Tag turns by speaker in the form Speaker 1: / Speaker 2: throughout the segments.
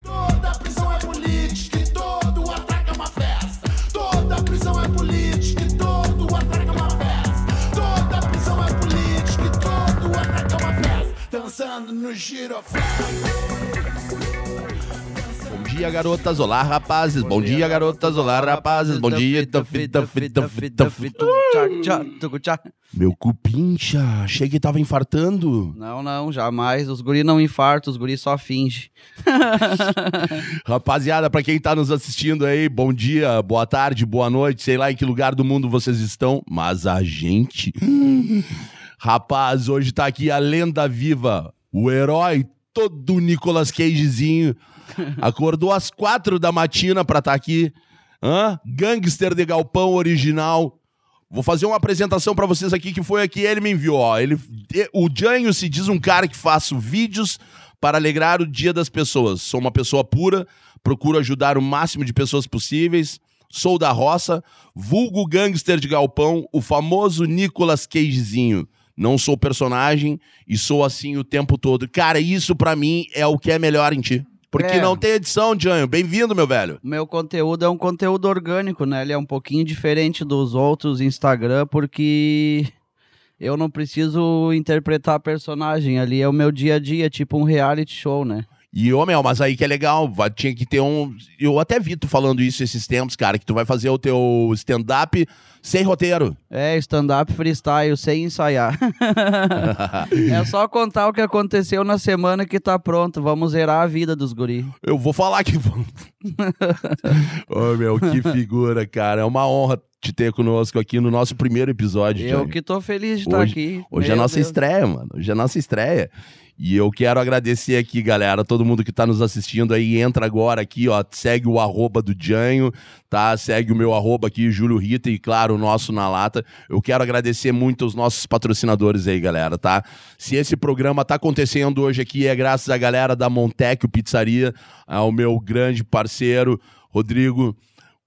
Speaker 1: é é é Bom dia, garotas. Olá, rapazes. Bom dia, garotas. Olá, rapazes. Bom dia. Meu cupincha. Achei que tava infartando.
Speaker 2: Não, não, jamais. Os guri não infartam, os guri só finge.
Speaker 1: Rapaziada, pra quem tá nos assistindo aí, bom dia, boa tarde, boa noite, sei lá em que lugar do mundo vocês estão, mas a gente. Rapaz, hoje tá aqui a lenda viva, o herói todo Nicolas Cagezinho. Acordou às quatro da matina pra estar aqui. Hã? Gangster de galpão original. Vou fazer uma apresentação pra vocês aqui que foi aqui ele me enviou. Ó. Ele, e- o Janho se diz um cara que faço vídeos para alegrar o dia das pessoas. Sou uma pessoa pura, procuro ajudar o máximo de pessoas possíveis. Sou da roça, vulgo gangster de galpão, o famoso Nicolas Cagezinho. Não sou personagem e sou assim o tempo todo. Cara, isso pra mim é o que é melhor em ti. Porque
Speaker 2: É.
Speaker 1: não tem edição, Janho. Bem-vindo, meu velho.
Speaker 2: O meu conteúdo é um conteúdo orgânico, né? Ele é um pouquinho diferente dos outros Instagram, porque eu não preciso interpretar personagem. Ali é o meu dia a dia, tipo um reality show, né?
Speaker 1: E, ô, meu, mas aí que é legal, vai- tinha que ter um... Eu até vi tu falando isso esses tempos, cara, que tu vai fazer o teu stand-up sem roteiro.
Speaker 2: É stand-up freestyle, sem ensaiar. é só contar o que aconteceu na semana que tá pronto. Vamos zerar a vida dos guri.
Speaker 1: Eu vou falar que... ô, meu, que figura, cara. É uma honra te ter conosco aqui no nosso primeiro episódio,
Speaker 2: Eu
Speaker 1: Johnny.
Speaker 2: que tô feliz de estar
Speaker 1: Hoje-
Speaker 2: aqui.
Speaker 1: Hoje é a
Speaker 2: Meu
Speaker 1: nossa
Speaker 2: Deus.
Speaker 1: estreia, mano. Hoje é a nossa estreia. E eu quero agradecer aqui, galera, todo mundo que tá nos assistindo aí, entra agora aqui, ó, segue o arroba do Janho, tá? Segue o meu arroba aqui, Júlio Rita, e claro, o nosso na lata. Eu quero agradecer muito os nossos patrocinadores aí, galera, tá? Se esse programa tá acontecendo hoje aqui, é graças à galera da Montecchio Pizzaria, ao meu grande parceiro, Rodrigo.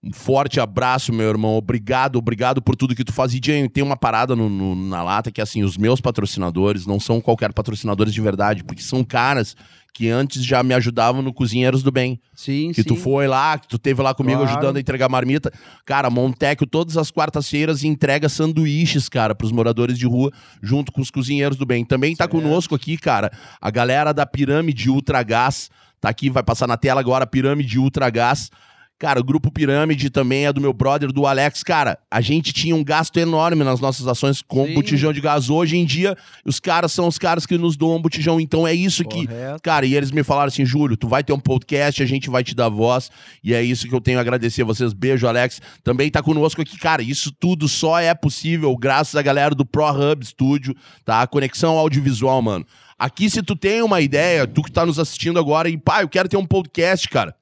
Speaker 1: Um forte abraço, meu irmão. Obrigado, obrigado por tudo que tu faz. E Jane, tem uma parada no- no- na lata que, assim, os meus patrocinadores não são qualquer patrocinadores de verdade, porque são caras que antes já me ajudavam no Cozinheiros do Bem.
Speaker 2: Sim,
Speaker 1: Que
Speaker 2: sim.
Speaker 1: tu foi lá, que tu teve lá comigo
Speaker 2: Claro.
Speaker 1: ajudando a entregar marmita. Cara, Montecchio, todas as quartas-feiras entrega sanduíches, cara, pros moradores de rua, junto com os cozinheiros do bem. Também tá conosco aqui, cara, a galera da Pirâmide Ultra Gás. Tá aqui, vai passar na tela agora, Pirâmide Ultra Gás. Cara, o Grupo Pirâmide também é do meu brother, do Alex. Cara, a gente tinha um gasto enorme nas nossas ações com
Speaker 2: Sim.
Speaker 1: botijão de gás. Hoje em dia, os caras são os caras que nos doam botijão. Então é isso que
Speaker 2: Correto.
Speaker 1: Cara, e eles me falaram assim, Júlio, tu vai ter um podcast, a gente vai te dar voz, e é isso que eu tenho a agradecer a vocês. Beijo, Alex. Também tá conosco aqui, cara, isso tudo só é possível graças à galera do Pro Hub Studio, tá? Conexão audiovisual, mano. Aqui, se tu tem uma ideia, tu que tá nos assistindo agora, e pá, eu quero ter um podcast, cara.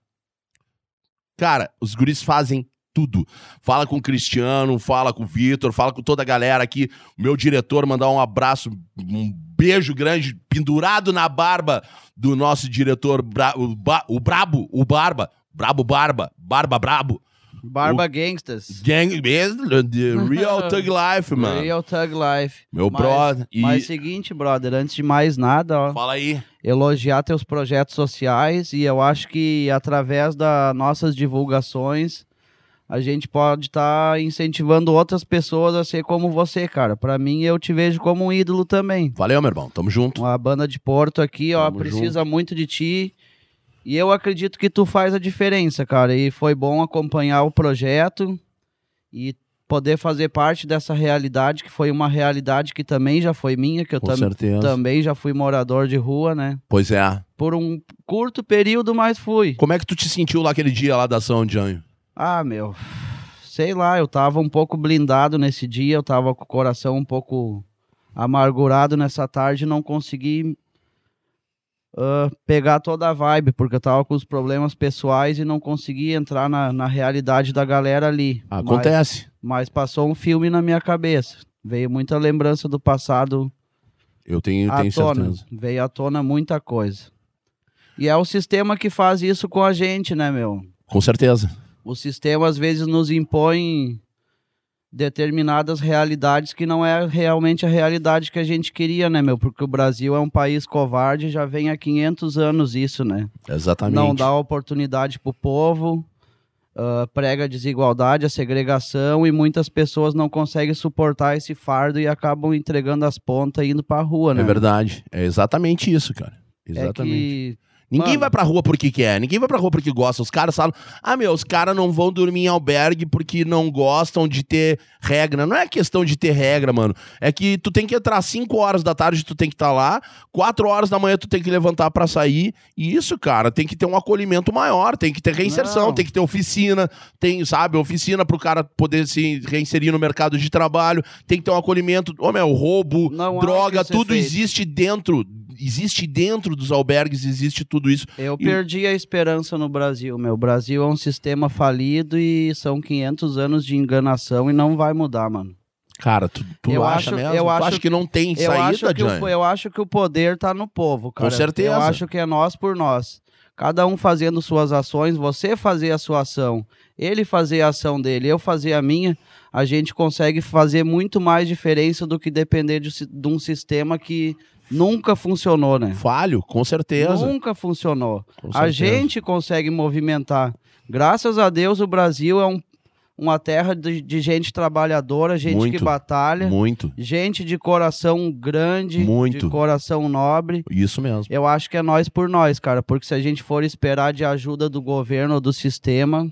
Speaker 1: Cara, os guris fazem tudo. Fala com o Cristiano, fala com o Vitor, fala com toda a galera aqui. Meu diretor, mandar um abraço, um beijo grande, pendurado na barba do nosso diretor, Bra- o, Ba- o Brabo, o Barba. Brabo Barba, Barba Brabo.
Speaker 2: Barba Gangsters.
Speaker 1: Gang, the Real Thug Life, mano.
Speaker 2: Real Thug Life.
Speaker 1: Meu
Speaker 2: Mas-
Speaker 1: brother. E
Speaker 2: Mas seguinte, brother, antes de mais nada, ó,
Speaker 1: fala aí.
Speaker 2: elogiar teus projetos sociais e eu acho que através das nossas divulgações a gente pode estar incentivando outras pessoas a ser como você, cara. Pra mim, eu te vejo como um ídolo também.
Speaker 1: Valeu, meu irmão. Tamo junto.
Speaker 2: A banda de Porto aqui, ó,
Speaker 1: Tamo
Speaker 2: precisa muito de ti. E eu acredito que tu faz a diferença, cara. E foi bom acompanhar o projeto e poder fazer parte dessa realidade, que foi uma realidade que também já foi minha, que eu
Speaker 1: Com
Speaker 2: tam
Speaker 1: certeza.
Speaker 2: também já fui morador de rua, né?
Speaker 1: Pois é.
Speaker 2: Por um curto período, mas fui.
Speaker 1: Como é que tu te sentiu lá aquele dia lá da ação, Janho?
Speaker 2: Ah, meu. Sei lá, eu tava um pouco blindado nesse dia, eu tava com o coração um pouco amargurado nessa tarde, não consegui ah, pegar toda a vibe, porque eu tava com os problemas pessoais e não consegui entrar na, na realidade da galera ali. Mas-
Speaker 1: Ah, Acontece.
Speaker 2: mas passou um filme na minha cabeça. Veio muita lembrança do passado
Speaker 1: Eu tenho,
Speaker 2: à
Speaker 1: tenho
Speaker 2: tona.
Speaker 1: certeza.
Speaker 2: Veio à tona muita coisa. E é o sistema que faz isso com a gente, né, meu?
Speaker 1: Com certeza.
Speaker 2: O sistema às vezes nos impõe determinadas realidades que não é realmente a realidade que a gente queria, né, meu? Porque o Brasil é um país covarde, já vem há 500 anos isso, né?
Speaker 1: Exatamente.
Speaker 2: Não dá oportunidade pro povo, ah, prega a desigualdade, a segregação e muitas pessoas não conseguem suportar esse fardo e acabam entregando as pontas e indo pra rua, né?
Speaker 1: É verdade. É exatamente isso, cara. Exatamente.
Speaker 2: É que
Speaker 1: Ninguém
Speaker 2: mano-
Speaker 1: vai pra rua porque quer, ninguém vai pra rua porque gosta. Os caras falam, ah, meu, os caras não vão dormir em albergue porque não gostam de ter regra. Não é questão de ter regra, mano. É que tu tem que entrar 5 horas da tarde, tu tem que estar lá, 4 horas da manhã tu tem que levantar pra sair. E isso, cara, tem que ter um acolhimento maior, tem que ter reinserção,
Speaker 2: Não.
Speaker 1: tem que ter oficina, tem, sabe, oficina pro cara poder se reinserir no mercado de trabalho, tem que ter um acolhimento, ô meu, roubo,
Speaker 2: Não há o que
Speaker 1: droga,
Speaker 2: ser
Speaker 1: tudo
Speaker 2: feito.
Speaker 1: existe dentro, existe dentro dos albergues, existe tudo isso.
Speaker 2: eu
Speaker 1: E-
Speaker 2: perdi a esperança no Brasil, meu. O Brasil é um sistema falido e são 500 anos de enganação e não vai mudar, mano.
Speaker 1: Cara, tu, tu
Speaker 2: Eu
Speaker 1: acha
Speaker 2: acho-
Speaker 1: mesmo?
Speaker 2: eu
Speaker 1: tu acha
Speaker 2: acho
Speaker 1: que não tem
Speaker 2: Eu acho,
Speaker 1: saída,
Speaker 2: que o,
Speaker 1: Johnny?
Speaker 2: po- eu acho que o poder tá no povo, cara.
Speaker 1: certeza.
Speaker 2: Eu acho que é nós por nós. Cada um fazendo suas ações, você fazer a sua ação, ele fazer a ação dele, eu fazer a minha, a gente consegue fazer muito mais diferença do que depender de, si- de um sistema que nunca funcionou, né?
Speaker 1: Falho, com certeza.
Speaker 2: Nunca funcionou.
Speaker 1: com
Speaker 2: A
Speaker 1: certeza.
Speaker 2: gente consegue movimentar. Graças a Deus, o Brasil é um- uma terra de, de gente trabalhadora, gente
Speaker 1: Muito.
Speaker 2: que batalha,
Speaker 1: Muito.
Speaker 2: gente de coração grande,
Speaker 1: Muito.
Speaker 2: de coração nobre.
Speaker 1: Isso mesmo.
Speaker 2: Eu acho que é nós por nós, cara, porque se a gente for esperar de ajuda do governo ou do sistema,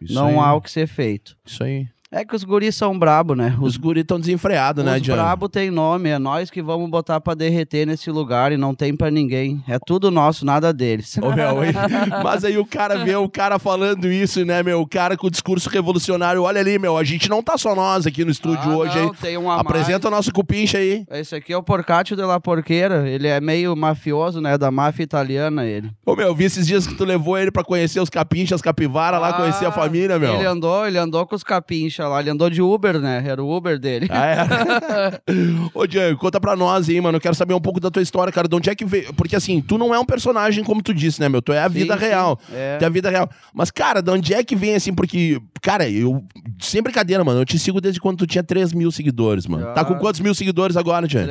Speaker 1: Isso
Speaker 2: não
Speaker 1: aí.
Speaker 2: há o que ser feito.
Speaker 1: Isso aí.
Speaker 2: É que os guris são brabo, né?
Speaker 1: Os
Speaker 2: Os,
Speaker 1: guris estão desenfreados, né,
Speaker 2: os
Speaker 1: Johnny?
Speaker 2: brabo tem nome, é nós que vamos botar pra derreter nesse lugar e não tem pra ninguém. É tudo nosso, nada deles.
Speaker 1: Ô, meu, ele- Mas aí o cara vê o cara falando isso, né, meu? O cara com o discurso revolucionário. Olha ali, meu, a gente não tá só nós aqui no estúdio
Speaker 2: Ah,
Speaker 1: hoje,
Speaker 2: não,
Speaker 1: hein?
Speaker 2: Tem um a mais.
Speaker 1: Apresenta o nosso cupincha aí.
Speaker 2: Esse aqui é o Porcátio della Porqueira. Ele é meio mafioso, né? Da máfia italiana, ele.
Speaker 1: Ô, meu, eu vi esses dias que tu levou ele pra conhecer os capinchas, capivara lá, conhecer a
Speaker 2: Ah,
Speaker 1: família, meu.
Speaker 2: Ele andou, ele andou com os capincha lá. Ele andou de Uber, né? Era o Uber dele.
Speaker 1: Ah, é? Ô, Diego, conta pra nós aí, mano. Eu quero saber um pouco da tua história, cara. De onde é que veio? Porque assim, tu não é um personagem como tu disse, né, meu? Tu é a
Speaker 2: Sim,
Speaker 1: vida
Speaker 2: sim.
Speaker 1: real.
Speaker 2: É.
Speaker 1: Tu é a vida real. Mas, cara, de onde é que vem assim? Porque, cara, eu. Sem brincadeira, mano. Eu te sigo desde quando tu tinha 3 mil seguidores, mano.
Speaker 2: Já.
Speaker 1: Tá com quantos mil seguidores agora, Diego?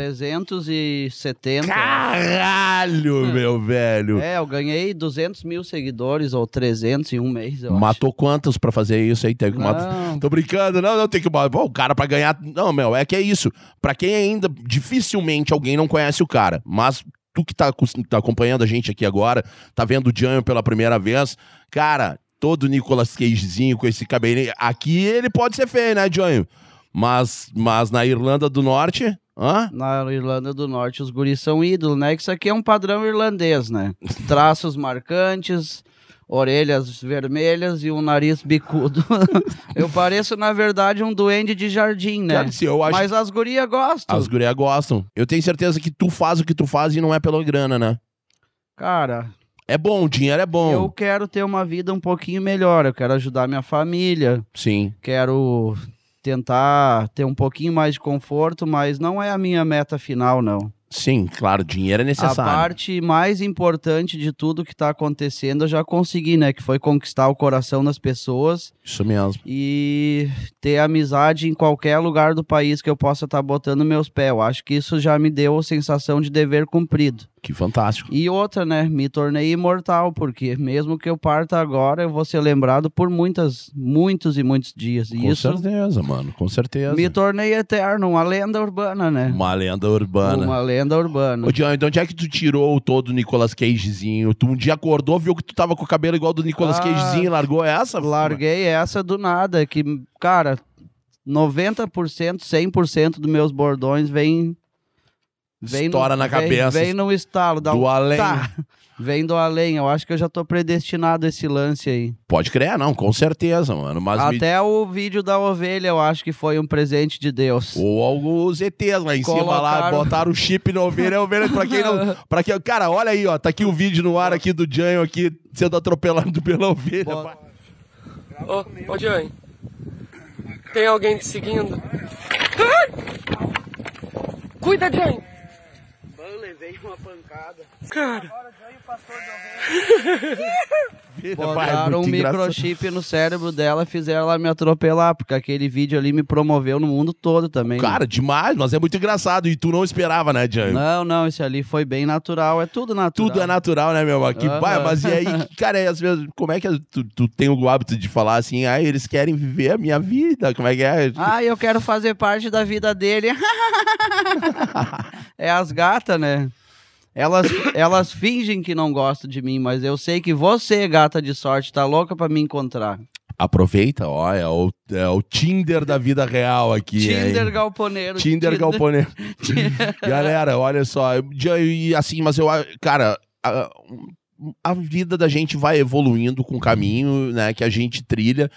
Speaker 2: 370.
Speaker 1: Caralho, meu velho.
Speaker 2: É, eu ganhei 200 mil seguidores ou 300 em um mês, eu
Speaker 1: Matou quantos pra fazer isso aí? Teve que
Speaker 2: acho.
Speaker 1: matar.
Speaker 2: Não,
Speaker 1: Tô brincando, não, não, tem que. Pô, o cara pra ganhar. Não, meu, é que é isso. Pra quem ainda. Dificilmente alguém não conhece o cara. Mas tu que tá, acus- tá acompanhando a gente aqui agora, tá vendo o Jânio pela primeira vez. Cara, todo Nicolas Cagezinho com esse cabelinho. Aqui ele pode ser feio, né, Jânio? Mas, mas na Irlanda do Norte. Hã?
Speaker 2: na Irlanda do Norte os guris são ídolos, né? Que isso aqui é um padrão irlandês, né? Traços marcantes, orelhas vermelhas e um nariz bicudo. eu pareço, na verdade, um duende de jardim, né?
Speaker 1: Cara, se eu acho
Speaker 2: Mas as gurias gostam.
Speaker 1: as gurias gostam. Eu tenho certeza que tu faz o que tu faz e não é pela grana, né?
Speaker 2: Cara,
Speaker 1: É bom, o dinheiro é bom.
Speaker 2: eu quero ter uma vida um pouquinho melhor. Eu quero ajudar minha família.
Speaker 1: Sim.
Speaker 2: Quero tentar ter um pouquinho mais de conforto, mas não é a minha meta final, não.
Speaker 1: Sim, claro, dinheiro é necessário.
Speaker 2: A parte mais importante de tudo que tá acontecendo eu já consegui, né? Que foi conquistar o coração das pessoas
Speaker 1: Isso mesmo.
Speaker 2: e ter amizade em qualquer lugar do país que eu possa estar botando meus pés. Eu acho que isso já me deu a sensação de dever cumprido.
Speaker 1: Que fantástico.
Speaker 2: E outra, né? Me tornei imortal, porque mesmo que eu parta agora, eu vou ser lembrado por muitas, muitos e muitos dias. E
Speaker 1: Com
Speaker 2: isso
Speaker 1: certeza, mano. Com certeza.
Speaker 2: me tornei eterno, uma lenda urbana, né?
Speaker 1: Uma lenda urbana.
Speaker 2: Uma lenda urbana.
Speaker 1: Ô, Johnny, de onde é que tu tirou o todo Nicolas Cagezinho? Tu um dia acordou, viu que tu tava com o cabelo igual do Nicolas
Speaker 2: Ah,
Speaker 1: Cagezinho e largou essa?
Speaker 2: Larguei essa do nada, que, cara, 90%, 100% dos meus bordões vem. vem
Speaker 1: Estoura na
Speaker 2: vem-
Speaker 1: cabeça.
Speaker 2: Vem no estalo, dá
Speaker 1: Do
Speaker 2: um
Speaker 1: além.
Speaker 2: tá. Vem do além. Eu acho que eu já tô predestinado a esse lance aí.
Speaker 1: Pode crer, não, com certeza, mano. Mas me...
Speaker 2: Até o vídeo da ovelha eu acho que foi um presente de Deus.
Speaker 1: Ou algo, os ETs lá em cima lá,
Speaker 2: Colocaram-
Speaker 1: botaram o chip na ovelha, a ovelha, pra quem não. Pra quem... Cara, olha aí, ó. Tá aqui o vídeo no ar aqui do Jânio aqui sendo atropelado pela ovelha.
Speaker 2: Bota-
Speaker 3: Ô, ô Johnny, tem alguém te seguindo? Cuida, Johnny!
Speaker 1: Pai, é
Speaker 2: Botaram um
Speaker 1: muito engraçado.
Speaker 2: microchip no cérebro dela e fizeram ela me atropelar, porque aquele vídeo ali me promoveu no mundo todo também. né?
Speaker 1: Cara, demais, mas é muito engraçado. E tu não esperava, né, Jânio?
Speaker 2: Não, é não, esse ali foi bem natural, é tudo natural.
Speaker 1: Tudo é natural, né, meu? Que
Speaker 2: Aham.
Speaker 1: pai, mas e aí, cara, e às vezes, como é que tu, tu tem o hábito de falar assim, ah, eles querem viver a minha vida, como é que é?
Speaker 2: Ah, eu quero fazer parte da vida dele. é as gatas, né? Elas, elas fingem que não gostam de mim, mas eu sei que você, gata de sorte, tá louca pra me encontrar.
Speaker 1: Aproveita, ó, é o, é o Tinder da vida real aqui.
Speaker 2: Tinder
Speaker 1: é, hein?
Speaker 2: galponeiro.
Speaker 1: Tinder Galponeiro. Galera, olha só, já- e assim, mas eu, a- cara, a, a vida da gente vai evoluindo com o caminho, né, que a gente trilha.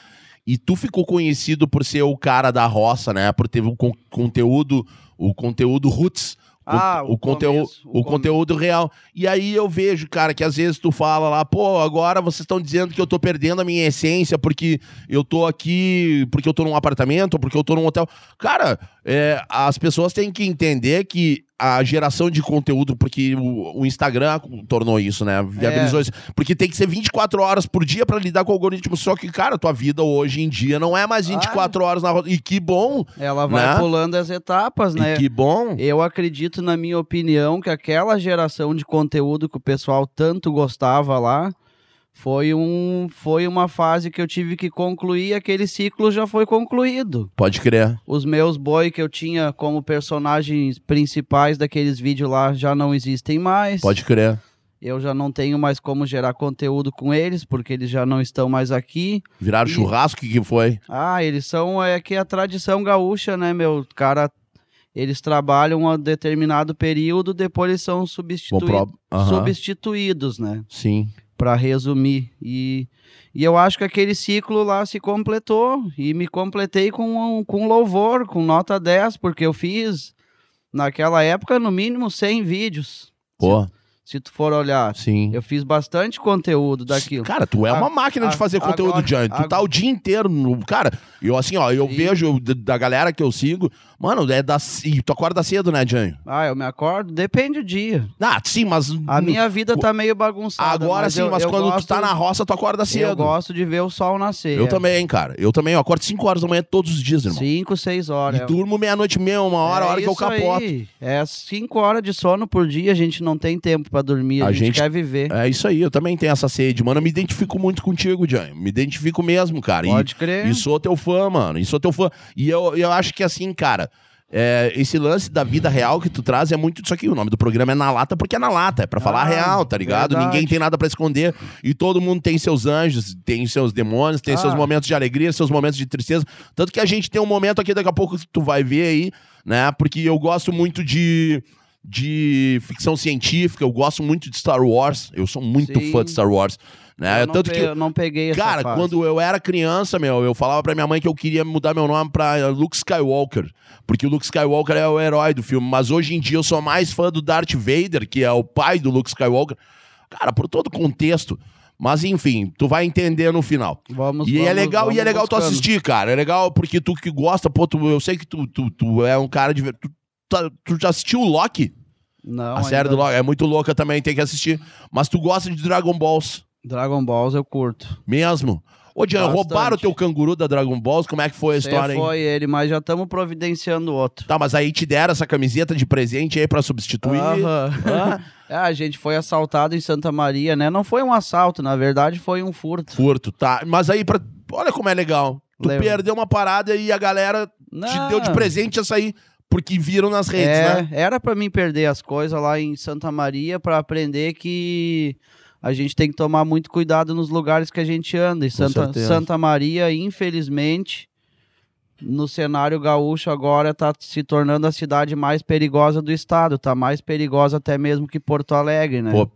Speaker 1: E tu ficou conhecido por ser o cara da roça, né? Por ter um con- conteúdo, o conteúdo roots, o-
Speaker 2: Ah,
Speaker 1: o,
Speaker 2: o
Speaker 1: conteúdo,
Speaker 2: começo,
Speaker 1: o,
Speaker 2: o come-
Speaker 1: conteúdo real. E aí eu vejo, cara, que às vezes tu fala lá, pô, agora vocês estão dizendo que eu tô perdendo a minha essência porque eu tô aqui, porque eu tô num apartamento, porque eu tô num hotel. Cara, é, as pessoas têm que entender que a geração de conteúdo, porque o, o Instagram tornou isso, né? Viabilizou
Speaker 2: É.
Speaker 1: isso. Porque tem que ser 24 horas por dia pra lidar com o algoritmo. Só que, cara, tua vida hoje em dia não é
Speaker 2: Ah.
Speaker 1: mais 24 horas na roda. E que bom!
Speaker 2: Ela vai
Speaker 1: Né?
Speaker 2: pulando as etapas, né?
Speaker 1: E que bom!
Speaker 2: Eu acredito, na minha opinião, que aquela geração de conteúdo que o pessoal tanto gostava lá foi, um, foi uma fase que eu tive que concluir. Aquele ciclo já foi concluído.
Speaker 1: Pode crer.
Speaker 2: Os meus boi que eu tinha como personagens principais daqueles vídeos lá já não existem mais.
Speaker 1: Pode crer.
Speaker 2: Eu já não tenho mais como gerar conteúdo com eles, porque eles já não estão mais aqui.
Speaker 1: Viraram
Speaker 2: E-
Speaker 1: churrasco, o que que foi?
Speaker 2: Ah, eles são. É que a tradição gaúcha, né, meu? Cara, eles trabalham a determinado período, depois eles são substituí-
Speaker 1: Compro- Aham.
Speaker 2: substituídos, né?
Speaker 1: Sim.
Speaker 2: Pra resumir. E, e eu acho que aquele ciclo lá se completou. E me completei com, um- com louvor, com nota 10, porque eu fiz, naquela época, no mínimo 100 vídeos.
Speaker 1: Pô,
Speaker 2: Se tu for olhar.
Speaker 1: sim.
Speaker 2: Eu fiz bastante conteúdo daquilo.
Speaker 1: Cara, tu é
Speaker 2: A-
Speaker 1: uma máquina de
Speaker 2: a-
Speaker 1: fazer conteúdo,
Speaker 2: agora-
Speaker 1: Johnny. Tu tá
Speaker 2: agora-
Speaker 1: o dia inteiro no. Cara, eu assim, ó, eu
Speaker 2: Sim.
Speaker 1: vejo d- da galera que eu sigo. Mano, é da. E tu acorda cedo, né, Johnny?
Speaker 2: Ah, eu me acordo? Depende do dia.
Speaker 1: Ah, sim, mas.
Speaker 2: A
Speaker 1: n-
Speaker 2: minha vida tá meio bagunçada.
Speaker 1: Agora sim,
Speaker 2: eu-
Speaker 1: mas
Speaker 2: eu
Speaker 1: quando tu
Speaker 2: gosto-
Speaker 1: tá na roça, tu acorda
Speaker 2: Eu
Speaker 1: cedo.
Speaker 2: gosto de ver o sol nascer.
Speaker 1: Eu, também, cara. Eu também, eu acordo 5 horas da manhã todos os dias, irmão.
Speaker 2: Cinco, seis horas.
Speaker 1: E durmo meia-noite e meia, uma hora, a
Speaker 2: É
Speaker 1: hora que eu
Speaker 2: isso
Speaker 1: capoto.
Speaker 2: aí. É cinco horas de sono por dia, a gente não tem tempo pra dormir, a,
Speaker 1: A
Speaker 2: gente,
Speaker 1: gente-
Speaker 2: quer viver.
Speaker 1: É isso aí, eu também tenho essa sede. Mano, eu me identifico muito contigo, Johnny. Me identifico mesmo, cara. E-
Speaker 2: Pode crer.
Speaker 1: E sou é teu fã, mano. E sou teu fã. E eu, eu acho que assim, cara. é, esse lance da vida real que tu traz é muito disso aqui. O nome do programa é Na Lata porque é na lata, é pra falar
Speaker 2: Ah,
Speaker 1: real, tá ligado?
Speaker 2: verdade.
Speaker 1: Ninguém tem nada pra esconder e todo mundo tem seus anjos, tem seus demônios, tem seus
Speaker 2: Ah.
Speaker 1: momentos de alegria, seus momentos de tristeza. Tanto que a gente tem um momento aqui, daqui a pouco tu vai ver aí, né? Porque eu gosto muito de, de ficção científica, eu gosto muito de Star Wars, eu sou muito
Speaker 2: Sim.
Speaker 1: fã de Star Wars, né?
Speaker 2: eu não,
Speaker 1: Tanto
Speaker 2: pe-
Speaker 1: que
Speaker 2: eu não peguei essa
Speaker 1: Cara,
Speaker 2: fase.
Speaker 1: quando eu era criança, meu, eu falava pra minha mãe que eu queria mudar meu nome pra Luke Skywalker. Porque o Luke Skywalker é o herói do filme. Mas hoje em dia eu sou mais fã do Darth Vader, que é o pai do Luke Skywalker. Cara, por todo o contexto. Mas enfim, tu vai entender no final.
Speaker 2: Vamos,
Speaker 1: E é
Speaker 2: vamos-
Speaker 1: legal,
Speaker 2: vamos
Speaker 1: e é legal tu
Speaker 2: buscando.
Speaker 1: assistir, cara. É legal porque tu que gosta, pô, tu- eu sei que tu, tu, tu é um cara de. ver- Tu, tá- tu já assistiu o Loki?
Speaker 2: Não,
Speaker 1: a série
Speaker 2: Então ainda-
Speaker 1: do Loki é muito louca também, tem que assistir. Mas tu gosta de Dragon Balls.
Speaker 2: Dragon Balls eu curto.
Speaker 1: Mesmo? Ô, Jean,
Speaker 2: Bastante.
Speaker 1: roubaram o teu canguru da Dragon Balls? Como é que foi a
Speaker 2: Você
Speaker 1: história, hein?
Speaker 2: foi ele, mas já estamos providenciando outro.
Speaker 1: Tá, mas aí te deram essa camiseta de presente aí pra substituir.
Speaker 2: Aham.
Speaker 1: Hã?
Speaker 2: É, a gente foi assaltado em Santa Maria, né? Não foi um assalto, na verdade foi um furto.
Speaker 1: Furto, tá. Mas aí, pra... olha como é legal. Tu
Speaker 2: Lembra.
Speaker 1: perdeu uma parada e a galera te
Speaker 2: Não.
Speaker 1: deu de presente essa aí, porque viram nas redes,
Speaker 2: É,
Speaker 1: né?
Speaker 2: Era pra mim perder as coisas lá em Santa Maria pra aprender que a gente tem que tomar muito cuidado nos lugares que a gente anda. E Santa,
Speaker 1: certeza.
Speaker 2: Santa Maria, infelizmente, no cenário gaúcho agora tá se tornando a cidade mais perigosa do estado. Tá mais perigosa até mesmo que Porto Alegre, né?
Speaker 1: Pô,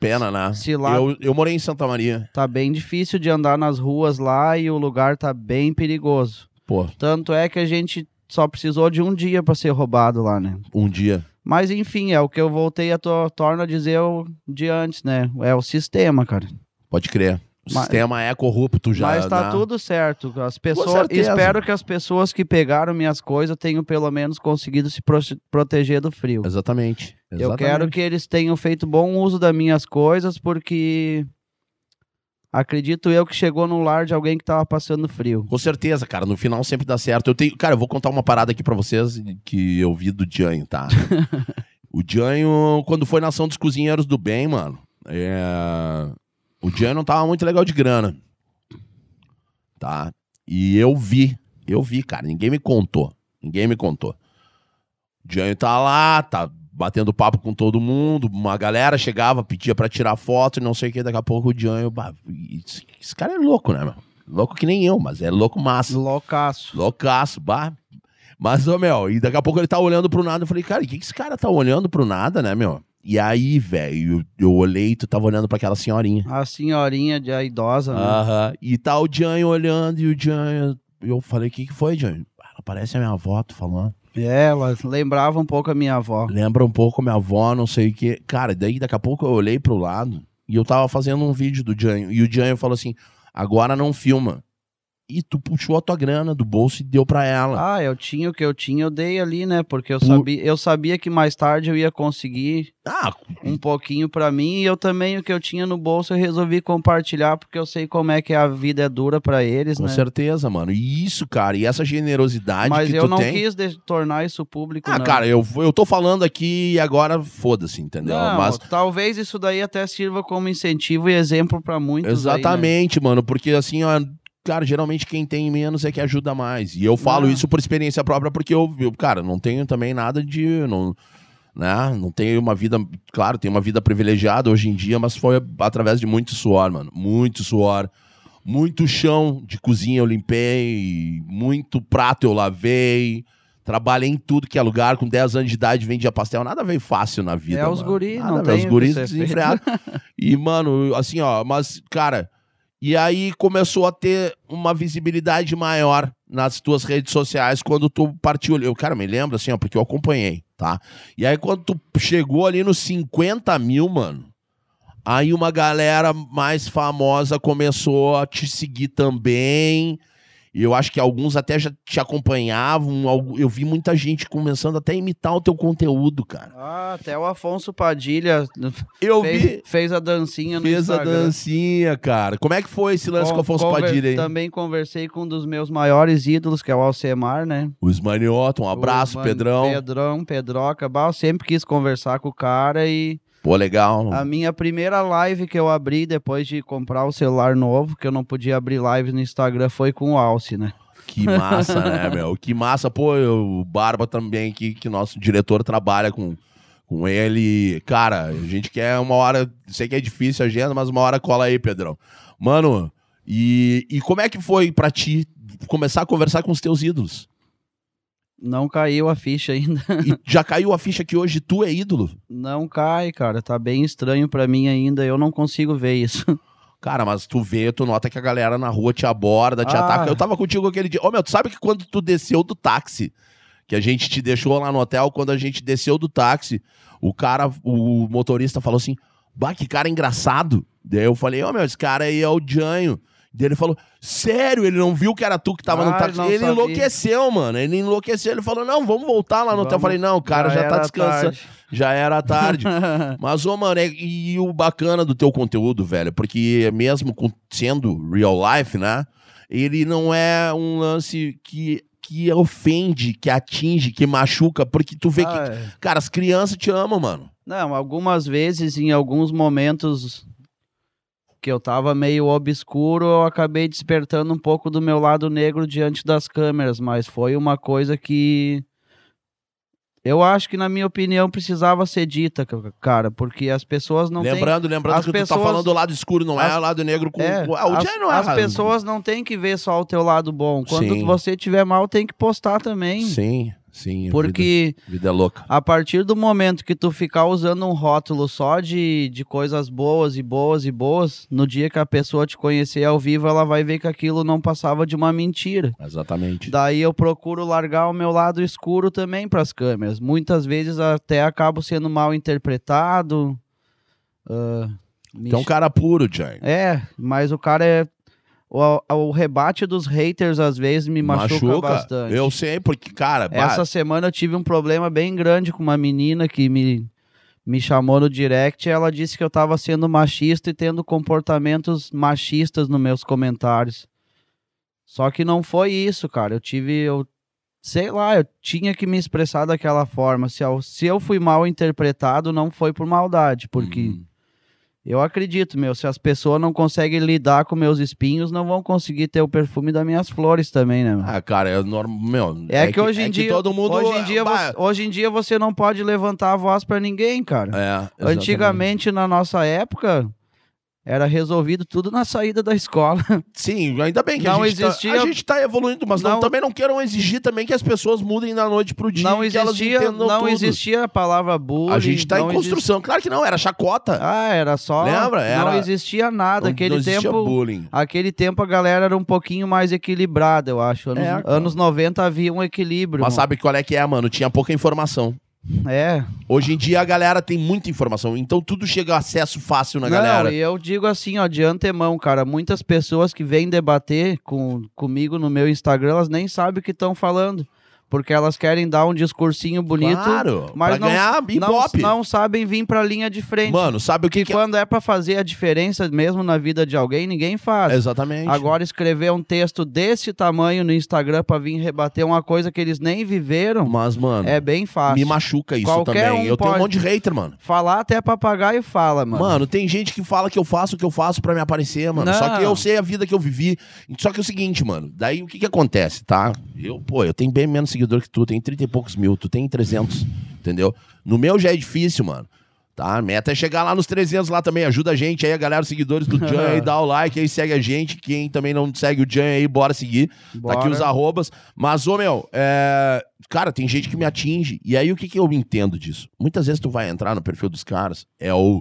Speaker 1: Pena, né?
Speaker 2: Se lá-
Speaker 1: Eu, eu morei em Santa Maria.
Speaker 2: Tá bem difícil de andar nas ruas lá e o lugar tá bem perigoso.
Speaker 1: Pô,
Speaker 2: Tanto é que a gente só precisou de um dia pra ser roubado lá, né?
Speaker 1: um dia.
Speaker 2: Mas enfim, é o que eu voltei a to- torno a dizer o de antes, né? É o sistema, cara.
Speaker 1: Pode crer. O
Speaker 2: Mas-
Speaker 1: sistema é corrupto já.
Speaker 2: Mas tá
Speaker 1: né?
Speaker 2: tudo certo. As pessoas,
Speaker 1: certeza.
Speaker 2: espero que as pessoas que pegaram minhas coisas tenham pelo menos conseguido se pro- proteger do frio.
Speaker 1: Exatamente.
Speaker 2: Eu quero que eles tenham feito bom uso das minhas coisas, porque acredito eu que chegou no lar de alguém que tava passando frio.
Speaker 1: Com certeza, cara. No final sempre dá certo. Eu tenho, cara, eu vou contar uma parada aqui pra vocês que eu vi do Janho, tá? o Janho, quando foi na ação dos cozinheiros do bem, mano, é, o Janho não tava muito legal de grana, tá? E eu vi, eu vi, cara. Ninguém me contou, ninguém me contou. O Janho tá lá, tá batendo papo com todo mundo, uma galera chegava, pedia pra tirar foto e não sei o que, daqui a pouco o Jean, eu, bah, esse, esse cara é louco, né, meu? Louco que nem eu, mas é louco massa.
Speaker 2: Loucaço.
Speaker 1: Loucaço, bah. Mas, ô, meu, e daqui a pouco ele tá olhando pro nada, eu falei, cara, o que que esse cara tá olhando pro nada, né, meu? E aí, velho, eu, eu olhei e tu tava olhando pra aquela senhorinha.
Speaker 2: A senhorinha de a idosa, né?
Speaker 1: Aham. E tá o Jean olhando e o Jean, eu falei, o que que foi, Jean? Ela parece a minha avó, tu falando.
Speaker 2: É, ela lembrava um pouco a minha avó.
Speaker 1: Lembra um pouco a minha avó, não sei o que. Cara, daí daqui a pouco eu olhei pro lado e eu tava fazendo um vídeo do Janho. E o Janho falou assim: agora não filma. E tu puxou a tua grana do bolso e deu pra ela.
Speaker 2: Ah, eu tinha o que eu tinha, eu dei ali, né? Porque eu
Speaker 1: Por-
Speaker 2: sabia, eu sabia que mais tarde eu ia conseguir
Speaker 1: Ah,
Speaker 2: um pouquinho pra mim e eu também o que eu tinha no bolso eu resolvi compartilhar porque eu sei como é que a vida é dura pra eles,
Speaker 1: com
Speaker 2: né?
Speaker 1: certeza, mano. E isso, cara, e essa generosidade
Speaker 2: Mas
Speaker 1: que
Speaker 2: eu
Speaker 1: tu
Speaker 2: não
Speaker 1: tem.
Speaker 2: quis né? de- tornar isso público,
Speaker 1: Ah,
Speaker 2: não.
Speaker 1: cara, eu, eu tô falando aqui e agora foda-se, entendeu?
Speaker 2: Não,
Speaker 1: Mas
Speaker 2: talvez isso daí até sirva como incentivo e exemplo pra muitos. aí, né?
Speaker 1: Exatamente, mano, porque assim, ó, cara, geralmente quem tem menos é que ajuda mais. E eu falo
Speaker 2: Ah.
Speaker 1: isso por experiência própria, porque eu, eu, cara, não tenho também nada de. Não, né? Não tenho uma vida. Claro, tenho uma vida privilegiada hoje em dia, mas foi através de muito suor, mano. Muito suor. Muito chão de cozinha eu limpei, muito prato eu lavei. Trabalhei em tudo que é lugar, com 10 anos de idade vendia pastel, nada veio fácil na vida.
Speaker 2: É, os
Speaker 1: mano.
Speaker 2: guri,
Speaker 1: Nada
Speaker 2: não
Speaker 1: veio,
Speaker 2: tem o
Speaker 1: Os
Speaker 2: que
Speaker 1: guris
Speaker 2: ser feito.
Speaker 1: desenfreados. E, mano, assim, ó, mas, cara, e aí começou a ter uma visibilidade maior nas tuas redes sociais quando tu partiu ali. Eu, cara, me lembro assim, ó, porque eu acompanhei, tá? E aí quando tu chegou ali nos 50 mil, mano, aí uma galera mais famosa começou a te seguir também. E Eu acho que alguns até já te acompanhavam. algu- Eu vi muita gente começando até a imitar o teu conteúdo, cara.
Speaker 2: Ah, até o Afonso Padilha
Speaker 1: Eu vi.
Speaker 2: fez, fez a dancinha no
Speaker 1: Fez a
Speaker 2: Instagram.
Speaker 1: dancinha, cara. Como é que foi esse lance com, o Afonso
Speaker 2: Conver-
Speaker 1: Padilha, hein?
Speaker 2: Também conversei com um dos meus maiores ídolos, que é o Alcemar, né?
Speaker 1: Os Manioto, um abraço,
Speaker 2: O Man-
Speaker 1: Pedrão.
Speaker 2: Pedrão, Pedroca, bah, eu sempre quis conversar com o cara e
Speaker 1: Pô, legal.
Speaker 2: a minha primeira live que eu abri depois de comprar o celular novo, que eu não podia abrir lives no Instagram, foi com o Alce, né?
Speaker 1: Que massa, né, meu? Que massa. Pô, eu- o Barba também, que, que nosso diretor trabalha com, com ele. Cara, a gente quer uma hora. Sei que é difícil a agenda, mas uma hora cola aí, Pedrão. Mano, e, e como é que foi pra ti começar a conversar com os teus ídolos?
Speaker 2: Não caiu a ficha ainda.
Speaker 1: E já caiu a ficha que hoje tu é ídolo?
Speaker 2: Não cai, cara. Tá bem estranho pra mim ainda. Eu não consigo ver isso.
Speaker 1: Cara, mas tu vê, tu nota que a galera na rua te aborda, te
Speaker 2: Ah.
Speaker 1: ataca. Eu tava contigo aquele dia. Ô, meu, tu sabe que quando tu desceu do táxi, que a gente te deixou lá no hotel, quando a gente desceu do táxi, o cara, o motorista falou assim, bah, que cara engraçado. Daí eu falei, ô, meu, esse cara aí é o Janho. Daí ele falou, sério, ele não viu que era tu que tava
Speaker 2: Ah,
Speaker 1: no táxi.
Speaker 2: não
Speaker 1: Ele
Speaker 2: sabia.
Speaker 1: enlouqueceu, mano. Ele enlouqueceu. Ele falou, não, vamos voltar lá no hotel. Eu
Speaker 2: Vamos.
Speaker 1: falei, não, o cara já, tá
Speaker 2: era
Speaker 1: descansando.
Speaker 2: tarde.
Speaker 1: Já era tarde. Mas, ô, mano, é- e o bacana do teu conteúdo, velho, porque mesmo com- sendo real life, né? Ele não é um lance que, que ofende, que atinge, que machuca, porque tu vê
Speaker 2: Ah,
Speaker 1: que.
Speaker 2: é.
Speaker 1: Cara, as crianças te amam, mano.
Speaker 2: Não, algumas vezes, em alguns momentos que eu tava meio obscuro, eu acabei despertando um pouco do meu lado negro diante das câmeras, mas foi uma coisa que eu acho que, na minha opinião, precisava ser dita, ca- cara, porque as pessoas não têm.
Speaker 1: lembrando, lembrando
Speaker 2: as
Speaker 1: que tu tá
Speaker 2: pessoas-
Speaker 1: falando do lado escuro, não é
Speaker 2: as-
Speaker 1: o lado negro com.
Speaker 2: É,
Speaker 1: com- ah, o
Speaker 2: as,
Speaker 1: Jay não é
Speaker 2: as
Speaker 1: raso.
Speaker 2: pessoas não têm que ver só o teu lado bom. Quando
Speaker 1: Sim.
Speaker 2: você tiver mal, tem que postar também.
Speaker 1: Sim, sim.
Speaker 2: Porque
Speaker 1: Vida, vida é louca.
Speaker 2: A partir do momento que tu ficar usando um rótulo só de, de coisas boas e boas e boas, no dia que a pessoa te conhecer ao vivo, ela vai ver que aquilo não passava de uma mentira.
Speaker 1: Exatamente.
Speaker 2: Daí eu procuro largar o meu lado escuro também para as câmeras. Muitas vezes até acabo sendo mal interpretado. ah, me
Speaker 1: Tu é um cara puro, Jay.
Speaker 2: é, mas o cara é. O, o rebate dos haters às vezes me machuca, bastante.
Speaker 1: Eu sei, porque, cara, bah,
Speaker 2: Essa semana eu tive um problema bem grande com uma menina que me, me chamou no direct. E ela disse que eu tava sendo machista e tendo comportamentos machistas nos meus comentários. Só que não foi isso, cara. Eu tive. Eu, sei lá, eu tinha que me expressar daquela forma. Se eu, se eu fui mal interpretado, não foi por maldade, porque
Speaker 1: hum,
Speaker 2: Eu acredito, meu, se as pessoas não conseguem lidar com meus espinhos, não vão conseguir ter o perfume das minhas flores também, né? meu?
Speaker 1: Ah, cara, é normal. Meu,
Speaker 2: É, que, hoje em
Speaker 1: é
Speaker 2: dia,
Speaker 1: todo mundo. é,
Speaker 2: hoje, em dia
Speaker 1: Bah,
Speaker 2: você, hoje em dia você não pode levantar a voz pra ninguém, cara.
Speaker 1: É, exatamente.
Speaker 2: Antigamente, na nossa época, era resolvido tudo na saída da escola.
Speaker 1: Sim, ainda bem que
Speaker 2: Não
Speaker 1: a, gente
Speaker 2: existia-
Speaker 1: tá, a gente tá evoluindo, mas não-
Speaker 2: Não-
Speaker 1: também não queiram exigir também que as pessoas mudem da noite pro dia.
Speaker 2: Não
Speaker 1: e que elas
Speaker 2: existia,
Speaker 1: entendam
Speaker 2: não
Speaker 1: tudo.
Speaker 2: existia a palavra bullying.
Speaker 1: A gente tá em
Speaker 2: não exi-
Speaker 1: construção. Claro que não, era chacota.
Speaker 2: Ah, era só.
Speaker 1: Lembra? Era-
Speaker 2: Não existia nada.
Speaker 1: Não-
Speaker 2: aquele
Speaker 1: não existia
Speaker 2: Ah, tempo. ah,
Speaker 1: bullying.
Speaker 2: Aquele tempo a galera era um pouquinho mais equilibrada, eu acho. Anos,
Speaker 1: É, cara.
Speaker 2: anos 90 havia um equilíbrio.
Speaker 1: Mas
Speaker 2: mano.
Speaker 1: sabe qual é que é, mano? Tinha pouca informação.
Speaker 2: É.
Speaker 1: Hoje em dia a galera tem muita informação, então tudo chega acesso fácil na
Speaker 2: Não,
Speaker 1: galera.
Speaker 2: e eu digo assim, ó, de antemão, cara, muitas pessoas que vêm debater com, comigo no meu Instagram, elas nem sabem o que estão falando. Porque elas querem dar um discursinho bonito,
Speaker 1: claro,
Speaker 2: mas
Speaker 1: pra
Speaker 2: não-
Speaker 1: ganhar
Speaker 2: não,
Speaker 1: ibope.
Speaker 2: não sabem vir pra linha de frente.
Speaker 1: Mano, sabe o que,
Speaker 2: que
Speaker 1: que é?
Speaker 2: quando é pra fazer a diferença mesmo na vida de alguém, ninguém faz.
Speaker 1: Exatamente.
Speaker 2: Agora escrever um texto desse tamanho no Instagram pra vir rebater uma coisa que eles nem viveram
Speaker 1: Mas, mano,
Speaker 2: é bem fácil.
Speaker 1: me machuca isso
Speaker 2: Qualquer
Speaker 1: também.
Speaker 2: um
Speaker 1: eu tenho um
Speaker 2: pode.
Speaker 1: monte de hater, mano.
Speaker 2: Falar até papagaio fala, mano.
Speaker 1: Mano. tem gente que fala que eu faço o que eu faço pra me aparecer, mano.
Speaker 2: Não.
Speaker 1: Só que eu sei a vida que eu vivi. Só que é o seguinte, mano. Daí o que que acontece, tá? Eu, pô, eu tenho bem menos seguidor que tu. Tenho 30 e poucos mil. Tu tem 300, entendeu? No meu já é difícil, mano. Tá? A meta é chegar lá nos 300 lá também. Ajuda a gente aí, a galera, os seguidores do Jan aí. Dá o like aí, segue a gente. Quem também não segue o Jan aí, bora seguir. Tá aqui
Speaker 2: Bora.
Speaker 1: os arrobas. Mas, ô, meu, é... cara, tem gente que me atinge. E aí, o que, que eu entendo disso? Muitas vezes tu vai entrar no perfil dos caras, é o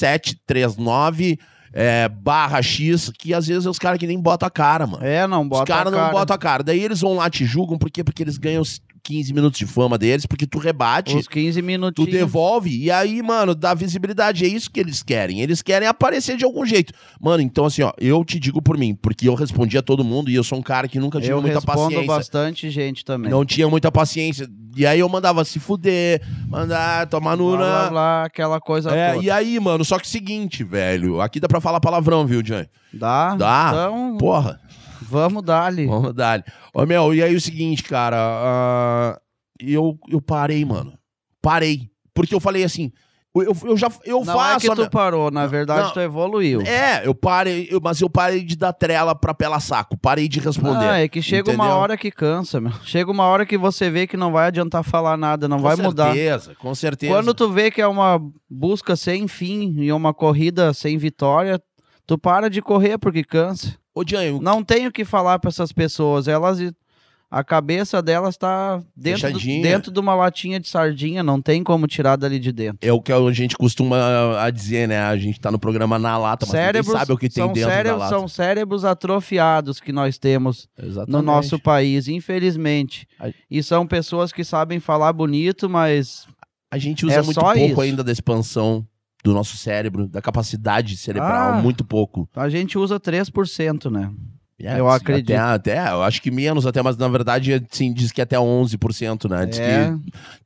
Speaker 1: Fer739 é, barra X, que às vezes é os caras que nem botam a cara, mano.
Speaker 2: É, não bota
Speaker 1: os caras
Speaker 2: a
Speaker 1: não
Speaker 2: cara.
Speaker 1: botam a cara. Daí eles vão lá te julgam, por quê? Porque eles ganham os 15 minutos de fama deles, porque tu rebate.
Speaker 2: Os 15
Speaker 1: Tu
Speaker 2: minutinhos.
Speaker 1: devolve e aí, mano, dá visibilidade. É isso que eles querem. Eles querem aparecer de algum jeito. Mano, então assim, ó, eu te digo por mim, porque eu respondi a todo mundo e eu sou um cara que nunca tive
Speaker 2: Eu
Speaker 1: muita
Speaker 2: respondo
Speaker 1: paciência.
Speaker 2: bastante gente também.
Speaker 1: Não tinha muita paciência. E aí eu mandava se fuder, mandar tomar no.
Speaker 2: blá, blá,
Speaker 1: na-
Speaker 2: blá, aquela coisa
Speaker 1: É,
Speaker 2: toda.
Speaker 1: e aí, mano, só que seguinte, velho. Aqui dá pra falar palavrão, viu, Johnny?
Speaker 2: Dá?
Speaker 1: Dá.
Speaker 2: Então,
Speaker 1: Porra.
Speaker 2: vamos dar ali.
Speaker 1: Vamos dar. Ô, meu, e aí o seguinte, cara. ah, eu, eu parei, mano. Parei. Porque eu falei assim. Eu, eu- eu já eu
Speaker 2: não
Speaker 1: faço.
Speaker 2: é
Speaker 1: a
Speaker 2: que tu
Speaker 1: minha-
Speaker 2: parou, na verdade
Speaker 1: não.
Speaker 2: tu evoluiu.
Speaker 1: É, eu parei, eu- mas eu parei de dar trela pra pela saco. Parei de responder.
Speaker 2: Ah, é que chega uma
Speaker 1: entendeu?
Speaker 2: hora que cansa, meu. Chega uma hora que você vê que não vai adiantar falar nada, não
Speaker 1: com
Speaker 2: vai mudar.
Speaker 1: certeza, com certeza.
Speaker 2: Quando tu vê que é uma busca sem fim e uma corrida sem vitória, tu para de correr porque cansa.
Speaker 1: Ô, Jean, o-
Speaker 2: Não tem o que falar pra essas pessoas, elas a cabeça delas tá dentro, do-
Speaker 1: Fechadinha.
Speaker 2: dentro de uma latinha de sardinha, não tem como tirar dali de dentro.
Speaker 1: é o que a gente costuma a dizer, né? A gente tá no programa na lata, mas ninguém sabe o que tem
Speaker 2: são
Speaker 1: dentro da
Speaker 2: cérebros,
Speaker 1: lata.
Speaker 2: são cérebros atrofiados que nós temos
Speaker 1: Exatamente.
Speaker 2: no nosso país, infelizmente.
Speaker 1: Ai.
Speaker 2: E são pessoas que sabem falar bonito, mas
Speaker 1: A gente usa
Speaker 2: É
Speaker 1: muito
Speaker 2: só
Speaker 1: pouco
Speaker 2: isso.
Speaker 1: ainda da expansão do nosso cérebro, da capacidade cerebral,
Speaker 2: Ah.
Speaker 1: muito pouco.
Speaker 2: a gente usa 3%, né?
Speaker 1: É,
Speaker 2: Eu
Speaker 1: diz-
Speaker 2: acredito.
Speaker 1: Até, até, eu acho que menos até, mas na verdade, sim, diz que até 11%, né? Diz
Speaker 2: É,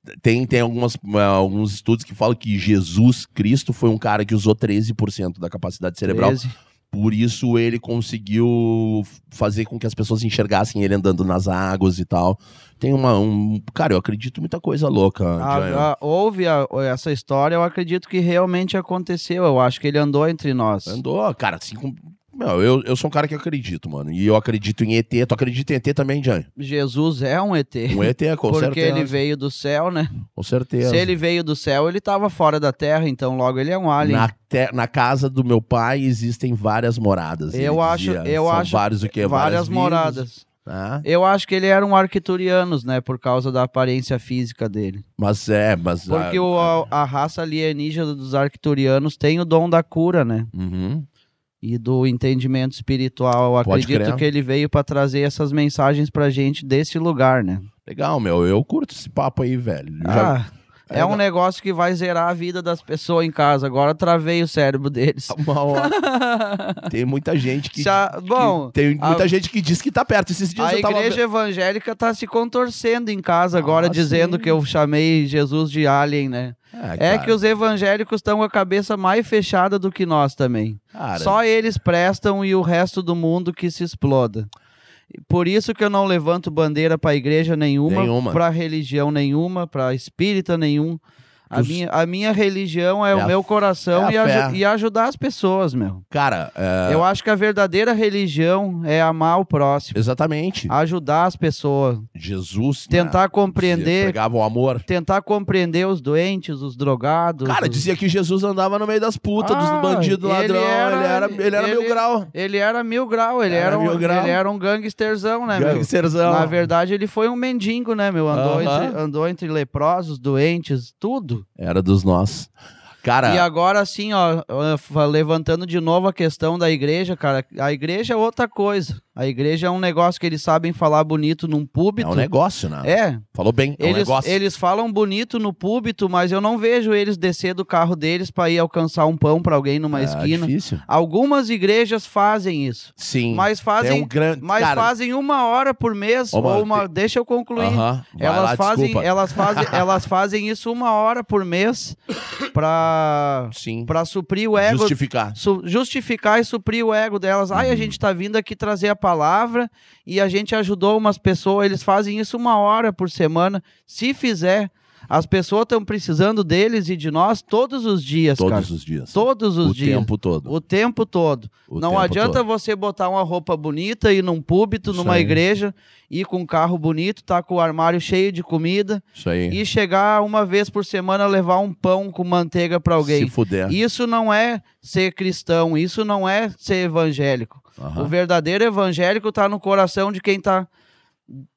Speaker 1: que tem, tem algumas, ah, alguns estudos que falam que Jesus Cristo foi um cara que usou 13% da capacidade cerebral.
Speaker 2: 13.
Speaker 1: Por isso ele conseguiu f- fazer com que as pessoas enxergassem ele andando nas águas e tal. Tem uma... Um, cara, eu acredito muita coisa louca, Jânio.
Speaker 2: A- a- houve a- essa história, eu acredito que realmente aconteceu. Eu acho que ele andou entre nós.
Speaker 1: Andou, cara, assim com... Meu, eu, eu sou um cara que acredito, mano. E eu acredito em ET. Tu acredita em ET também, Jânio?
Speaker 2: Jesus é um ET.
Speaker 1: Um ET, com
Speaker 2: porque
Speaker 1: certeza.
Speaker 2: ele veio do céu, né?
Speaker 1: Com certeza.
Speaker 2: Se ele veio do céu, ele tava fora da terra, então logo ele é um alien.
Speaker 1: Na, te- na casa do meu pai existem várias moradas. ele
Speaker 2: Eu acho-
Speaker 1: dizia.
Speaker 2: eu
Speaker 1: São
Speaker 2: acho
Speaker 1: vários o quê?
Speaker 2: Várias
Speaker 1: vidas,
Speaker 2: moradas.
Speaker 1: né?
Speaker 2: Eu acho que ele era um arquiturianos, né? Por causa da aparência física dele.
Speaker 1: Mas é, mas.
Speaker 2: Porque
Speaker 1: ah,
Speaker 2: o, a, a raça alienígena dos arquiturianos tem o dom da cura, né?
Speaker 1: uhum.
Speaker 2: E do entendimento espiritual. Eu
Speaker 1: Pode
Speaker 2: acredito
Speaker 1: crer.
Speaker 2: que ele veio pra trazer essas mensagens pra gente desse lugar, né?
Speaker 1: Legal, meu. Eu curto esse papo aí, velho. Eu já-
Speaker 2: Ah, é, um negócio que vai zerar a vida das pessoas em casa. Agora travei o cérebro deles.
Speaker 1: uma hora. Tem muita gente que.
Speaker 2: Se a-
Speaker 1: Ah, que-
Speaker 2: bom,
Speaker 1: tem
Speaker 2: a-
Speaker 1: muita gente que diz que tá perto. Esses dias
Speaker 2: A
Speaker 1: eu tava.
Speaker 2: igreja evangélica tá se contorcendo em casa agora,
Speaker 1: Ah,
Speaker 2: dizendo
Speaker 1: sim.
Speaker 2: que eu chamei Jesus de alien, né?
Speaker 1: Ah,
Speaker 2: É que os evangélicos estão com a cabeça mais fechada do que nós também. Só eles prestam e o resto do mundo que se exploda. Por isso que eu não levanto bandeira para igreja nenhuma,
Speaker 1: Nenhuma.
Speaker 2: para religião nenhuma, para espírita nenhum. A
Speaker 1: Tu-
Speaker 2: minha, a minha religião é,
Speaker 1: a-
Speaker 2: o meu
Speaker 1: é
Speaker 2: coração
Speaker 1: a
Speaker 2: e, aju-
Speaker 1: fé.
Speaker 2: e ajudar as pessoas, meu.
Speaker 1: Cara, é,
Speaker 2: Eu acho que a verdadeira religião é amar o próximo,
Speaker 1: exatamente.
Speaker 2: ajudar as pessoas,
Speaker 1: Jesus. né,
Speaker 2: tentar
Speaker 1: dizia,
Speaker 2: compreender,
Speaker 1: Pregava o amor.
Speaker 2: tentar compreender os doentes, os drogados.
Speaker 1: Cara,
Speaker 2: os-
Speaker 1: dizia que Jesus andava no meio das putas,
Speaker 2: Ah,
Speaker 1: dos bandidos,
Speaker 2: ele
Speaker 1: ladrão.
Speaker 2: era-
Speaker 1: ele era, ele era
Speaker 2: ele-
Speaker 1: mil grau.
Speaker 2: Ele era mil grau, ele
Speaker 1: Era
Speaker 2: era, um,
Speaker 1: mil grau.
Speaker 2: ele era um gangsterzão, né, meu?
Speaker 1: Gangsterzão.
Speaker 2: Na verdade, ele foi um mendigo, né, meu? Andou,
Speaker 1: Aham.
Speaker 2: entre, andou entre leprosos, doentes, tudo.
Speaker 1: Era dos nós. Cara, é um
Speaker 2: E agora, assim, ó, ó, fa- levantando de novo a questão da igreja, cara. A igreja é outra coisa. A igreja é um negócio que eles sabem falar bonito num
Speaker 1: é
Speaker 2: púlpito.
Speaker 1: um negócio, né?
Speaker 2: É,
Speaker 1: Falou bem, é um
Speaker 2: eles,
Speaker 1: negócio.
Speaker 2: eles falam bonito no púlpito, mas eu não vejo eles descer do carro deles pra ir alcançar um pão pra alguém numa
Speaker 1: é
Speaker 2: esquina.
Speaker 1: difícil.
Speaker 2: Algumas igrejas fazem isso,
Speaker 1: Sim.
Speaker 2: mas fazem,
Speaker 1: Tem um grande...
Speaker 2: mas
Speaker 1: cara,
Speaker 2: fazem uma hora por mês
Speaker 1: Ô, mano,
Speaker 2: ou uma. Deixa eu concluir.
Speaker 1: aham, vai
Speaker 2: Elas,
Speaker 1: lá,
Speaker 2: fazem,
Speaker 1: desculpa.
Speaker 2: elas, fazem, elas fazem isso uma hora por mês pra,
Speaker 1: Sim.
Speaker 2: pra suprir o ego.
Speaker 1: Justificar.
Speaker 2: su- justificar e suprir o ego delas. Ai,
Speaker 1: Uhum.
Speaker 2: a gente tá vindo aqui trazer a palavra e a gente ajudou umas pessoas. Eles fazem isso uma hora por semana. Se fizer, as pessoas estão precisando deles e de nós todos os dias,
Speaker 1: Todos
Speaker 2: cara.
Speaker 1: os dias.
Speaker 2: Todos os
Speaker 1: o
Speaker 2: dias.
Speaker 1: tempo todo.
Speaker 2: O tempo todo.
Speaker 1: O
Speaker 2: Não
Speaker 1: tempo
Speaker 2: adianta
Speaker 1: todo.
Speaker 2: você botar uma roupa bonita, ir num púlpito,
Speaker 1: Isso
Speaker 2: numa
Speaker 1: aí.
Speaker 2: igreja, ir com um carro bonito, tá com o armário cheio de comida
Speaker 1: Isso aí.
Speaker 2: e chegar uma vez por semana levar um pão com manteiga pra alguém.
Speaker 1: Se fuder.
Speaker 2: Isso não é ser cristão, isso não é ser evangélico.
Speaker 1: Aham.
Speaker 2: O verdadeiro evangélico tá no coração de quem tá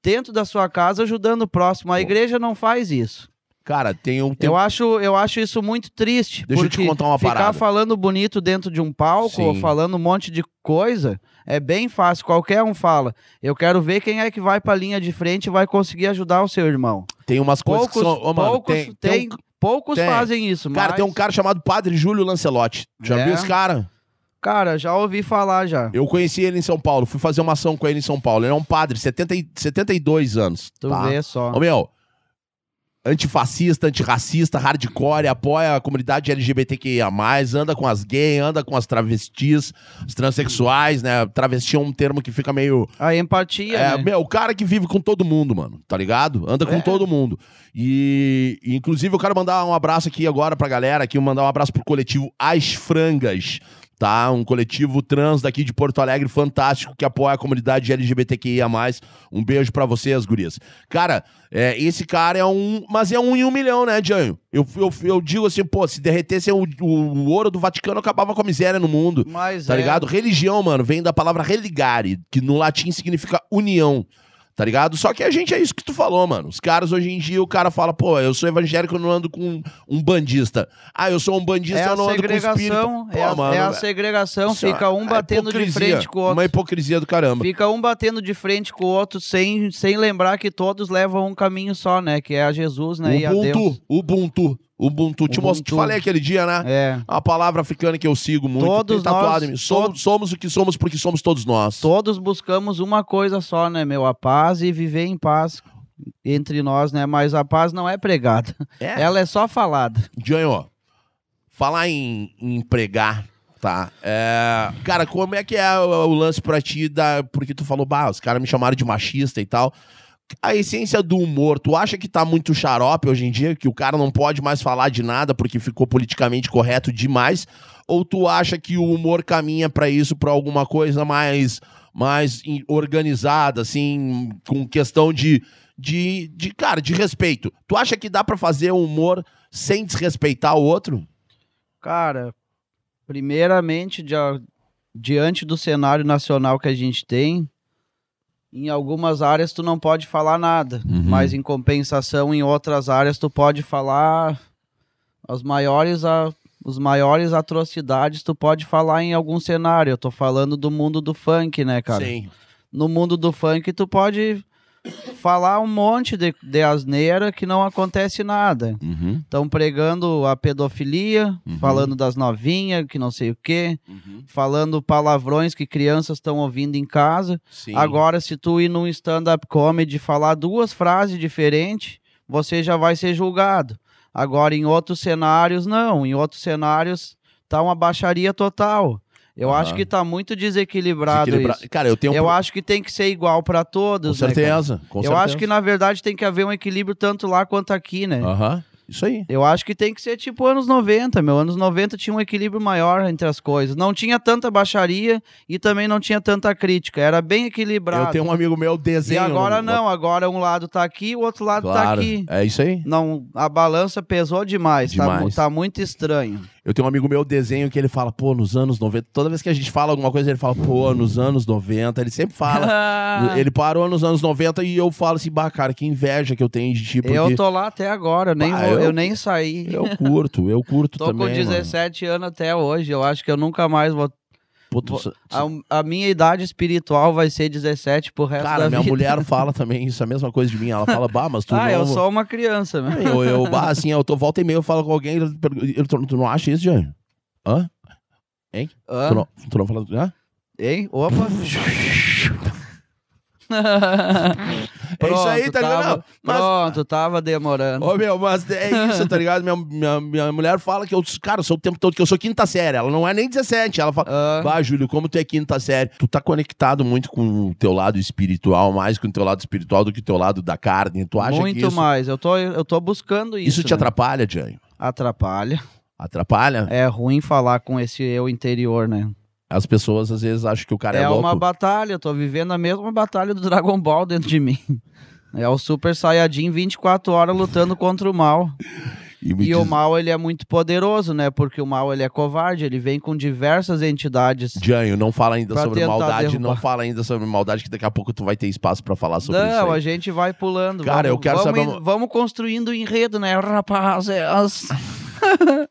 Speaker 2: dentro da sua casa ajudando o próximo. A igreja não faz isso.
Speaker 1: Cara, tem um... Tem...
Speaker 2: Eu acho, eu acho isso muito triste.
Speaker 1: Deixa eu te
Speaker 2: porque
Speaker 1: contar uma
Speaker 2: ficar
Speaker 1: parada.
Speaker 2: falando bonito dentro de um palco ou
Speaker 1: Sim.
Speaker 2: falando um monte de coisa é bem fácil. Qualquer um fala. Eu quero ver quem é que vai pra linha de frente e vai conseguir ajudar o seu irmão.
Speaker 1: Tem umas coisas
Speaker 2: Poucos,
Speaker 1: que são... Ô, mano,
Speaker 2: poucos,
Speaker 1: tem, tem
Speaker 2: tem-
Speaker 1: um-
Speaker 2: poucos
Speaker 1: tem.
Speaker 2: fazem isso,
Speaker 1: Cara,
Speaker 2: mas-
Speaker 1: tem um cara chamado Padre Júlio Lancelotti. Já
Speaker 2: É.
Speaker 1: viu esse cara?
Speaker 2: Cara, já ouvi falar já.
Speaker 1: Eu conheci ele em São Paulo. Fui fazer uma ação com ele em São Paulo. Ele é um padre, 70 e- 72 anos.
Speaker 2: Tu
Speaker 1: tá?
Speaker 2: vê só.
Speaker 1: Ô, meu, antifascista, antirracista, hardcore, apoia a comunidade LGBTQIA+, anda com as gays, anda com as travestis, as transexuais, né? Travesti é um termo que fica meio...
Speaker 2: A empatia,
Speaker 1: É,
Speaker 2: né?
Speaker 1: meu, o cara que vive com todo mundo, mano, tá ligado? Anda com
Speaker 2: É.
Speaker 1: todo mundo. E, e, inclusive, eu quero mandar um abraço aqui agora pra galera, aqui, mandar um abraço pro coletivo As Frangas, tá? Um coletivo trans daqui de Porto Alegre fantástico que apoia a comunidade LGBTQIA+. Um beijo pra vocês, gurias. Cara, é, esse cara é um... Mas é um em um milhão, né, Janho? Eu, eu, eu digo assim, pô, se derretesse o, o, o ouro do Vaticano, acabava com a miséria no mundo.
Speaker 2: Mas
Speaker 1: Tá
Speaker 2: é,
Speaker 1: ligado? Religião, mano, vem da palavra religare, que no latim significa união. Tá ligado? Só que a gente é isso que tu falou, mano. Os caras hoje em dia, o cara fala, pô, eu sou evangélico, eu não ando com um bandista. Ah, eu sou um bandista,
Speaker 2: é
Speaker 1: eu
Speaker 2: a
Speaker 1: não ando com espírito.
Speaker 2: segregação, é, a, é a segregação,
Speaker 1: isso é
Speaker 2: fica um
Speaker 1: uma
Speaker 2: batendo de
Speaker 1: hipocrisia,
Speaker 2: frente com o outro.
Speaker 1: Uma hipocrisia do caramba.
Speaker 2: Fica um batendo de frente com o outro sem, sem lembrar que todos levam um caminho só, né? Que é a Jesus, né? e a Deus.
Speaker 1: Ubuntu, Ubuntu, Ubuntu. Te, mostro, te
Speaker 2: Ubuntu.
Speaker 1: falei aquele dia, né?
Speaker 2: É.
Speaker 1: A palavra africana que eu sigo muito.
Speaker 2: Todos
Speaker 1: tem tatuado
Speaker 2: nós-
Speaker 1: em mim. Somos, somos o que somos porque somos todos nós.
Speaker 2: Todos buscamos uma coisa só, né, meu? A paz e viver em paz entre nós, né? Mas a paz não é pregada.
Speaker 1: É.
Speaker 2: Ela é só falada.
Speaker 1: Janho, falar em, em empregar, tá? É, cara, como é que é o, o lance pra ti? Da, porque tu falou, bah, os caras me chamaram de machista e tal. A essência do humor, tu acha que tá muito xarope hoje em dia? Que o cara não pode mais falar de nada porque ficou politicamente correto demais? Ou tu acha que o humor caminha pra isso, pra alguma coisa mais, mais em- organizada, assim, com questão de, de, de, cara, de respeito? Tu acha que dá pra fazer o humor sem desrespeitar o outro?
Speaker 2: Cara, primeiramente, dia- diante do cenário nacional que a gente tem, em algumas áreas tu não pode falar nada.
Speaker 1: Uhum.
Speaker 2: Mas em compensação, em outras áreas tu pode falar as maiores a os maiores atrocidades tu pode falar em algum cenário. Eu tô falando do mundo do funk, né, cara?
Speaker 1: Sim.
Speaker 2: no mundo do funk, tu pode falar um monte de, de asneira que não acontece nada.
Speaker 1: Uhum,
Speaker 2: Estão pregando a pedofilia,
Speaker 1: Uhum.
Speaker 2: falando das novinhas, que não sei o quê,
Speaker 1: uhum.
Speaker 2: falando palavrões que crianças estão ouvindo em casa.
Speaker 1: Sim.
Speaker 2: Agora, se tu ir num stand-up comedy e falar duas frases diferentes, você já vai ser julgado. Agora, em outros cenários, não. Em outros cenários, tá uma baixaria total. Eu
Speaker 1: Aham.
Speaker 2: acho que tá muito desequilibrado
Speaker 1: Desequilibra-
Speaker 2: isso.
Speaker 1: Cara, eu tenho um
Speaker 2: Eu
Speaker 1: pro-
Speaker 2: acho que tem que ser igual pra
Speaker 1: com
Speaker 2: todos, né, cara?
Speaker 1: certeza. com
Speaker 2: Eu
Speaker 1: certeza.
Speaker 2: acho que na verdade tem que haver um equilíbrio tanto lá quanto aqui, né?
Speaker 1: Aham. Isso aí.
Speaker 2: Eu acho que tem que ser tipo anos 90, meu. Anos 90 tinha um equilíbrio maior entre as coisas. Não tinha tanta baixaria e também não tinha tanta crítica. Era bem equilibrado.
Speaker 1: Eu tenho um amigo meu
Speaker 2: e
Speaker 1: desenho.
Speaker 2: agora não, agora um lado tá aqui, o outro lado tá
Speaker 1: Claro,
Speaker 2: aqui.
Speaker 1: é isso aí.
Speaker 2: Não, a balança pesou demais, tá
Speaker 1: Demais.
Speaker 2: mu- Tá, muito estranho.
Speaker 1: Eu tenho um amigo meu desenho que ele fala, pô, nos anos 90. Toda vez que a gente fala alguma coisa, ele fala, pô, nos anos 90. Ele sempre fala. Ele parou nos anos 90 e eu falo assim, bah, cara, que inveja que eu tenho de ti, porque
Speaker 2: Eu
Speaker 1: eu,
Speaker 2: tô lá até agora, eu nem,
Speaker 1: Bah,
Speaker 2: vou- eu...
Speaker 1: eu-
Speaker 2: nem saí.
Speaker 1: curto, eu curto
Speaker 2: Tô
Speaker 1: também.
Speaker 2: com
Speaker 1: mano.
Speaker 2: 17 anos até hoje, eu acho que eu nunca mais vou...
Speaker 1: Pô, tu sa-
Speaker 2: A, a minha idade espiritual vai ser 17 pro resto
Speaker 1: Cara,
Speaker 2: da
Speaker 1: minha
Speaker 2: vida.
Speaker 1: mulher fala também isso, a mesma coisa de mim. Ela fala, bah, mas tu
Speaker 2: Ah,
Speaker 1: não...
Speaker 2: eu sou uma criança, meu.
Speaker 1: Eu, eu, bah, assim, eu tô volta e meia, eu falo com alguém, eu pergunto, eu- tu, tu não acha isso, Jânio? Hã?
Speaker 2: Hã?
Speaker 1: Tu, não, tu não fala... Hã?
Speaker 2: Hein? Opa!
Speaker 1: É isso aí,
Speaker 2: Pronto,
Speaker 1: tá ligado?
Speaker 2: tava-
Speaker 1: Não, mas-
Speaker 2: Pronto, tava demorando.
Speaker 1: Ô, meu, mas é isso, tá ligado? Minha, minha, minha mulher fala que eu, cara, eu sou o tempo todo que eu sou quinta série. Ela não é nem 17. Ela fala,
Speaker 2: Ah,
Speaker 1: bah, Júlio, como tu é quinta série? Tu tá conectado muito com o teu lado espiritual, mais com o teu lado espiritual do que o teu lado da carne. Tu acha
Speaker 2: muito
Speaker 1: que isso,
Speaker 2: mais. Eu tô, eu tô buscando isso.
Speaker 1: isso te
Speaker 2: né?
Speaker 1: atrapalha, Jânio?
Speaker 2: Atrapalha.
Speaker 1: Atrapalha?
Speaker 2: É ruim falar com esse eu interior, né?
Speaker 1: As pessoas às vezes acham que o cara é,
Speaker 2: é
Speaker 1: louco.
Speaker 2: uma batalha, eu tô vivendo a mesma batalha do Dragon Ball dentro de mim. É o Super Saiyajin 24 horas lutando contra o mal.
Speaker 1: E me
Speaker 2: E o
Speaker 1: diz-
Speaker 2: mal ele é muito poderoso, né? Porque o mal ele é covarde, ele vem com diversas entidades.
Speaker 1: Jânio, não fala ainda
Speaker 2: Pra
Speaker 1: sobre
Speaker 2: tentar
Speaker 1: maldade,
Speaker 2: derrubar.
Speaker 1: não fala ainda sobre maldade, que daqui a pouco tu vai ter espaço pra falar sobre isso.
Speaker 2: Não,
Speaker 1: aí.
Speaker 2: a gente vai pulando.
Speaker 1: Cara, eu
Speaker 2: vamos,
Speaker 1: quero
Speaker 2: vamos
Speaker 1: saber
Speaker 2: in- Vamos construindo o enredo, né, rapazes?
Speaker 1: Ah.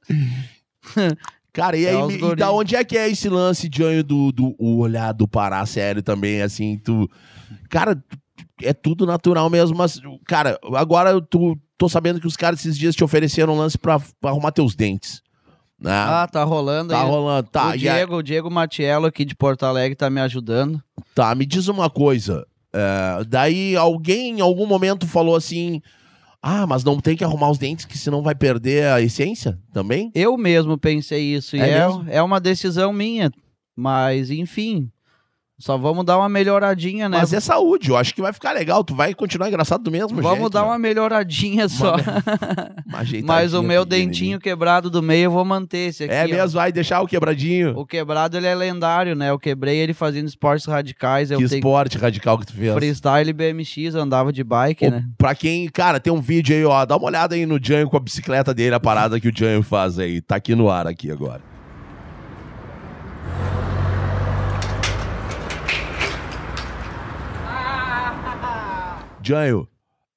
Speaker 1: Cara, e aí,
Speaker 2: É os
Speaker 1: me- e
Speaker 2: guri.
Speaker 1: da onde é que é esse lance, Jânio, do, do o olhar do Pará sério também, assim, tu... Cara, tu- é tudo natural mesmo, mas, cara, agora eu tu, tô sabendo que os caras esses dias te ofereceram um lance pra, pra arrumar teus dentes, né?
Speaker 2: Ah, tá rolando
Speaker 1: tá
Speaker 2: aí.
Speaker 1: rolando, tá,
Speaker 2: o
Speaker 1: e aí-
Speaker 2: Diego, o Diego Matiello aqui de Porto Alegre tá me ajudando.
Speaker 1: tá, me diz uma coisa, é, daí alguém em algum momento falou assim, ah, mas não tem que arrumar os dentes, que senão vai perder a essência também?
Speaker 2: Eu mesmo pensei isso
Speaker 1: É
Speaker 2: e é,
Speaker 1: mesmo?
Speaker 2: é uma decisão minha, mas enfim, só vamos dar uma melhoradinha, né?
Speaker 1: Mas é saúde, eu acho que vai ficar legal, tu vai continuar engraçado do mesmo
Speaker 2: vamos
Speaker 1: jeito,
Speaker 2: dar
Speaker 1: né?
Speaker 2: uma melhoradinha só.
Speaker 1: Uma ajeitadinha
Speaker 2: Mas o meu
Speaker 1: pequenininha.
Speaker 2: dentinho quebrado do meio eu vou manter esse aqui.
Speaker 1: É
Speaker 2: ó.
Speaker 1: mesmo, vai deixar o quebradinho.
Speaker 2: O quebrado ele é lendário, né? Eu quebrei ele fazendo esportes radicais, eu
Speaker 1: que
Speaker 2: tenho
Speaker 1: esporte radical que tu fez.
Speaker 2: freestyle BMX, eu andava de bike,
Speaker 1: Então. Ô,
Speaker 2: né?
Speaker 1: Pra quem, cara, tem um vídeo aí, ó. Dá uma olhada aí no Jânio com a bicicleta dele, a parada que o Jânio faz aí. Tá aqui no ar aqui agora. Jânio,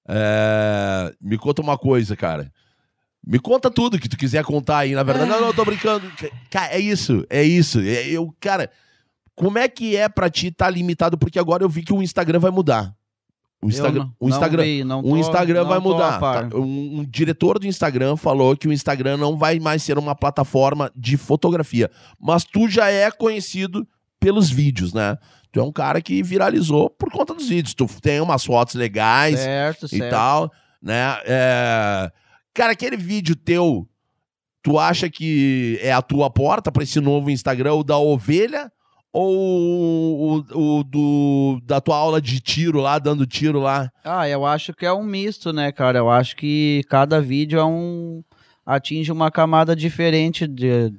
Speaker 1: é, me conta uma coisa, cara. Me conta tudo que tu quiser contar aí, na verdade. Não, não, eu tô brincando. Cara, é isso, é isso. É, Eu, cara, como é que é pra ti tá limitado? Porque agora eu vi que o Instagram vai mudar. O
Speaker 2: Eu
Speaker 1: Instagram,
Speaker 2: não-
Speaker 1: o
Speaker 2: não
Speaker 1: Instagram,
Speaker 2: vi, não
Speaker 1: o
Speaker 2: tô-
Speaker 1: Um Instagram
Speaker 2: não
Speaker 1: vai
Speaker 2: tô a
Speaker 1: mudar.
Speaker 2: par.
Speaker 1: tá? Um, um diretor do Instagram falou que o Instagram não vai mais ser uma plataforma de fotografia. Mas tu já é conhecido pelos vídeos, né? Tu é um cara que viralizou por conta dos vídeos. Tu tem umas fotos legais
Speaker 2: Certo,
Speaker 1: e tá.
Speaker 2: certo.
Speaker 1: tal, né? É, Cara, aquele vídeo teu, tu acha que é a tua porta pra esse novo Instagram, o da ovelha ou o, o do, da tua aula de tiro lá, dando tiro lá?
Speaker 2: Ah, eu acho que é um misto, né, cara? Eu acho que cada vídeo é um atinge uma camada diferente de-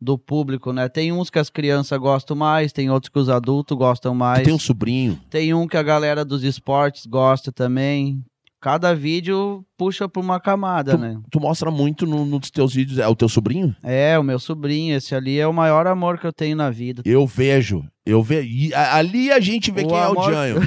Speaker 2: do público, né? Tem uns que as crianças gostam mais, tem outros que os adultos gostam
Speaker 1: Tu
Speaker 2: mais.
Speaker 1: tem um sobrinho.
Speaker 2: Tem um que a galera dos esportes gosta também. Cada vídeo puxa pra uma camada,
Speaker 1: Tu-
Speaker 2: né?
Speaker 1: Tu mostra muito no- nos teus vídeos. É o teu sobrinho?
Speaker 2: É, o meu sobrinho, esse ali é o maior amor que eu tenho na vida.
Speaker 1: Eu vejo. Eu vejo. Ali a gente vê
Speaker 2: O
Speaker 1: quem é o
Speaker 2: amor-
Speaker 1: Jânio.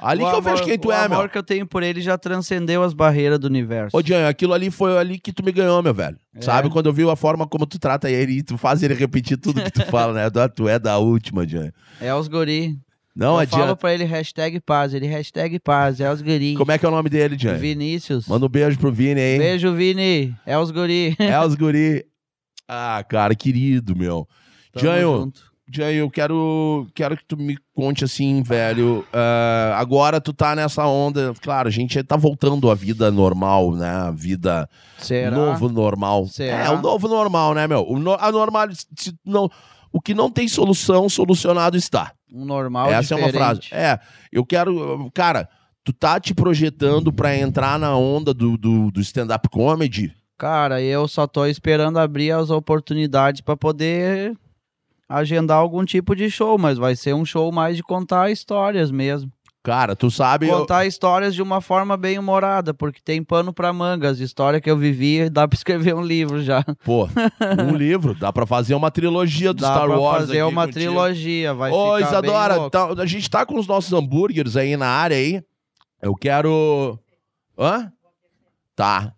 Speaker 1: Ali
Speaker 2: O
Speaker 1: que eu
Speaker 2: amor-
Speaker 1: vejo quem tu é,
Speaker 2: O amor
Speaker 1: meu.
Speaker 2: que eu tenho por ele já transcendeu as barreiras do universo.
Speaker 1: Ô, Jânio, aquilo ali foi ali que tu me ganhou, meu velho.
Speaker 2: É.
Speaker 1: Sabe? Quando eu vi a forma como tu trata ele e tu faz ele repetir tudo que tu fala, né? Tu- Tu é da última, Jânio.
Speaker 2: É os guri.
Speaker 1: Não é
Speaker 2: eu falo
Speaker 1: adianta.
Speaker 2: pra ele hashtag paz, ele hashtag paz, é os guri.
Speaker 1: Como é que é o nome dele, Jânio?
Speaker 2: Vinícius.
Speaker 1: Manda um beijo pro Vini, hein?
Speaker 2: Beijo, Vini. É os guri.
Speaker 1: É os guri. Ah, cara, querido, meu.
Speaker 2: Tamo
Speaker 1: Jânio,
Speaker 2: junto.
Speaker 1: Jay, eu quero, quero que tu me conte assim, velho. ah, agora tu tá nessa onda. Claro, a gente tá voltando à vida normal, né? A vida
Speaker 2: Será?
Speaker 1: novo normal.
Speaker 2: Será?
Speaker 1: É, o novo normal, né, meu? O no- a normal, se não, o que não tem solução, solucionado está.
Speaker 2: Um normal
Speaker 1: Essa é uma frase.
Speaker 2: diferente.
Speaker 1: É, eu quero. Cara, Tu tá te projetando pra entrar na onda do, do, do stand-up comedy?
Speaker 2: Cara, eu só tô esperando abrir as oportunidades pra poder agendar algum tipo de show, mas vai ser um show mais de contar histórias mesmo.
Speaker 1: Cara, tu sabe. eu-
Speaker 2: Contar histórias de uma forma bem humorada, porque tem pano pra manga. As histórias que eu vivi, dá pra escrever um livro já.
Speaker 1: Pô, um livro, dá pra fazer uma trilogia do
Speaker 2: dá
Speaker 1: Star
Speaker 2: pra
Speaker 1: Wars.
Speaker 2: fazer
Speaker 1: aqui
Speaker 2: uma
Speaker 1: contigo.
Speaker 2: trilogia, vai
Speaker 1: Ô,
Speaker 2: ficar bem
Speaker 1: Isadora,
Speaker 2: louco.
Speaker 1: tá- a gente tá com os nossos hambúrgueres aí na área aí. Eu quero. Hã? Tá.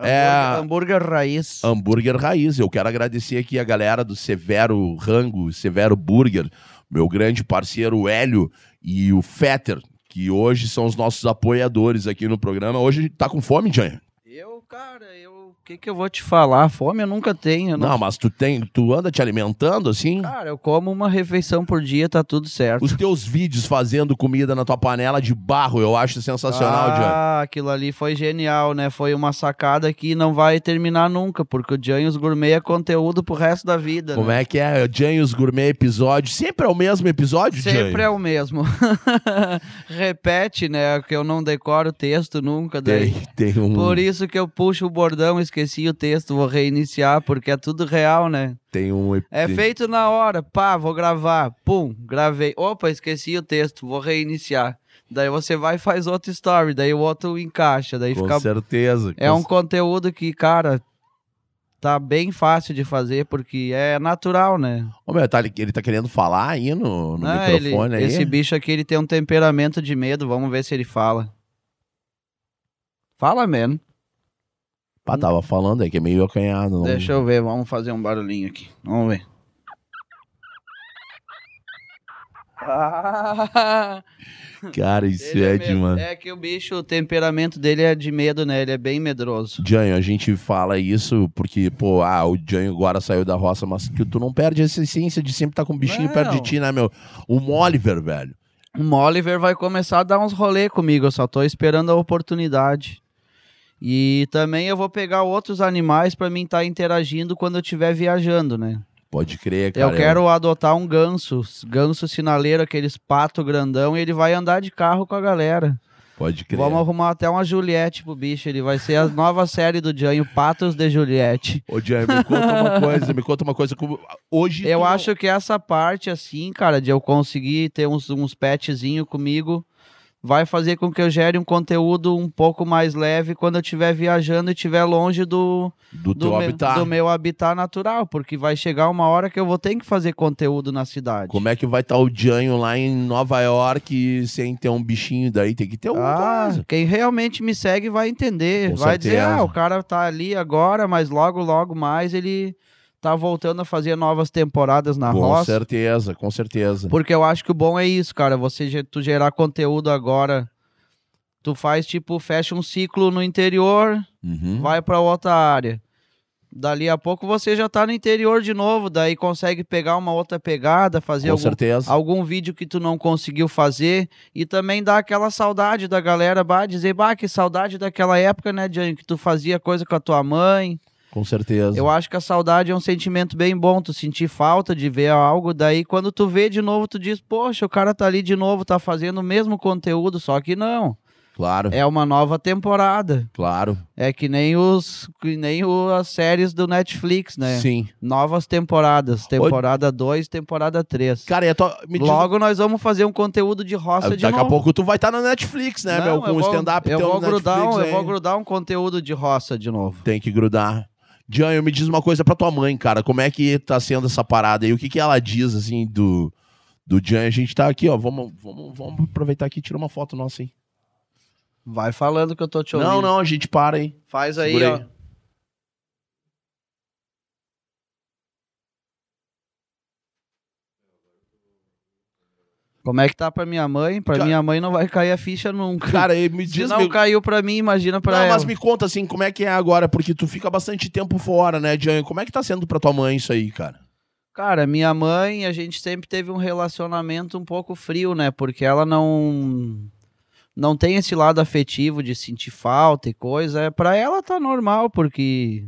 Speaker 1: É-
Speaker 2: Hambúrguer, hambúrguer raiz.
Speaker 1: Hambúrguer raiz. Eu quero agradecer aqui a galera do Severo Rango, Severo Burger, meu grande parceiro Hélio e o Fetter, que hoje são os nossos apoiadores aqui no programa. Hoje a gente tá com fome, Jânio?
Speaker 2: Eu, cara, eu... O que que eu vou te falar? Fome eu nunca tenho. eu
Speaker 1: Não,
Speaker 2: não...
Speaker 1: mas tu tem, tu anda te alimentando assim?
Speaker 2: Cara, eu como uma refeição por dia, tá tudo certo.
Speaker 1: Os teus vídeos fazendo comida na tua panela de barro, eu acho sensacional, Jânio.
Speaker 2: Ah, aquilo ali foi genial, né? Foi uma sacada que não vai terminar nunca, porque o Janhos Gourmet é conteúdo pro resto da vida.
Speaker 1: Como
Speaker 2: né?
Speaker 1: é que é? Jânio e os Gourmet episódio. Sempre é o mesmo episódio,
Speaker 2: Sempre
Speaker 1: Jânio?
Speaker 2: é o mesmo. Repete, né? Que eu não decoro o texto nunca. Daí.
Speaker 1: Tem, tem um,
Speaker 2: Por isso que eu puxo o bordão, esqueci o texto, vou reiniciar, porque é tudo real, né?
Speaker 1: tem um
Speaker 2: É
Speaker 1: tem-
Speaker 2: feito na hora, pá, vou gravar, pum, gravei. Opa, esqueci o texto, vou reiniciar. Daí você vai e faz outro story, daí o outro encaixa, daí
Speaker 1: Com
Speaker 2: fica
Speaker 1: certeza.
Speaker 2: É
Speaker 1: com
Speaker 2: um conteúdo que, cara, tá bem fácil de fazer porque é natural, né?
Speaker 1: Ô, meu, tá, ele, ele tá querendo falar aí no, no
Speaker 2: Ah, ele-
Speaker 1: microfone aí?
Speaker 2: Esse bicho aqui, ele tem um temperamento de medo, vamos ver se ele fala. Fala, man.
Speaker 1: Pá, tava falando aí que é meio acanhado. Não...
Speaker 2: Deixa eu ver, vamos fazer um barulhinho aqui. Vamos ver. Ah,
Speaker 1: Cara, isso
Speaker 2: ele
Speaker 1: é
Speaker 2: mesmo.
Speaker 1: demais.
Speaker 2: É que o bicho, o temperamento dele é de medo, né? Ele é bem medroso.
Speaker 1: Janho, a gente fala isso porque, pô, ah, o Janho agora saiu da roça, mas que tu não perde essa essência de sempre estar com um bichinho
Speaker 2: Não.
Speaker 1: perto de ti, né, meu? O Oliver, velho.
Speaker 2: O Oliver vai começar a dar uns rolê comigo, eu só tô esperando a oportunidade. E também eu vou pegar outros animais pra mim estar interagindo quando eu estiver viajando, né?
Speaker 1: Pode crer, cara.
Speaker 2: eu quero adotar um ganso, ganso sinaleiro, aqueles pato grandão, e ele vai andar de carro com a galera.
Speaker 1: Pode crer.
Speaker 2: Vamos arrumar até uma Juliette pro bicho, ele vai ser a nova série do Janho, Patos de Juliette.
Speaker 1: Ô, Janho, me conta uma coisa, me conta uma coisa. como- Hoje.
Speaker 2: Eu
Speaker 1: tu não-
Speaker 2: acho que essa parte, assim, cara, de eu conseguir ter uns, uns petzinho comigo, vai fazer com que eu gere um conteúdo um pouco mais leve quando eu estiver viajando e estiver longe do,
Speaker 1: Do, tá
Speaker 2: do,
Speaker 1: teu
Speaker 2: me-
Speaker 1: habitat.
Speaker 2: do meu habitat natural, porque vai chegar uma hora que eu vou ter que fazer conteúdo na cidade.
Speaker 1: Como é que vai estar o Janho lá em Nova York sem ter um bichinho daí? Tem que ter um.
Speaker 2: Ah,
Speaker 1: coisa.
Speaker 2: quem realmente me segue vai entender.
Speaker 1: Com
Speaker 2: vai dizer,
Speaker 1: certeza.
Speaker 2: ah, o cara tá ali agora, mas logo, logo mais ele tá voltando a fazer novas temporadas na
Speaker 1: com
Speaker 2: roça.
Speaker 1: certeza, com certeza.
Speaker 2: Porque eu acho que o bom é isso, cara. Você ge- tu gerar conteúdo agora. Tu faz tipo, fecha um ciclo no interior,
Speaker 1: Uhum.
Speaker 2: vai pra outra área. Dali a pouco você já tá no interior de novo, daí consegue pegar uma outra pegada, fazer
Speaker 1: Com
Speaker 2: algum,
Speaker 1: certeza.
Speaker 2: algum vídeo que tu não conseguiu fazer e também dá aquela saudade da galera, bah, dizer, bah, que saudade daquela época, né, Jânio, que tu fazia coisa com a tua mãe.
Speaker 1: Com certeza.
Speaker 2: Eu acho que a saudade é um sentimento bem bom, tu sentir falta de ver algo, daí quando tu vê de novo, tu diz, poxa, o cara tá ali de novo, tá fazendo o mesmo conteúdo, só que não.
Speaker 1: Claro,
Speaker 2: É uma nova temporada.
Speaker 1: claro.
Speaker 2: É que nem os que nem o- as séries do Netflix, né?
Speaker 1: Sim.
Speaker 2: Novas temporadas, temporada 2, temporada 3.
Speaker 1: Cara, e a tua... me diz-
Speaker 2: Logo nós vamos fazer um conteúdo de roça de
Speaker 1: Daqui
Speaker 2: novo.
Speaker 1: a pouco tu vai estar na Netflix, né,
Speaker 2: Não,
Speaker 1: meu? Com
Speaker 2: eu
Speaker 1: o
Speaker 2: vou-
Speaker 1: stand-up
Speaker 2: eu
Speaker 1: teu
Speaker 2: vou
Speaker 1: no
Speaker 2: grudar, um,
Speaker 1: Netflix,
Speaker 2: eu vou
Speaker 1: hein?
Speaker 2: grudar um conteúdo de roça de novo.
Speaker 1: Tem que grudar. Jânio, me diz uma coisa pra tua mãe, cara. Como é que tá sendo essa parada aí? O que que ela diz, assim, do... Do Jânio? A gente tá aqui, ó. Vamos, vamos, vamos aproveitar aqui e tirar uma foto nossa, hein?
Speaker 2: Vai falando que eu tô te ouvindo.
Speaker 1: Não, não, a gente para, hein?
Speaker 2: Faz aí,
Speaker 1: Segura
Speaker 2: ó.
Speaker 1: aí.
Speaker 2: Como é que tá pra minha mãe? Pra
Speaker 1: Cara-
Speaker 2: minha mãe não vai cair a ficha nunca.
Speaker 1: Cara, e me
Speaker 2: Se
Speaker 1: diz...
Speaker 2: não
Speaker 1: me-
Speaker 2: caiu pra mim, imagina pra
Speaker 1: Não,
Speaker 2: ela.
Speaker 1: mas me conta, assim, como é que é agora? Porque tu fica bastante tempo fora, né, Jânio? Como é que tá sendo pra tua mãe isso aí, cara?
Speaker 2: Cara, minha mãe, a gente sempre teve um relacionamento um pouco frio, né? Porque ela não não tem esse lado afetivo de sentir falta e coisa. É, Pra ela tá normal, porque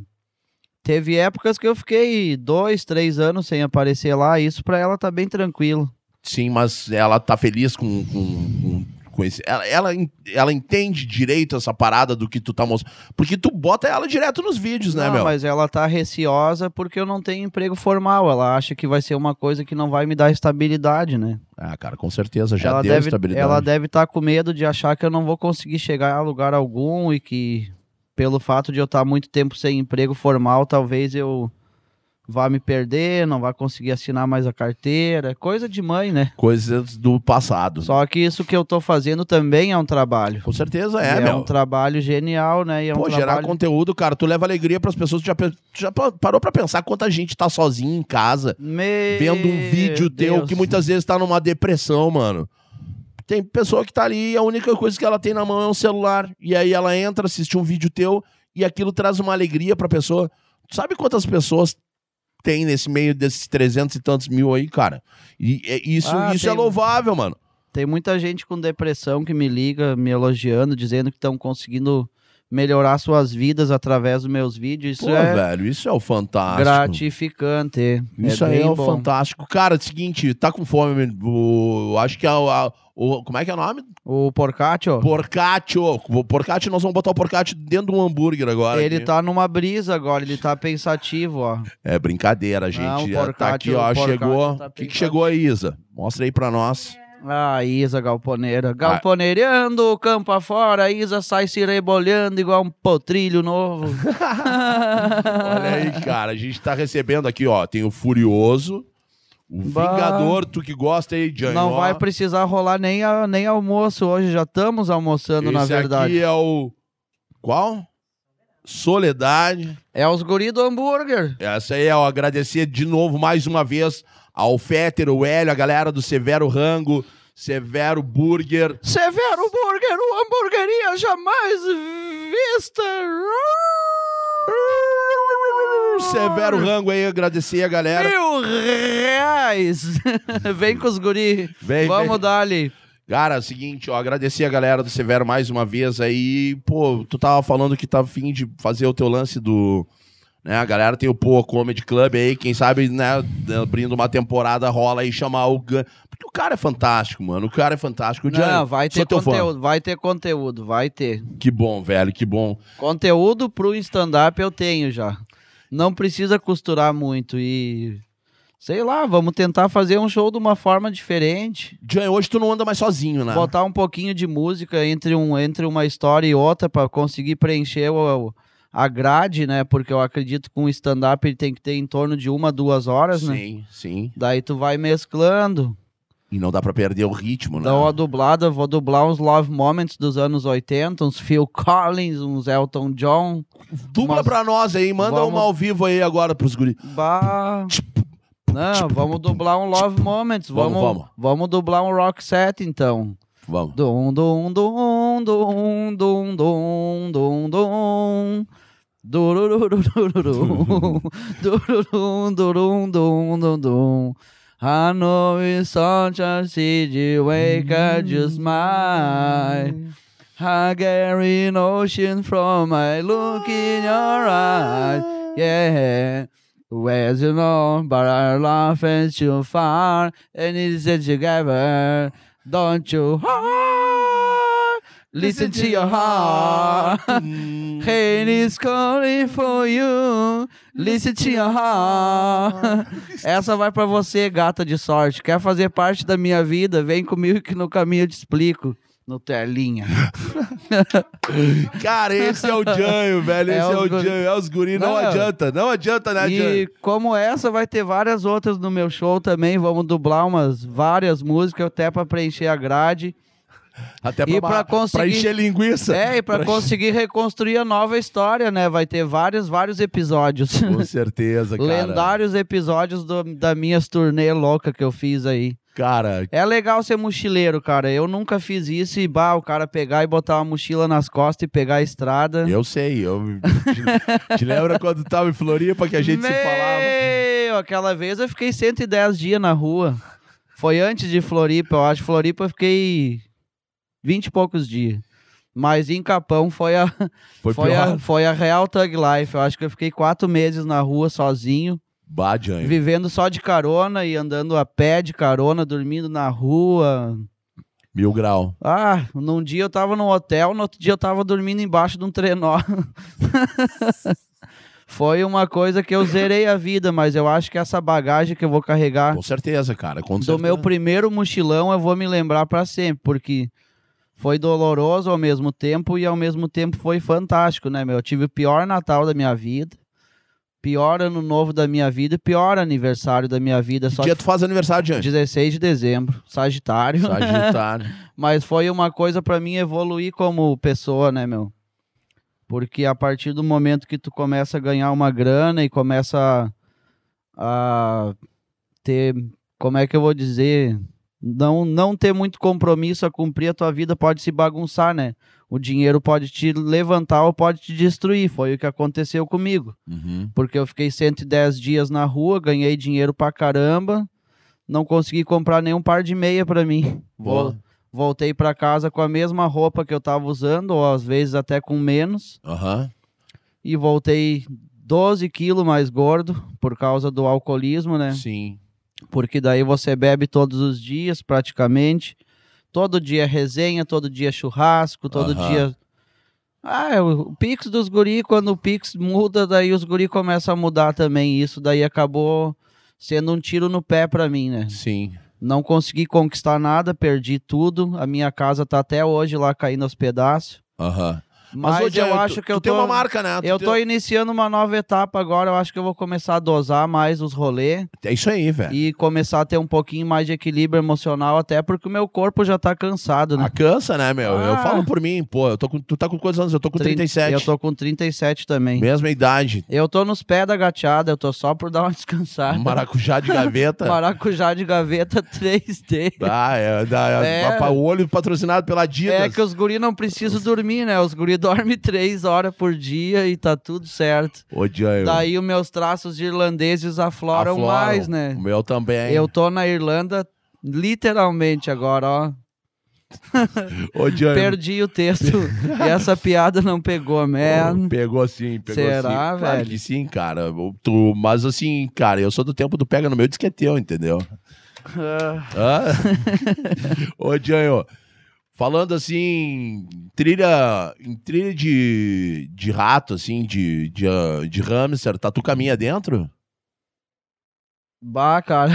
Speaker 2: teve épocas que eu fiquei dois, três anos sem aparecer lá. Isso pra ela tá bem tranquilo.
Speaker 1: Sim, mas ela tá feliz com, com, com, conhece, ela, ela, en- ela entende direito essa parada do que tu tá mostrando. Porque tu bota ela direto nos vídeos, né,
Speaker 2: Não,
Speaker 1: meu?
Speaker 2: mas ela tá receosa porque eu não tenho emprego formal. Ela acha que vai ser uma coisa que não vai me dar estabilidade, né?
Speaker 1: Ah, cara, com certeza, já
Speaker 2: ela
Speaker 1: deu
Speaker 2: deve,
Speaker 1: estabilidade.
Speaker 2: Ela deve estar com medo de achar que eu não vou conseguir chegar a lugar algum e que, pelo fato de eu estar muito tempo sem emprego formal, talvez eu vá me perder, não vá conseguir assinar mais a carteira. Coisa de mãe, né?
Speaker 1: Coisas do passado.
Speaker 2: Só que isso que eu tô fazendo também é um trabalho.
Speaker 1: Com certeza
Speaker 2: E
Speaker 1: é,
Speaker 2: é
Speaker 1: meu.
Speaker 2: um trabalho genial, né? E é um
Speaker 1: Pô, gerar
Speaker 2: trabalho...
Speaker 1: conteúdo, cara, tu leva alegria pras pessoas. Tu já, pe- tu já pa- parou pra pensar quanta gente tá sozinha em casa,
Speaker 2: Meu
Speaker 1: vendo um vídeo teu
Speaker 2: Deus.
Speaker 1: que muitas vezes tá numa depressão, mano. Tem pessoa que tá ali e a única coisa que ela tem na mão é um celular. E aí ela entra, assiste um vídeo teu e aquilo traz uma alegria pra pessoa. Tu sabe quantas pessoas tem nesse meio desses 300 e tantos mil aí, cara? E, e isso,
Speaker 2: Ah,
Speaker 1: isso é
Speaker 2: tem-
Speaker 1: louvável, mano.
Speaker 2: Tem muita gente com depressão que me liga, me elogiando, dizendo que estão conseguindo melhorar suas vidas através dos meus vídeos. Isso
Speaker 1: Pô,
Speaker 2: é
Speaker 1: velho, isso é o fantástico.
Speaker 2: gratificante.
Speaker 1: Isso aí
Speaker 2: bem
Speaker 1: é o
Speaker 2: bom.
Speaker 1: fantástico. Cara, é o seguinte, tá com fome, o, acho que é o, a- o- Como é que é o nome?
Speaker 2: O Porcátio,
Speaker 1: Porcátio. O Porcátio, nós vamos botar o Porcátio dentro de um hambúrguer agora.
Speaker 2: ele
Speaker 1: aqui.
Speaker 2: tá numa brisa agora, ele tá pensativo, ó.
Speaker 1: É brincadeira, gente.
Speaker 2: Não, o
Speaker 1: É, tá aqui, ó,
Speaker 2: Porcátio- o Porcátio
Speaker 1: chegou. O
Speaker 2: tá
Speaker 1: que, que
Speaker 2: pensando.
Speaker 1: chegou aí, Isa? Mostra aí pra nós.
Speaker 2: Ah, Isa Galponeira. Galponeirando
Speaker 1: Ah.
Speaker 2: o campo afora, Isa sai se rebolhando igual um potrilho novo.
Speaker 1: Olha aí, cara, a gente tá recebendo aqui, ó, tem o Furioso, o
Speaker 2: Bah.
Speaker 1: Vingador, tu que gosta aí, Johnny.
Speaker 2: Não
Speaker 1: ó.
Speaker 2: vai precisar rolar nem, a- nem almoço hoje, já estamos almoçando, na
Speaker 1: Esse
Speaker 2: verdade.
Speaker 1: aqui é o... Qual? Soledade.
Speaker 2: É os guri do hambúrguer.
Speaker 1: Essa aí, é, ó, agradecer de novo, mais uma vez, ao Féter, o Hélio, a galera do Severo Rango, Severo Burger.
Speaker 2: Severo Burger, uma hamburgueria jamais vista.
Speaker 1: Severo Rango aí, agradecer a galera.
Speaker 2: Mil reais. Vem com os guri.
Speaker 1: Vem,
Speaker 2: Vamos
Speaker 1: vem.
Speaker 2: dali.
Speaker 1: Cara, é o seguinte, ó, agradecer a galera do Severo mais uma vez aí. Pô, tu tava falando que tá afim de fazer o teu lance do. Né, a galera tem o Pô Comedy Club aí, quem sabe, né, abrindo uma temporada rola aí chamar o. Gan- Porque o cara é fantástico, mano. O cara é fantástico. O
Speaker 2: Não,
Speaker 1: Johnny,
Speaker 2: vai
Speaker 1: sou
Speaker 2: ter
Speaker 1: teu fã.
Speaker 2: conteúdo, vai ter conteúdo, vai ter.
Speaker 1: Que bom, velho, que bom.
Speaker 2: Conteúdo pro stand-up eu tenho já. Não precisa costurar muito e. Sei lá, vamos tentar fazer um show de uma forma diferente.
Speaker 1: Johnny, hoje tu não anda mais sozinho, né?
Speaker 2: Botar um pouquinho de música entre, um, entre uma história e outra pra conseguir preencher o, o- a grade, né? Porque eu acredito que um stand-up ele tem que ter em torno de uma, duas horas, né?
Speaker 1: Sim, sim.
Speaker 2: Daí tu vai mesclando,
Speaker 1: E não dá pra perder o ritmo, né?
Speaker 2: dá uma dublada, vou dublar uns Love Moments dos anos 80, uns Phil Collins, uns Elton John.
Speaker 1: Dubla
Speaker 2: Mas-
Speaker 1: pra nós aí, manda
Speaker 2: Vamos-
Speaker 1: uma ao vivo aí agora pros guris.
Speaker 2: Bah. Não, vamos dublar um Love Moments,
Speaker 1: Vamos,
Speaker 2: vamos,
Speaker 1: vamos.
Speaker 2: vamos. dublar um Rock Set então.
Speaker 1: Vamos.
Speaker 2: Dum, dum, dum, dum, dum, dum, dum, dum. Durururururum. Dururum, durum, dum, dum, dum. I know it's such a city, wake up just smile. I get an ocean from my look in your eyes. Yeah. Where's you know, but our love is too far, and it's it together. Don't you heart? Listen to your heart.
Speaker 1: Hum.
Speaker 2: Rain is calling for you. Listen to your heart. Essa vai pra você, gata de sorte. Quer fazer parte da minha vida? Vem comigo que no caminho eu te explico. No telinha.
Speaker 1: Cara, esse é o Janho, velho.
Speaker 2: É
Speaker 1: esse é
Speaker 2: os
Speaker 1: o
Speaker 2: guri.
Speaker 1: Janho. É os guris, não,
Speaker 2: Não.
Speaker 1: adianta. Não adianta, né,
Speaker 2: E
Speaker 1: Janho?
Speaker 2: como essa, vai ter várias outras no meu show também. Vamos dublar umas várias músicas até pra preencher a grade.
Speaker 1: Até
Speaker 2: e
Speaker 1: ba-
Speaker 2: pra conseguir-
Speaker 1: pra encher linguiça.
Speaker 2: É, e pra conseguir reconstruir a nova história, né? Vai ter vários, vários episódios.
Speaker 1: Com certeza, cara.
Speaker 2: Lendários episódios do, da minhas turnê louca que eu fiz aí.
Speaker 1: Cara,
Speaker 2: É legal ser mochileiro, cara. Eu nunca fiz isso e bah, o cara pegar e botar uma mochila nas costas e pegar a estrada.
Speaker 1: eu sei. Eu... te, te lembra quando tava em Floripa que a gente se falava?
Speaker 2: Meu, aquela vez eu fiquei 110 dias na rua. Foi antes de Floripa, eu acho. Floripa eu fiquei 20 e poucos dias. Mas em Capão foi a,
Speaker 1: Foi,
Speaker 2: foi
Speaker 1: pior.
Speaker 2: a, foi a real Thug Life. Eu acho que eu fiquei quatro meses na rua sozinho,
Speaker 1: Bah, Janho.
Speaker 2: vivendo só de carona e andando a pé de carona, dormindo na rua.
Speaker 1: Mil grau.
Speaker 2: Ah, num dia eu tava num hotel, no outro dia eu tava dormindo embaixo de um trenó. Foi uma coisa que eu zerei a vida, mas eu acho que essa bagagem que eu vou carregar
Speaker 1: Com certeza, cara. Com
Speaker 2: Ah. do
Speaker 1: certeza.
Speaker 2: meu primeiro mochilão eu vou me lembrar pra sempre, porque foi doloroso ao mesmo tempo e ao mesmo tempo foi fantástico, né, meu? Eu tive o pior Natal da minha vida, pior Ano Novo da minha vida, e pior aniversário da minha vida,
Speaker 1: Que
Speaker 2: só
Speaker 1: dia
Speaker 2: que
Speaker 1: tu faz aniversário, Diante?
Speaker 2: 16 de dezembro, Sagitário.
Speaker 1: Sagitário.
Speaker 2: Mas foi uma coisa pra mim evoluir como pessoa, né, meu? Porque a partir do momento que tu começa a ganhar uma grana e começa a, a ter, como é que eu vou dizer, não não ter muito compromisso a cumprir a tua vida pode se bagunçar, né? O dinheiro pode te levantar ou pode te destruir. Foi o que aconteceu comigo
Speaker 1: Uhum.
Speaker 2: porque eu fiquei 110 dias na rua, ganhei dinheiro pra caramba, não consegui comprar nenhum par de meia pra mim.
Speaker 1: Boa.
Speaker 2: Vol- Voltei pra casa com a mesma roupa que eu tava usando, ou às vezes até com menos,
Speaker 1: Aham.
Speaker 2: e voltei 12 quilos mais gordo por causa do alcoolismo, né?
Speaker 1: Sim.
Speaker 2: Porque daí você bebe todos os dias, praticamente. Todo dia é resenha, todo dia é churrasco, todo
Speaker 1: Aham.
Speaker 2: dia. Ah, é o o Pix dos guri, quando o Pix muda, daí os guri começam a mudar também. Isso daí acabou sendo um tiro no pé pra mim, né?
Speaker 1: Sim.
Speaker 2: Não consegui conquistar nada, perdi tudo. A minha casa tá até hoje lá caindo aos pedaços.
Speaker 1: Aham.
Speaker 2: Mas,
Speaker 1: ô, Jean,
Speaker 2: eu
Speaker 1: tu-
Speaker 2: acho que eu
Speaker 1: tu tem
Speaker 2: tô.
Speaker 1: uma marca, né? Tu
Speaker 2: eu
Speaker 1: tem-
Speaker 2: tô iniciando uma nova etapa agora. Eu acho que eu vou começar a dosar mais os rolês
Speaker 1: É isso aí, velho.
Speaker 2: e começar a ter um pouquinho mais de equilíbrio emocional, até porque o meu corpo já tá cansado, né?
Speaker 1: Ah, cansa, né, meu? Eu
Speaker 2: Ah.
Speaker 1: falo por mim, pô. Eu tô com... Tu tá com quantos anos? Eu tô com 37.
Speaker 2: Eu tô com 37 também.
Speaker 1: Mesma idade. Um
Speaker 2: Eu tô nos pés da gateada, eu tô só por dar uma descansada.
Speaker 1: Maracujá de gaveta.
Speaker 2: Maracujá de gaveta 3D.
Speaker 1: Ah, é, da,
Speaker 2: É.
Speaker 1: pa- pa- o olho patrocinado pela Adidas.
Speaker 2: É que os guri não precisam dormir, né? Os guri dormem três horas por dia e tá tudo certo.
Speaker 1: Ô, Jean, eu-
Speaker 2: Daí os meus traços irlandeses afloram,
Speaker 1: afloram.
Speaker 2: mais, né?
Speaker 1: O meu também.
Speaker 2: Eu tô na Irlanda literalmente agora, ó.
Speaker 1: Ô, Jean,
Speaker 2: Perdi o texto e essa piada não pegou, man.
Speaker 1: Pegou sim, pegou sim.
Speaker 2: É. Será,
Speaker 1: Claro
Speaker 2: velho?
Speaker 1: que sim, cara. Eu- Tu, mas assim, cara, eu sou do tempo do pega no meu, diz que é teu, entendeu?
Speaker 2: Ah,
Speaker 1: Hã? Ô, Janho, falando assim, trilha, em trilha de, de rato, assim, de, de, ah, de hamster, tá tu caminha dentro?
Speaker 2: bah, cara.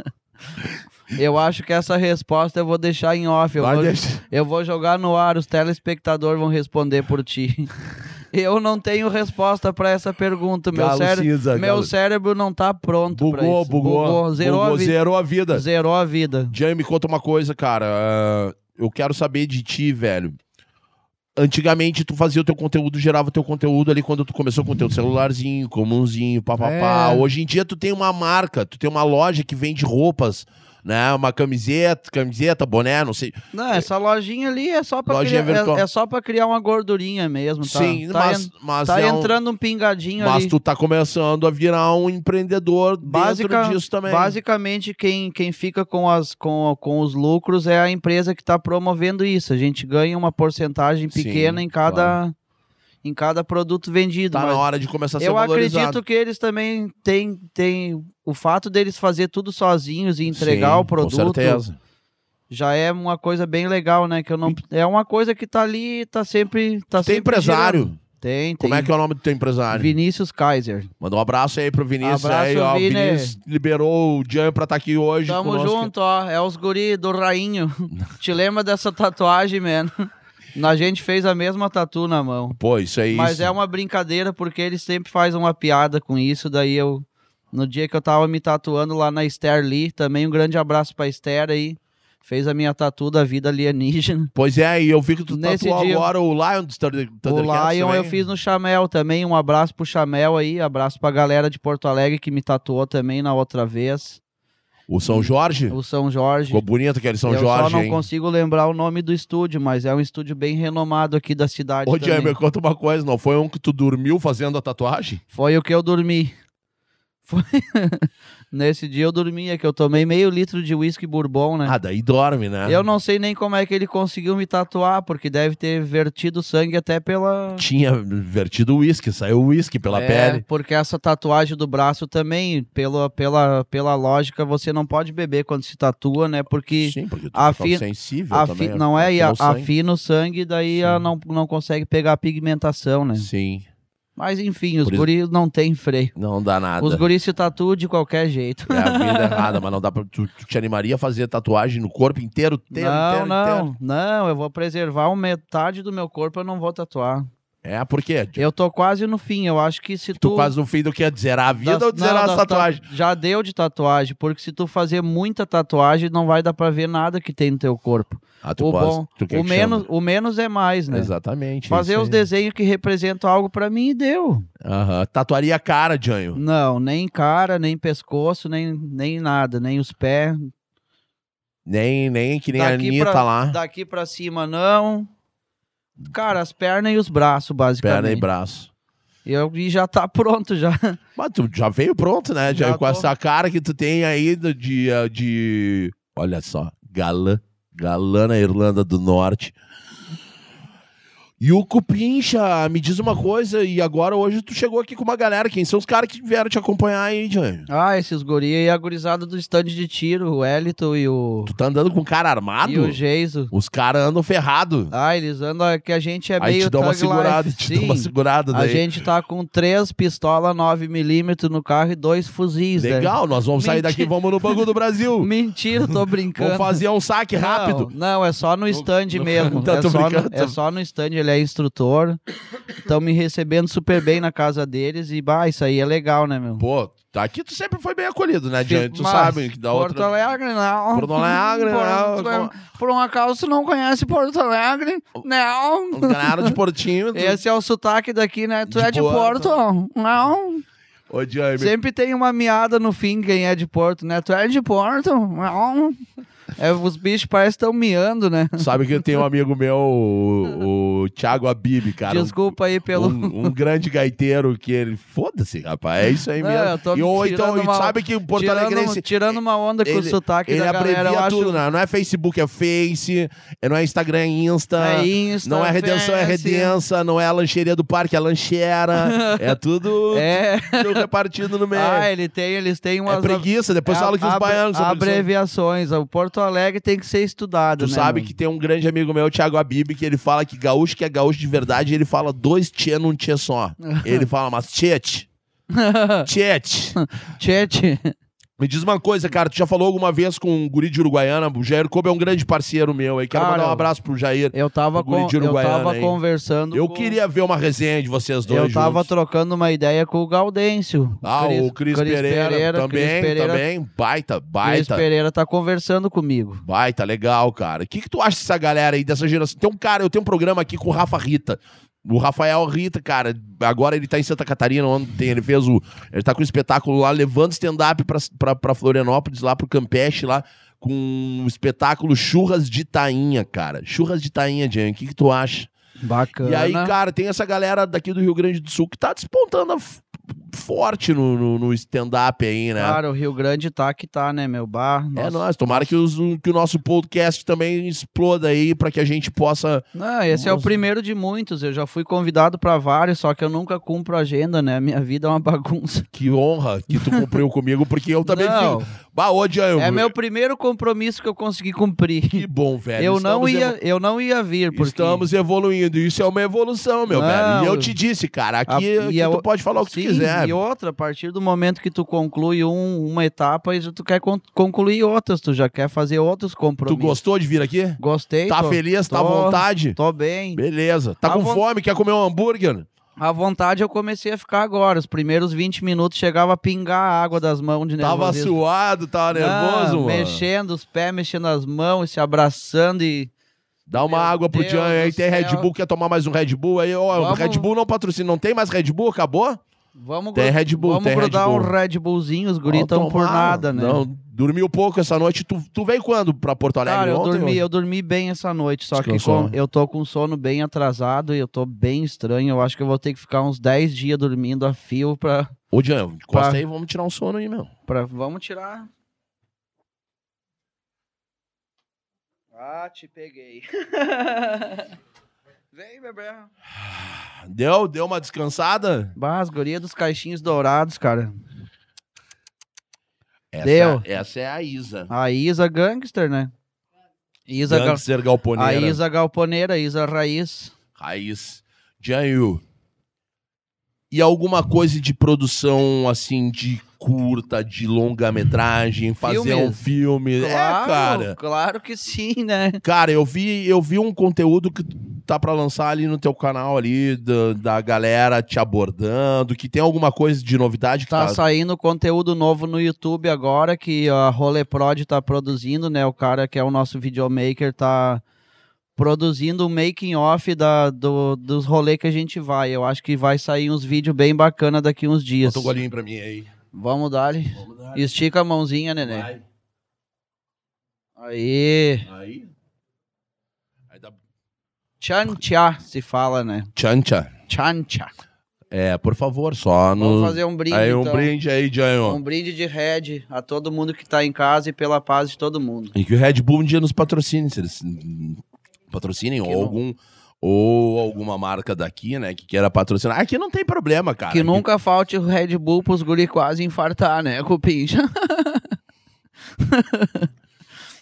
Speaker 2: eu acho que essa resposta eu vou deixar em off. Eu,
Speaker 1: Vai
Speaker 2: vou,
Speaker 1: deixar-
Speaker 2: eu vou jogar no ar, os telespectadores vão responder por ti. eu não tenho resposta pra essa pergunta. Meu,
Speaker 1: Galo
Speaker 2: cére-
Speaker 1: cinza,
Speaker 2: meu
Speaker 1: galo-
Speaker 2: cérebro não tá pronto pra
Speaker 1: Bugou,
Speaker 2: isso.
Speaker 1: bugou,
Speaker 2: Zerou
Speaker 1: bugou,
Speaker 2: a vida.
Speaker 1: zerou a vida.
Speaker 2: Zerou a vida.
Speaker 1: Jay, me conta uma coisa, cara. Ah, Eu quero saber de ti, velho. Antigamente tu fazia o teu conteúdo, gerava o teu conteúdo ali quando tu começou com o teu celularzinho, comunzinho, papapá.
Speaker 2: É.
Speaker 1: Hoje em dia tu tem uma marca, tu tem uma loja que vende roupas, né? Uma camiseta, camiseta, boné, não sei.
Speaker 2: Não, essa lojinha ali é só pra,
Speaker 1: Lojinha
Speaker 2: criar, é-
Speaker 1: virtual.
Speaker 2: é, só pra criar uma gordurinha mesmo. Tá,
Speaker 1: Sim,
Speaker 2: tá
Speaker 1: mas,
Speaker 2: en-
Speaker 1: mas
Speaker 2: tá
Speaker 1: é um-
Speaker 2: entrando um pingadinho
Speaker 1: mas
Speaker 2: ali.
Speaker 1: tu tá começando a virar um empreendedor
Speaker 2: Basica-
Speaker 1: dentro disso também.
Speaker 2: Basicamente, quem, quem fica com, as, com, com os lucros é a empresa que está promovendo isso. A gente ganha uma porcentagem
Speaker 1: Sim,
Speaker 2: pequena em, cada,
Speaker 1: claro.
Speaker 2: em cada produto vendido.
Speaker 1: Tá na
Speaker 2: mas
Speaker 1: hora de começar a ser
Speaker 2: eu
Speaker 1: valorizado.
Speaker 2: acredito que eles também têm, têm o fato deles fazer tudo sozinhos e entregar
Speaker 1: Sim,
Speaker 2: o
Speaker 1: Com
Speaker 2: produto tá
Speaker 1: certeza.
Speaker 2: já é uma coisa bem legal, né? Que eu não é uma coisa que tá ali, tá sempre tá
Speaker 1: Tem
Speaker 2: sempre
Speaker 1: empresário.
Speaker 2: girando. Tem, tem.
Speaker 1: Como é que é o nome do teu empresário?
Speaker 2: Vinícius Kaiser.
Speaker 1: Manda um abraço aí pro Vinícius
Speaker 2: Abraço,
Speaker 1: aí, ó. O
Speaker 2: Vini.
Speaker 1: Vinícius liberou o Jean pra estar aqui hoje.
Speaker 2: Tamo
Speaker 1: conosco.
Speaker 2: junto, ó. É os guri do rainho. Te lembra dessa tatuagem, mano? A gente fez a mesma tatu na mão.
Speaker 1: Pô, isso é isso.
Speaker 2: Mas é uma brincadeira porque ele sempre faz uma piada com isso. Daí eu, no dia que eu tava me tatuando lá na Esther Lee, também um grande abraço pra Esther aí. Fez a minha tatu da vida alienígena.
Speaker 1: Pois é, e eu vi que tu
Speaker 2: Nesse
Speaker 1: tatuou
Speaker 2: dia-
Speaker 1: agora o Lion dos Thunder-
Speaker 2: o
Speaker 1: Thundercats
Speaker 2: Lion
Speaker 1: Tá também.
Speaker 2: eu fiz no Chamel também. Um abraço pro Chamel aí. Abraço pra galera de Porto Alegre que me tatuou também na outra vez.
Speaker 1: O São Jorge.
Speaker 2: O São Jorge.
Speaker 1: Ficou bonito aquele São
Speaker 2: eu
Speaker 1: Jorge,
Speaker 2: só não
Speaker 1: hein?
Speaker 2: consigo lembrar o nome do estúdio, mas é um estúdio bem renomado aqui da cidade.
Speaker 1: Ô, Jean,
Speaker 2: também.
Speaker 1: me conta uma coisa. Não foi um que tu dormiu fazendo a tatuagem?
Speaker 2: Foi o que eu dormi. Foi... Nesse dia eu dormia, que eu tomei meio litro de uísque bourbon, né?
Speaker 1: Ah, daí dorme, né?
Speaker 2: Eu não sei nem como é que ele conseguiu me tatuar, porque deve ter vertido sangue até pela.
Speaker 1: Tinha vertido uísque, saiu uísque pela
Speaker 2: É,
Speaker 1: pele.
Speaker 2: Porque essa tatuagem do braço também, pela, pela, pela lógica, você não pode beber quando se tatua, né? Porque
Speaker 1: Sim, porque tu
Speaker 2: a
Speaker 1: fica
Speaker 2: fi-
Speaker 1: sensível
Speaker 2: afi-
Speaker 1: também. né?
Speaker 2: não é, e a-
Speaker 1: afinou o sangue.
Speaker 2: afina o sangue, daí
Speaker 1: Sim.
Speaker 2: ela não, não consegue pegar a pigmentação, né?
Speaker 1: Sim,
Speaker 2: Mas enfim, os
Speaker 1: Por isso-
Speaker 2: guris não tem freio.
Speaker 1: não dá nada.
Speaker 2: Os guris se tatuam de qualquer jeito.
Speaker 1: É a vida errada, mas não dá pra... Tu, tu te animaria a fazer tatuagem no corpo inteiro? inteiro
Speaker 2: não,
Speaker 1: inteiro,
Speaker 2: não,
Speaker 1: inteiro?
Speaker 2: não, eu vou preservar uma metade do meu corpo, eu não vou tatuar.
Speaker 1: É, por quê? Tu,
Speaker 2: Eu tô quase no fim, eu acho que se tu...
Speaker 1: quase no fim do que? Zerar a vida
Speaker 2: das-
Speaker 1: ou
Speaker 2: não,
Speaker 1: zerar as
Speaker 2: das
Speaker 1: tatuagens?
Speaker 2: ta- Já deu de tatuagem, porque se tu fazer muita tatuagem, não vai dar pra ver nada que tem no teu corpo.
Speaker 1: Ah,
Speaker 2: o
Speaker 1: pode-
Speaker 2: bom,
Speaker 1: tu quer
Speaker 2: o,
Speaker 1: que
Speaker 2: menos,
Speaker 1: chama?
Speaker 2: o menos é mais, né?
Speaker 1: Exatamente.
Speaker 2: Fazer
Speaker 1: isso
Speaker 2: os
Speaker 1: aí.
Speaker 2: desenhos que representam algo pra mim e deu.
Speaker 1: Aham, Tatuaria a cara, Janho.
Speaker 2: Não, nem cara, nem pescoço, nem, nem nada, nem os pés.
Speaker 1: Nem, nem que nem a
Speaker 2: Daqui
Speaker 1: Anitta
Speaker 2: pra-
Speaker 1: lá.
Speaker 2: Daqui pra cima, não. Cara, as pernas e os braços,
Speaker 1: Perna e
Speaker 2: basicamente.
Speaker 1: braço.
Speaker 2: e, eu, e já tá pronto, já.
Speaker 1: Mas tu já veio pronto, né?
Speaker 2: Já
Speaker 1: Já com
Speaker 2: tô.
Speaker 1: essa cara que tu tem aí do- de, eh, de. Olha só, galã. Galã na Irlanda do Norte. E o Cupincha, me diz uma coisa, e agora hoje tu chegou aqui com uma galera. Quem são os caras que vieram te acompanhar aí, Jânio?
Speaker 2: Ah, esses guri e a gurizada do stand de tiro, o Elito e o...
Speaker 1: Tu tá andando com cara
Speaker 2: E
Speaker 1: armado?
Speaker 2: o Geiso.
Speaker 1: Os caras andam ferrado.
Speaker 2: Ah, eles andam... Que a gente é
Speaker 1: aí
Speaker 2: meio
Speaker 1: te dá uma
Speaker 2: thug life.
Speaker 1: segurada, te dá uma
Speaker 2: Sim,
Speaker 1: segurada
Speaker 2: a
Speaker 1: daí.
Speaker 2: gente tá com três pistolas 9mm no carro e dois fuzis, né?
Speaker 1: Legal, nós vamos sair daqui,
Speaker 2: Mentira.
Speaker 1: vamos no Banco do Brasil.
Speaker 2: Mentira, tô brincando.
Speaker 1: vamos fazer um saque rápido.
Speaker 2: Não, não, é só no stand
Speaker 1: não-
Speaker 2: mesmo.
Speaker 1: Tá,
Speaker 2: é,
Speaker 1: tô
Speaker 2: só no,
Speaker 1: brincando.
Speaker 2: é só no stand, ele é instrutor. Estão me recebendo super bem na casa deles e, bah, isso aí é legal, né, meu?
Speaker 1: Pô, tá aqui tu sempre foi bem acolhido, né, Diante? Tu
Speaker 2: Mas,
Speaker 1: sabe que da
Speaker 2: Porto
Speaker 1: outra.
Speaker 2: Alegre, não.
Speaker 1: Porto Alegre, né? não.
Speaker 2: Porto Alegre. Por um acaso, tu não conhece Porto Alegre? Não.
Speaker 1: Ganharam de Portinho. Tu...
Speaker 2: Esse é o sotaque daqui, né? Tu
Speaker 1: De
Speaker 2: é de
Speaker 1: Porto.
Speaker 2: Porto? Não.
Speaker 1: Ô, Diante,
Speaker 2: Sempre tem uma miada no fim, quem é de Porto, né? Tu é de Porto? Não. É, os bichos parecem tão miando, né?
Speaker 1: sabe que eu tenho um amigo meu, o, o Thiago Abib, cara. um-
Speaker 2: Desculpa aí pelo.
Speaker 1: Um, um grande gaiteiro que ele. Foda-se, rapaz. É isso aí
Speaker 2: Não,
Speaker 1: mesmo.
Speaker 2: eu tô
Speaker 1: e, ou
Speaker 2: tirando
Speaker 1: então, e
Speaker 2: uma-
Speaker 1: sabe que o Porto
Speaker 2: tirando,
Speaker 1: Alegre.
Speaker 2: tirando uma onda com
Speaker 1: ele-
Speaker 2: o sotaque
Speaker 1: Ele
Speaker 2: da galera, eu
Speaker 1: abrevia
Speaker 2: acho.
Speaker 1: tudo, né? Não é Facebook, é Face. é- Não é Instagram, é Insta.
Speaker 2: É Insta,
Speaker 1: não é redenção, é
Speaker 2: Face.
Speaker 1: redença. Não é a lancheria do parque, é a lanchera. é tudo,
Speaker 2: É.
Speaker 1: tudo repartido no meio.
Speaker 2: Ah, ele tem, eles têm umas.
Speaker 1: é preguiça, depois fala que os
Speaker 2: abre-
Speaker 1: baianos são preguiçosos.
Speaker 2: Abreviações. O Porto Alegre tem que ser estudado,
Speaker 1: Tu
Speaker 2: né?
Speaker 1: sabe
Speaker 2: mano?
Speaker 1: que tem um grande amigo meu, o Thiago Abib, que ele fala que gaúcho que é gaúcho de verdade, ele fala dois tchê num tchê só. Ele fala, mas tchete, tchete.
Speaker 2: Tchete.
Speaker 1: Me diz uma coisa, cara, tu já falou alguma vez com um guri de Uruguaiana, o Jair Kobe é um grande parceiro meu aí, quero
Speaker 2: Cara,
Speaker 1: mandar um abraço pro Jair.
Speaker 2: Eu tava,
Speaker 1: O guri
Speaker 2: com,
Speaker 1: de
Speaker 2: eu
Speaker 1: Uruguaiana
Speaker 2: tava
Speaker 1: aí.
Speaker 2: conversando.
Speaker 1: Eu
Speaker 2: com-
Speaker 1: queria ver uma resenha de vocês dois
Speaker 2: Eu tava
Speaker 1: juntos.
Speaker 2: trocando uma ideia com o Gaudêncio.
Speaker 1: Ah, o Cris Pereira, também,
Speaker 2: Cris Pereira,
Speaker 1: também, baita,
Speaker 2: Cris
Speaker 1: baita.
Speaker 2: Pereira tá conversando comigo.
Speaker 1: Baita, tá legal, cara. O que, que tu acha dessa galera aí, dessa geração? Tem um cara, eu tenho um programa aqui com o Rafa Rita. O Rafael Rita, cara, agora ele tá em Santa Catarina, ontem ele fez o. Ele tá com um espetáculo lá, levando stand-up pra, pra, pra Florianópolis, lá pro Campeche, lá, com um espetáculo Churras de Tainha, cara. Churras de Tainha, Jean, o que, que tu acha?
Speaker 2: Bacana.
Speaker 1: E aí, cara, tem essa galera daqui do Rio Grande do Sul que tá despontando f- forte no, no- no stand-up aí, né?
Speaker 2: Cara, o Rio Grande tá que tá, né, meu bar?
Speaker 1: É
Speaker 2: Nossa.
Speaker 1: nóis, tomara que, os- que o nosso podcast também exploda aí pra que a gente possa.
Speaker 2: Não, esse é o
Speaker 1: Nossa.
Speaker 2: primeiro de muitos. Eu já fui convidado pra vários, só que eu nunca cumpro agenda, né? Minha vida é uma bagunça.
Speaker 1: Que honra que tu cumpriu comigo, porque eu também
Speaker 2: Não,
Speaker 1: fiz. Bah, ô, Jean,
Speaker 2: é meu primeiro compromisso que eu consegui cumprir.
Speaker 1: Que bom, velho.
Speaker 2: eu não
Speaker 1: É, Estamos
Speaker 2: ia,
Speaker 1: evo-
Speaker 2: eu não ia vir porque
Speaker 1: Estamos evoluindo. Isso é uma evolução, meu
Speaker 2: Não.
Speaker 1: velho. E eu te disse, cara,
Speaker 2: A-
Speaker 1: aqui,
Speaker 2: e
Speaker 1: aqui
Speaker 2: a
Speaker 1: tu
Speaker 2: o-
Speaker 1: pode falar o que
Speaker 2: Sim,
Speaker 1: tu quiser.
Speaker 2: E outra, a partir do momento que tu conclui um- uma etapa, e tu quer con- concluir outras, tu já quer fazer outros
Speaker 1: Tu
Speaker 2: compromissos.
Speaker 1: gostou de vir aqui?
Speaker 2: Gostei,
Speaker 1: tá
Speaker 2: tô,
Speaker 1: feliz? Tá à
Speaker 2: tô-
Speaker 1: vontade?
Speaker 2: tô bem.
Speaker 1: Beleza. Tá
Speaker 2: À
Speaker 1: com
Speaker 2: von-
Speaker 1: fome? Quer comer um hambúrguer?
Speaker 2: À vontade eu comecei a ficar agora. Os primeiros 20 minutos chegava a pingar a água das mãos de
Speaker 1: Tava
Speaker 2: nervosismo.
Speaker 1: suado, tava Tá nervoso,
Speaker 2: Não,
Speaker 1: mano.
Speaker 2: Mexendo os pés, mexendo as mãos, se abraçando e.
Speaker 1: Dá uma
Speaker 2: Meu
Speaker 1: água pro
Speaker 2: Deus
Speaker 1: Jean aí.
Speaker 2: do
Speaker 1: Tem Red
Speaker 2: céu.
Speaker 1: Bull, quer tomar mais um Red Bull aí? Ó, o
Speaker 2: Vamos.
Speaker 1: Red Bull não patrocina. Não tem mais Red Bull? Acabou?
Speaker 2: Vamos,
Speaker 1: Tem
Speaker 2: gru-
Speaker 1: Red Bull,
Speaker 2: vamos
Speaker 1: tem Red
Speaker 2: grudar
Speaker 1: Bull.
Speaker 2: um Red Bullzinho, os guris
Speaker 1: Ó,
Speaker 2: tão por
Speaker 1: tomar.
Speaker 2: nada, né?
Speaker 1: Não, Dormiu pouco essa noite. Tu, tu veio quando pra Porto Alegre
Speaker 2: Cara, eu
Speaker 1: ontem?
Speaker 2: dormi,
Speaker 1: hoje?
Speaker 2: eu dormi bem essa noite, só que
Speaker 1: Descansou,
Speaker 2: com-
Speaker 1: né?
Speaker 2: eu tô com sono bem atrasado e eu tô bem estranho. Eu acho que eu vou ter que ficar uns 10 dias dormindo a fio pra.
Speaker 1: Ô, Jean, encosta
Speaker 2: Pá.
Speaker 1: aí, vamos tirar um sono aí, meu.
Speaker 2: pra... Vamos tirar. Ah, te peguei. Vem, bebê.
Speaker 1: Deu? Deu uma descansada?
Speaker 2: Bah, as gurias dos caixinhos dourados, cara.
Speaker 1: Essa,
Speaker 2: Deu.
Speaker 1: Essa é a Isa.
Speaker 2: A Isa Gangster, né? Isa Ga-
Speaker 1: Gangster Galponeira.
Speaker 2: A Isa Galponeira, a Isa Raiz.
Speaker 1: Raiz. Janil. E alguma coisa de produção, assim, de curta, de longa-metragem, fazer
Speaker 2: Filmes?
Speaker 1: um filme. É, cara.
Speaker 2: Claro que sim, né?
Speaker 1: Cara, eu vi, eu vi um conteúdo que tá pra lançar ali no teu canal ali, da, da galera te abordando, que tem alguma coisa de novidade que
Speaker 2: Tá
Speaker 1: tá...
Speaker 2: saindo conteúdo novo no YouTube agora que a Roleprod tá produzindo, né? O cara que é o nosso videomaker tá produzindo o making off da, do- dos rolês que a gente vai. Eu acho que vai sair uns vídeos bem bacana daqui uns dias.
Speaker 1: Bota um golinho pra mim aí.
Speaker 2: Vamos dar-lhe.
Speaker 1: Vamos dar.
Speaker 2: Estica a mãozinha, neném.
Speaker 1: Vai.
Speaker 2: Aí.
Speaker 1: Aí. Aí dá...
Speaker 2: Chancha se fala, né?
Speaker 1: Tchancha.
Speaker 2: Chancha.
Speaker 1: É, por favor, só no...
Speaker 2: Vamos fazer um brinde,
Speaker 1: Aí um
Speaker 2: então.
Speaker 1: brinde aí, Janho.
Speaker 2: Um brinde de Red a todo mundo que tá em casa e pela paz de todo mundo.
Speaker 1: E que o Red Bull um dia nos patrocine, se eles hum, patrocinem
Speaker 2: Que
Speaker 1: ou
Speaker 2: não.
Speaker 1: algum ou alguma marca daqui, né, que queira patrocinar. Aqui não tem problema, cara.
Speaker 2: que nunca falte o Red Bull pros guri quase infartar, né, Cupincha?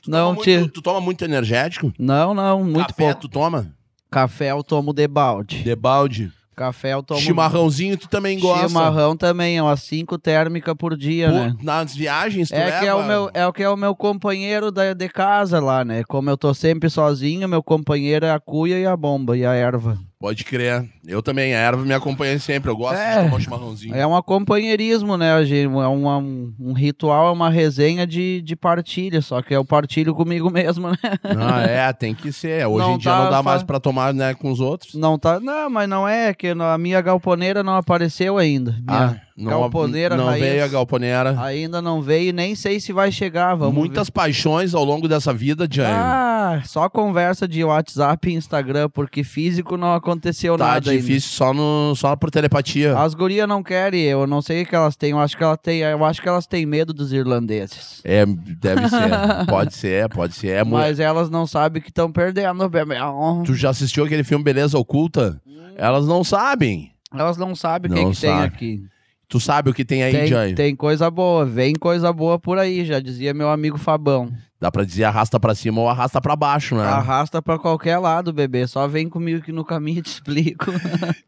Speaker 2: não,
Speaker 1: Toma
Speaker 2: te...
Speaker 1: muito- tu toma muito energético?
Speaker 2: não, não, muito
Speaker 1: Café
Speaker 2: pouco.
Speaker 1: tu toma?
Speaker 2: Café eu tomo de balde.
Speaker 1: Debalde.
Speaker 2: Café eu tomo...
Speaker 1: Chimarrãozinho tu também gosta?
Speaker 2: Chimarrão também, é umas cinco térmica por dia,
Speaker 1: Pô,
Speaker 2: né?
Speaker 1: Nas viagens tu
Speaker 2: É
Speaker 1: leva?
Speaker 2: que é, o meu, é o que é o meu companheiro da, de casa lá, né? Como eu tô sempre sozinho, meu companheiro é a cuia e a bomba e a erva.
Speaker 1: Pode crer. Eu também, a erva me acompanha sempre, eu gosto
Speaker 2: É.
Speaker 1: de tomar um chimarrãozinho.
Speaker 2: É um companheirismo, né? a gente- É uma- um, um ritual, é uma resenha de, de partilha, só que eu partilho comigo mesmo, né?
Speaker 1: Ah, é, tem que ser. Hoje
Speaker 2: Não
Speaker 1: em dia
Speaker 2: tá
Speaker 1: não dá
Speaker 2: fa-
Speaker 1: mais pra tomar, né, com os outros.
Speaker 2: Não tá. Não, mas não é, que a minha galponeira não apareceu ainda. Minha-
Speaker 1: Ah, não,
Speaker 2: galponeira,
Speaker 1: não
Speaker 2: raiz.
Speaker 1: veio a galponeira.
Speaker 2: Ainda não veio, e nem sei se vai chegar. Vamos
Speaker 1: Muitas paixões ao longo dessa vida,
Speaker 2: ver.
Speaker 1: Jânio.
Speaker 2: Ah, só conversa de WhatsApp e Instagram, porque físico não aconteceu
Speaker 1: tá
Speaker 2: nada. ainda. Ah.
Speaker 1: difícil só, no, só por telepatia.
Speaker 2: As gurias não querem, eu não sei o que elas têm, eu acho que elas têm, eu acho que elas têm medo dos irlandeses.
Speaker 1: É, deve ser. pode ser, pode ser. É mu-
Speaker 2: mas elas não sabem que estão perdendo, Bebel.
Speaker 1: Tu já assistiu aquele filme Beleza Oculta? Elas não sabem.
Speaker 2: Elas não sabem o que,
Speaker 1: Não
Speaker 2: que tem
Speaker 1: sabe.
Speaker 2: aqui.
Speaker 1: Tu sabe o que tem aí,
Speaker 2: Tem,
Speaker 1: Jânio?
Speaker 2: tem coisa boa, vem coisa boa por aí, já dizia meu amigo Fabão.
Speaker 1: Dá pra dizer arrasta pra cima ou arrasta pra baixo, né?
Speaker 2: Arrasta pra qualquer lado, bebê. Só vem comigo que no caminho eu te explico.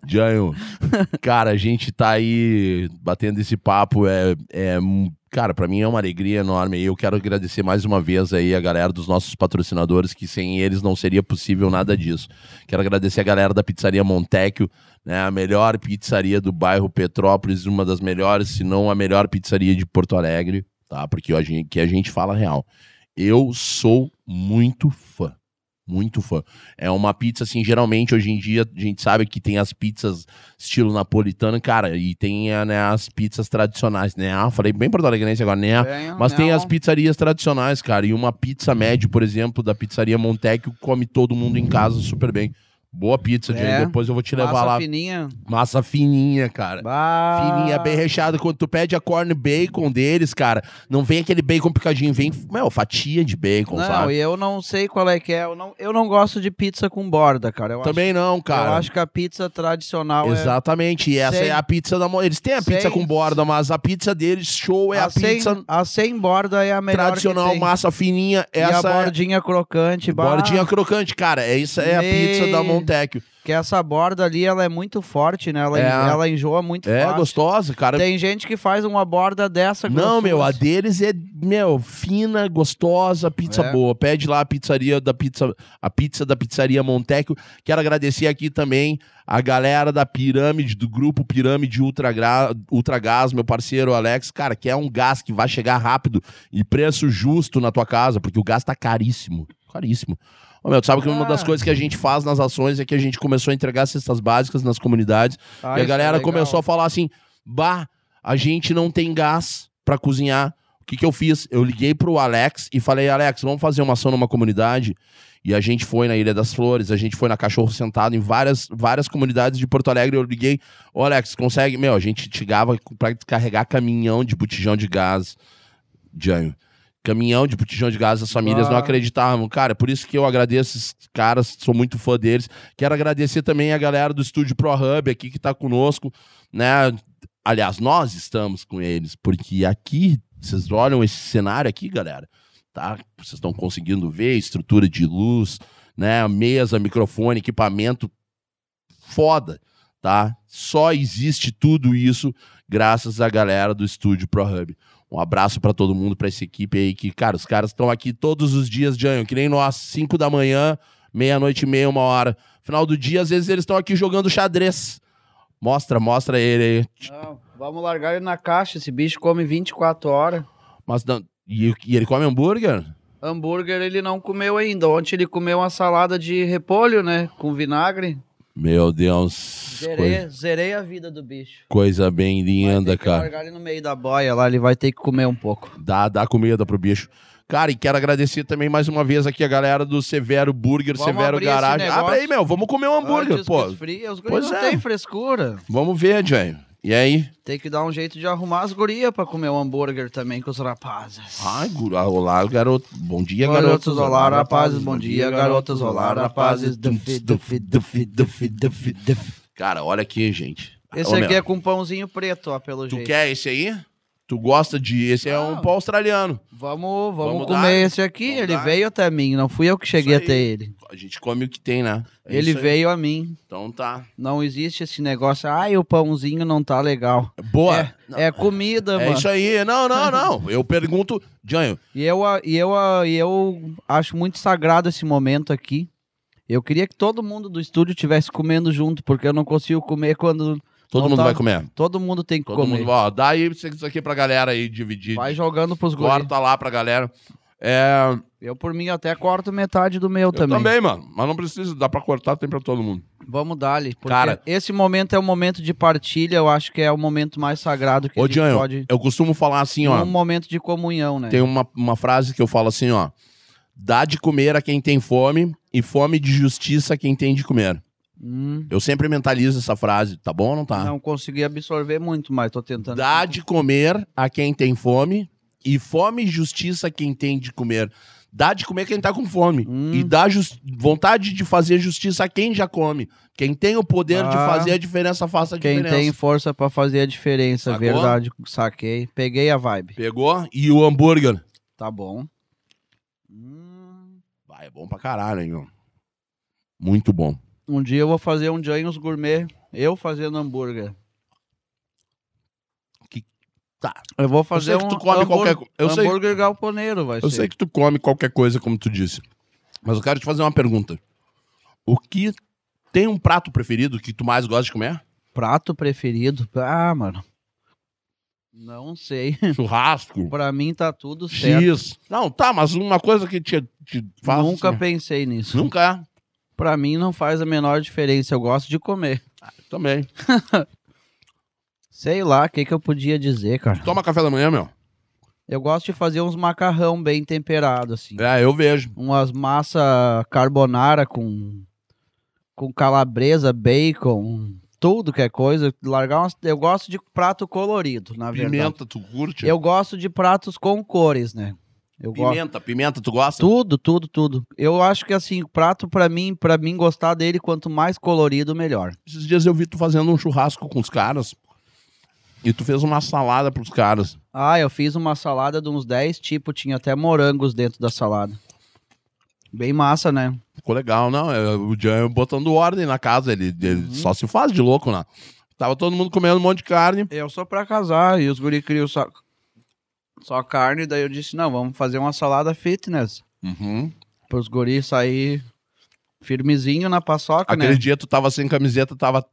Speaker 1: Jânio, cara, a gente tá aí batendo esse papo. É, é, um- cara, pra mim é uma alegria enorme. E eu quero agradecer mais uma vez aí a galera dos nossos patrocinadores, que sem eles não seria possível nada disso. Quero agradecer a galera da Pizzaria Montecchio, né, a melhor pizzaria do bairro Petrópolis, uma das melhores, se não a melhor pizzaria de Porto Alegre, tá? Porque a gente, que a gente fala real. Eu sou muito fã. Muito fã. É uma pizza, assim, geralmente hoje em dia a gente sabe que tem as pizzas estilo napolitano, cara, e tem eh, né, as pizzas tradicionais, né? Ah, falei bem porto alegrense agora, né? Mas
Speaker 2: é
Speaker 1: tem
Speaker 2: um
Speaker 1: as pizzarias tradicionais, cara. E uma pizza média, por exemplo, da pizzaria Montecchio, come todo mundo em casa super bem. Boa pizza,
Speaker 2: É.
Speaker 1: Jay. Depois eu vou te levar
Speaker 2: Massa Ah.
Speaker 1: lá.
Speaker 2: fininha.
Speaker 1: Massa fininha, cara.
Speaker 2: Bah.
Speaker 1: Fininha, bem recheada. Quando tu pede a corn bacon deles, cara, não vem aquele bacon picadinho, vem, meu, fatia de bacon,
Speaker 2: Não,
Speaker 1: sabe?
Speaker 2: e eu não sei qual é que é. Eu não, eu não gosto de pizza com borda, cara. Eu
Speaker 1: Também não,
Speaker 2: acho,
Speaker 1: cara.
Speaker 2: Eu acho que a pizza tradicional é...
Speaker 1: Exatamente, e essa
Speaker 2: Sem-
Speaker 1: é a pizza da. mo- Eles têm a pizza
Speaker 2: Sem-
Speaker 1: com borda, mas a pizza deles, show, é a,
Speaker 2: sem,
Speaker 1: pizza
Speaker 2: a sem borda é a melhor Ah, que
Speaker 1: tradicional,
Speaker 2: tem.
Speaker 1: massa fininha.
Speaker 2: E
Speaker 1: Essa
Speaker 2: a
Speaker 1: é
Speaker 2: bordinha crocante. bah.
Speaker 1: bordinha crocante, cara. É isso, é a pizza da
Speaker 2: Me-
Speaker 1: Montecchio.
Speaker 2: Que essa borda ali, ela é muito forte, né? Ela,
Speaker 1: É.
Speaker 2: ela enjoa muito
Speaker 1: É
Speaker 2: fácil.
Speaker 1: gostosa, cara.
Speaker 2: Tem gente que faz uma borda dessa
Speaker 1: Não,
Speaker 2: grossura,
Speaker 1: meu, a
Speaker 2: assim.
Speaker 1: deles é, meu, fina, gostosa, pizza
Speaker 2: É.
Speaker 1: boa. Pede lá a pizzaria da pizza, a pizza da pizzaria Montecchio. Quero agradecer aqui também a galera da Pirâmide, do grupo Pirâmide Ultra, Gra- Ultra Gás, meu parceiro Alex, cara, que é um gás que vai chegar rápido e preço justo na tua casa, porque o gás tá caríssimo, caríssimo. Ô, meu, tu sabe que uma
Speaker 2: Ah.
Speaker 1: das coisas que a gente faz nas ações é que a gente começou a entregar cestas básicas nas comunidades
Speaker 2: Ah,
Speaker 1: e a
Speaker 2: isso é
Speaker 1: galera
Speaker 2: legal.
Speaker 1: começou a falar assim: bah, a gente não tem gás pra cozinhar. O que, que eu fiz? Eu liguei pro Alex e falei, Alex, vamos fazer uma ação numa comunidade. E a gente foi na Ilha das Flores, a gente foi na Cachorro Sentado, em várias, várias comunidades de Porto Alegre. Eu liguei, ô Alex, consegue? Meu, a gente chegava pra carregar caminhão de botijão de gás. Jânio. Caminhão de botijão de gás, as famílias
Speaker 2: Ah.
Speaker 1: não acreditavam. Cara, por isso que eu agradeço esses caras, sou muito fã deles. Quero agradecer também a galera do Estúdio Pro Hub aqui que tá conosco, né? Aliás, nós estamos com eles, porque aqui, vocês olham esse cenário aqui, galera, tá? Vocês estão conseguindo ver estrutura de luz, né? Mesa, microfone, equipamento foda, tá? Só existe tudo isso graças à galera do Estúdio Pro Hub. Um abraço pra todo mundo, pra essa equipe aí que, cara, os caras estão aqui todos os dias, Janho, que nem nós, 5 da manhã, meia-noite e meia, uma hora. Final do dia, às vezes eles estão aqui jogando xadrez. Mostra, mostra ele aí.
Speaker 2: Não, vamos largar ele na caixa. Esse bicho come 24 horas.
Speaker 1: Mas não- E, e ele come hambúrguer?
Speaker 2: Hambúrguer ele não comeu ainda. Ontem ele comeu uma salada de repolho, né? Com vinagre.
Speaker 1: Meu Deus. Coisa,
Speaker 2: Zerei, zerei a vida do bicho.
Speaker 1: coisa bem linda,
Speaker 2: Tem que
Speaker 1: cara.
Speaker 2: Largar ele no meio da boia lá, ele vai ter que comer um pouco.
Speaker 1: Dá, dá comida pro bicho. Cara, e quero agradecer também mais uma vez aqui a galera do Severo Burger,
Speaker 2: Vamos
Speaker 1: Severo
Speaker 2: abrir esse
Speaker 1: Garagem.
Speaker 2: negócio.
Speaker 1: Abre aí, meu. Vamos comer um hambúrguer,
Speaker 2: Antes que
Speaker 1: pô.
Speaker 2: os fri- os
Speaker 1: Pois
Speaker 2: guris não
Speaker 1: é.
Speaker 2: tem frescura.
Speaker 1: Vamos ver, Jânio. E aí?
Speaker 2: Tem que dar um jeito de arrumar as gurias pra comer um hambúrguer também com os rapazes.
Speaker 1: Ai, guru, ah, olá, garoto. Bom dia,
Speaker 2: Garotos,
Speaker 1: garotos.
Speaker 2: olá, rapazes. Bom dia, garotas, olá, rapazes.
Speaker 1: Duf, duf,
Speaker 2: Dufi, dufi, dufi, dufi, dufi, dufi.
Speaker 1: Cara, olha aqui, gente.
Speaker 2: Esse
Speaker 1: Ô,
Speaker 2: aqui
Speaker 1: meu,
Speaker 2: é com pãozinho preto, ó, pelo
Speaker 1: Tu
Speaker 2: jeito.
Speaker 1: quer esse aí? Tu gosta de. Esse é um
Speaker 2: Não.
Speaker 1: pau australiano.
Speaker 2: Vamos, vamos,
Speaker 1: Vamos
Speaker 2: comer
Speaker 1: dar?
Speaker 2: esse aqui.
Speaker 1: Vamos
Speaker 2: ele
Speaker 1: dar?
Speaker 2: veio até mim, não fui eu que cheguei
Speaker 1: Isso aí.
Speaker 2: até ele.
Speaker 1: A gente come o que tem, né? É
Speaker 2: ele
Speaker 1: isso aí.
Speaker 2: veio a mim.
Speaker 1: Então tá.
Speaker 2: Não existe esse negócio, ai, o pãozinho não tá legal.
Speaker 1: Boa.
Speaker 2: É, é comida,
Speaker 1: É
Speaker 2: mano.
Speaker 1: isso aí. Não, não, não. Eu pergunto, Janho,
Speaker 2: E eu, a- e, eu, a- e eu acho muito sagrado esse momento aqui. Eu queria que todo mundo do estúdio estivesse comendo junto, porque eu não consigo comer quando
Speaker 1: todo
Speaker 2: Não
Speaker 1: mundo
Speaker 2: tá-
Speaker 1: vai comer.
Speaker 2: todo mundo tem que
Speaker 1: Todo
Speaker 2: comer.
Speaker 1: mundo, ó, dá aí isso aqui pra galera aí dividir.
Speaker 2: Vai jogando pros guris.
Speaker 1: Corta lá pra galera. É,
Speaker 2: Eu, por mim, até corto metade do meu
Speaker 1: eu também.
Speaker 2: também.
Speaker 1: mano. Mas não precisa, dá pra cortar, tem pra todo mundo.
Speaker 2: Vamos dali. Porque
Speaker 1: Cara-
Speaker 2: esse momento é um momento de partilha, eu acho que é o momento mais sagrado que
Speaker 1: Ô,
Speaker 2: a gente
Speaker 1: Janho,
Speaker 2: pode...
Speaker 1: eu costumo falar assim, ó.
Speaker 2: Um momento de comunhão, né?
Speaker 1: Tem um uma, uma frase que eu falo assim, ó. Dá de comer a quem tem fome e fome de justiça a quem tem de comer.
Speaker 2: Hum,
Speaker 1: Eu sempre mentalizo essa frase, tá bom ou não tá?
Speaker 2: Não consegui absorver muito, mas tô tentando.
Speaker 1: Dá de comer a quem tem fome e fome e justiça a quem tem de comer. Dá de comer quem tá com fome.
Speaker 2: Hum.
Speaker 1: E dá jus- vontade de fazer justiça a quem já come. Quem tem o poder de
Speaker 2: Ah.
Speaker 1: fazer a diferença, faça a
Speaker 2: Quem
Speaker 1: diferença.
Speaker 2: tem força pra fazer a diferença,
Speaker 1: Sacou?
Speaker 2: verdade, saquei. Peguei a vibe.
Speaker 1: Pegou? E o hambúrguer?
Speaker 2: Tá bom. Hum,
Speaker 1: Vai, é bom pra caralho, hein, meu. Muito bom.
Speaker 2: Um dia eu vou fazer um Janhos Gourmet, eu fazendo hambúrguer.
Speaker 1: Que- tá.
Speaker 2: Eu vou fazer
Speaker 1: eu sei
Speaker 2: um
Speaker 1: que tu come
Speaker 2: hambúrguer,
Speaker 1: qualquer co- eu sei-
Speaker 2: hambúrguer galponeiro, vai
Speaker 1: Eu
Speaker 2: ser.
Speaker 1: sei que tu come qualquer coisa, como tu disse. Mas eu quero te fazer uma pergunta. O que. Tem um prato preferido que tu mais gosta de comer?
Speaker 2: Prato preferido? Ah, mano. Não sei.
Speaker 1: Churrasco.
Speaker 2: pra mim tá tudo certo.
Speaker 1: X. Não, tá, mas uma coisa que te, te faz.
Speaker 2: Nunca
Speaker 1: assim,
Speaker 2: pensei nisso.
Speaker 1: Nunca. é.
Speaker 2: Pra mim não faz a menor diferença. Eu gosto de comer.
Speaker 1: Também.
Speaker 2: Sei lá, o que, que eu podia dizer, cara?
Speaker 1: Toma café da manhã, meu.
Speaker 2: Eu gosto de fazer uns macarrão bem temperado, assim.
Speaker 1: É, eu vejo.
Speaker 2: Umas massa carbonara com, com calabresa, bacon, tudo que é coisa. Largar umas- Eu gosto de prato colorido, na verdade.
Speaker 1: Pimenta, tu curte?
Speaker 2: Eu gosto de pratos com cores, né? Eu gosto.
Speaker 1: Pimenta, pimenta, tu gosta?
Speaker 2: Tudo, tudo, tudo. Eu acho que assim, o prato pra mim, para mim gostar dele, quanto mais colorido, melhor.
Speaker 1: Esses dias eu vi tu fazendo um churrasco com os caras. E tu fez uma salada pros caras.
Speaker 2: Ah, eu fiz uma salada de uns 10 tipos, tinha até morangos dentro da salada. Bem massa, né?
Speaker 1: Ficou legal, não? é, O Jean botando ordem na casa. Ele, ele só se faz de louco, né? Tava todo mundo comendo um monte de carne.
Speaker 2: Eu sou pra casar e os guri criam só, só carne, daí eu disse, não, vamos fazer uma salada fitness.
Speaker 1: Uhum.
Speaker 2: Pros guris sair firmezinho na paçoca,
Speaker 1: Aquele
Speaker 2: né?
Speaker 1: dia tu tava sem camiseta, tava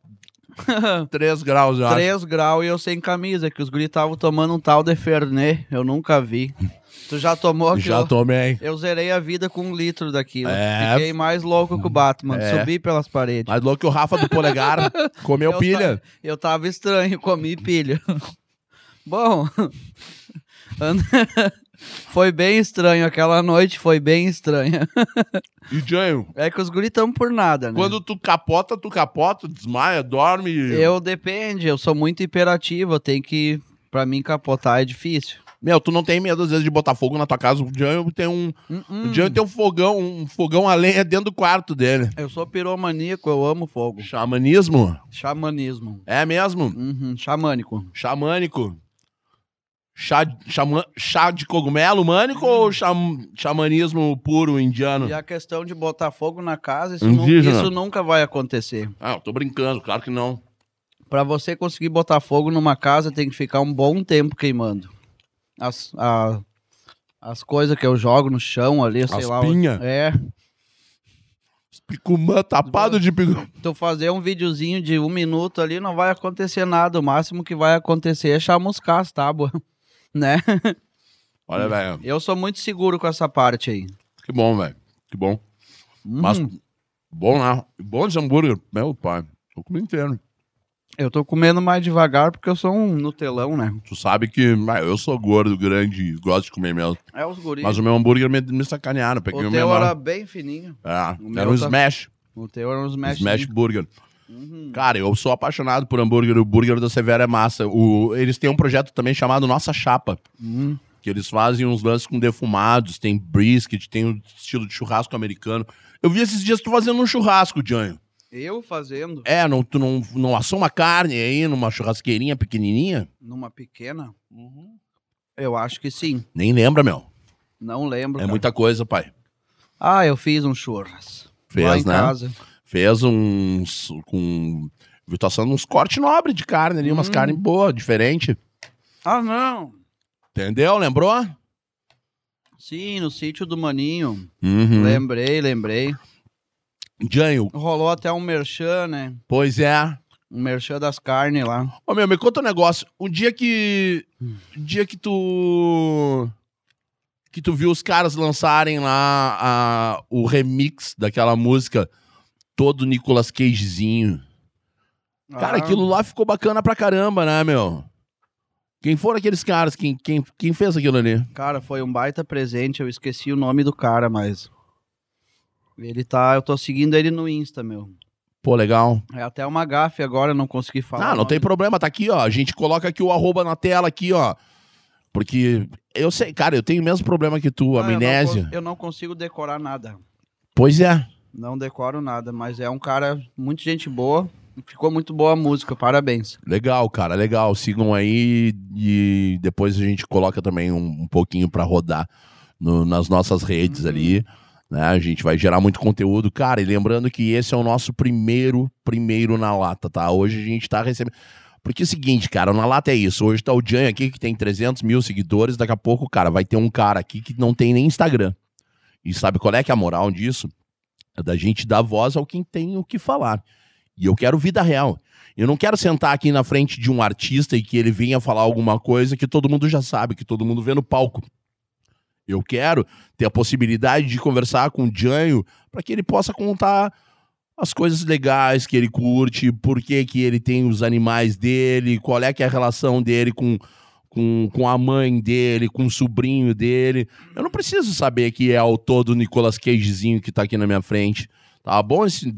Speaker 1: 3 graus, eu acho.
Speaker 2: 3 graus e eu sem camisa, que os guris estavam tomando um tal de Fernet, eu nunca vi. tu já tomou aquilo?
Speaker 1: Já tomei.
Speaker 2: Eu zerei a vida com um litro daquilo.
Speaker 1: É.
Speaker 2: Fiquei mais louco que o Batman,
Speaker 1: É.
Speaker 2: subi pelas paredes.
Speaker 1: Mais louco que o Rafa do Polegar comeu
Speaker 2: Eu
Speaker 1: pilha.
Speaker 2: Eu tava estranho, comi pilha. Bom, And- foi bem estranho aquela noite, foi bem estranha.
Speaker 1: E, Jânio,
Speaker 2: É que os guris tão por nada, né?
Speaker 1: quando tu capota, tu capota, desmaia, dorme.
Speaker 2: Eu depende, eu sou muito hiperativo, eu tenho que. Pra mim, capotar é difícil.
Speaker 1: Meu, tu não tem medo às vezes de botar fogo na tua casa. O Jânio tem um,
Speaker 2: Hum, hum.
Speaker 1: o Jânio tem um fogão, um fogão a lenha dentro do quarto dele.
Speaker 2: Eu sou piromaníaco, eu amo fogo.
Speaker 1: Xamanismo?
Speaker 2: Xamanismo.
Speaker 1: É mesmo?
Speaker 2: Uhum, xamânico.
Speaker 1: Xamânico. Chá, xamã- chá de cogumelo mânico
Speaker 2: Hum.
Speaker 1: ou xam- xamanismo puro indiano?
Speaker 2: E a questão de botar fogo na casa, isso, nu-
Speaker 1: Hum. Indígena.
Speaker 2: isso nunca vai acontecer.
Speaker 1: Ah, eu tô brincando, claro que não.
Speaker 2: Pra você conseguir botar fogo numa casa, tem que ficar um bom tempo queimando. As, a- as coisas que eu jogo no chão ali, sei lá.
Speaker 1: pinha.
Speaker 2: É.
Speaker 1: Picumã tapado de picumã.
Speaker 2: Tu fazer um videozinho de um minuto ali, não vai acontecer nada. O máximo que vai acontecer é chamuscar as tábuas. Né?
Speaker 1: Olha, velho,
Speaker 2: Eu sou muito seguro com essa parte aí.
Speaker 1: que bom, velho. Que bom. Mas,
Speaker 2: Hum,
Speaker 1: Uhum. bom lá. Bom de hambúrguer. Meu pai, eu comi inteiro.
Speaker 2: Eu tô comendo mais devagar porque eu sou um Nutelão, né?
Speaker 1: Tu sabe que ah, eu sou gordo, grande, e gosto de comer mesmo.
Speaker 2: É os guris.
Speaker 1: Mas o meu hambúrguer me, me sacanearam. eu Peguei o,
Speaker 2: o teu
Speaker 1: menor.
Speaker 2: era bem fininho.
Speaker 1: É,
Speaker 2: o
Speaker 1: era
Speaker 2: meu
Speaker 1: um
Speaker 2: tá-
Speaker 1: smash.
Speaker 2: O teu era uns
Speaker 1: Smash,
Speaker 2: mesh.
Speaker 1: burger.
Speaker 2: Uhum.
Speaker 1: Cara, eu sou apaixonado por hambúrguer. O burger da Severa é massa. O, eles têm um projeto também chamado Nossa Chapa.
Speaker 2: Hum.
Speaker 1: Que eles fazem uns lances com defumados, tem brisket, tem um estilo de churrasco americano. Eu vi esses dias tu fazendo um churrasco, Janho.
Speaker 2: Eu fazendo
Speaker 1: É, não, tu não, não assou uma carne aí numa churrasqueirinha pequenininha?
Speaker 2: numa pequena, eu acho que sim.
Speaker 1: Nem lembra, meu.
Speaker 2: Não
Speaker 1: É
Speaker 2: lembro. cara.
Speaker 1: muita coisa, pai.
Speaker 2: Ah, eu fiz um churras. lá
Speaker 1: Fez,
Speaker 2: em
Speaker 1: né?
Speaker 2: casa.
Speaker 1: Fez uns. com. Viu, tá assando uns cortes nobres de carne ali, umas
Speaker 2: Hum.
Speaker 1: carnes boas, diferente.
Speaker 2: Ah, não.
Speaker 1: Entendeu? Lembrou?
Speaker 2: Sim, no sítio do Maninho.
Speaker 1: Uhum.
Speaker 2: Lembrei, lembrei.
Speaker 1: Janho,
Speaker 2: Rolou até um merchan, né?
Speaker 1: pois é.
Speaker 2: Um merchan das carnes lá.
Speaker 1: Ô meu, me conta um negócio. Um dia que. Um dia que tu. Que tu viu os caras lançarem lá a- o remix daquela música todo Nicolas Cagezinho. Cara,
Speaker 2: Ah,
Speaker 1: aquilo lá ficou bacana pra caramba, né, meu? Quem foram aqueles caras? Quem, quem, quem fez aquilo ali?
Speaker 2: Cara, foi um baita presente. Eu esqueci o nome do cara, mas. Ele tá. Eu tô seguindo ele no Insta, meu.
Speaker 1: Pô, legal.
Speaker 2: É até uma gafe agora, eu não consegui falar.
Speaker 1: ah,
Speaker 2: o
Speaker 1: não
Speaker 2: nome.
Speaker 1: tem problema, tá aqui, ó. A gente coloca aqui o arroba na tela, aqui, ó. Porque eu sei, cara, eu tenho o mesmo problema que tu,
Speaker 2: Ah, eu não cons-
Speaker 1: amnésia.
Speaker 2: eu não consigo decorar nada.
Speaker 1: Pois é.
Speaker 2: Não decoro nada, mas é um cara, muito gente boa. Ficou muito boa a música, parabéns.
Speaker 1: Legal, cara, legal. Sigam aí e depois a gente coloca também um, um pouquinho pra rodar no- nas nossas redes
Speaker 2: Uhum.
Speaker 1: ali. Né? A gente vai gerar muito conteúdo, cara. E lembrando que esse é o nosso primeiro, primeiro na lata, tá? Hoje a gente tá recebendo. Porque é o seguinte, cara, o na lata é isso. Hoje tá o Jan aqui que tem 300 mil seguidores. Daqui a pouco, cara, vai ter um cara aqui que não tem nem Instagram. E sabe qual é que é a moral disso? É da gente dar voz ao quem tem o que falar. E eu quero vida real. Eu não quero sentar aqui na frente de um artista e que ele venha falar alguma coisa que todo mundo já sabe, que todo mundo vê no palco. Eu quero ter a possibilidade de conversar com o Janho para que ele possa contar as coisas legais que ele curte, por que, que ele tem os animais dele, qual é que é a relação dele com, com, com a mãe dele, com o sobrinho dele. Eu não preciso saber que é o todo Nicolas Cagezinho que tá aqui na minha frente. Tá bom esse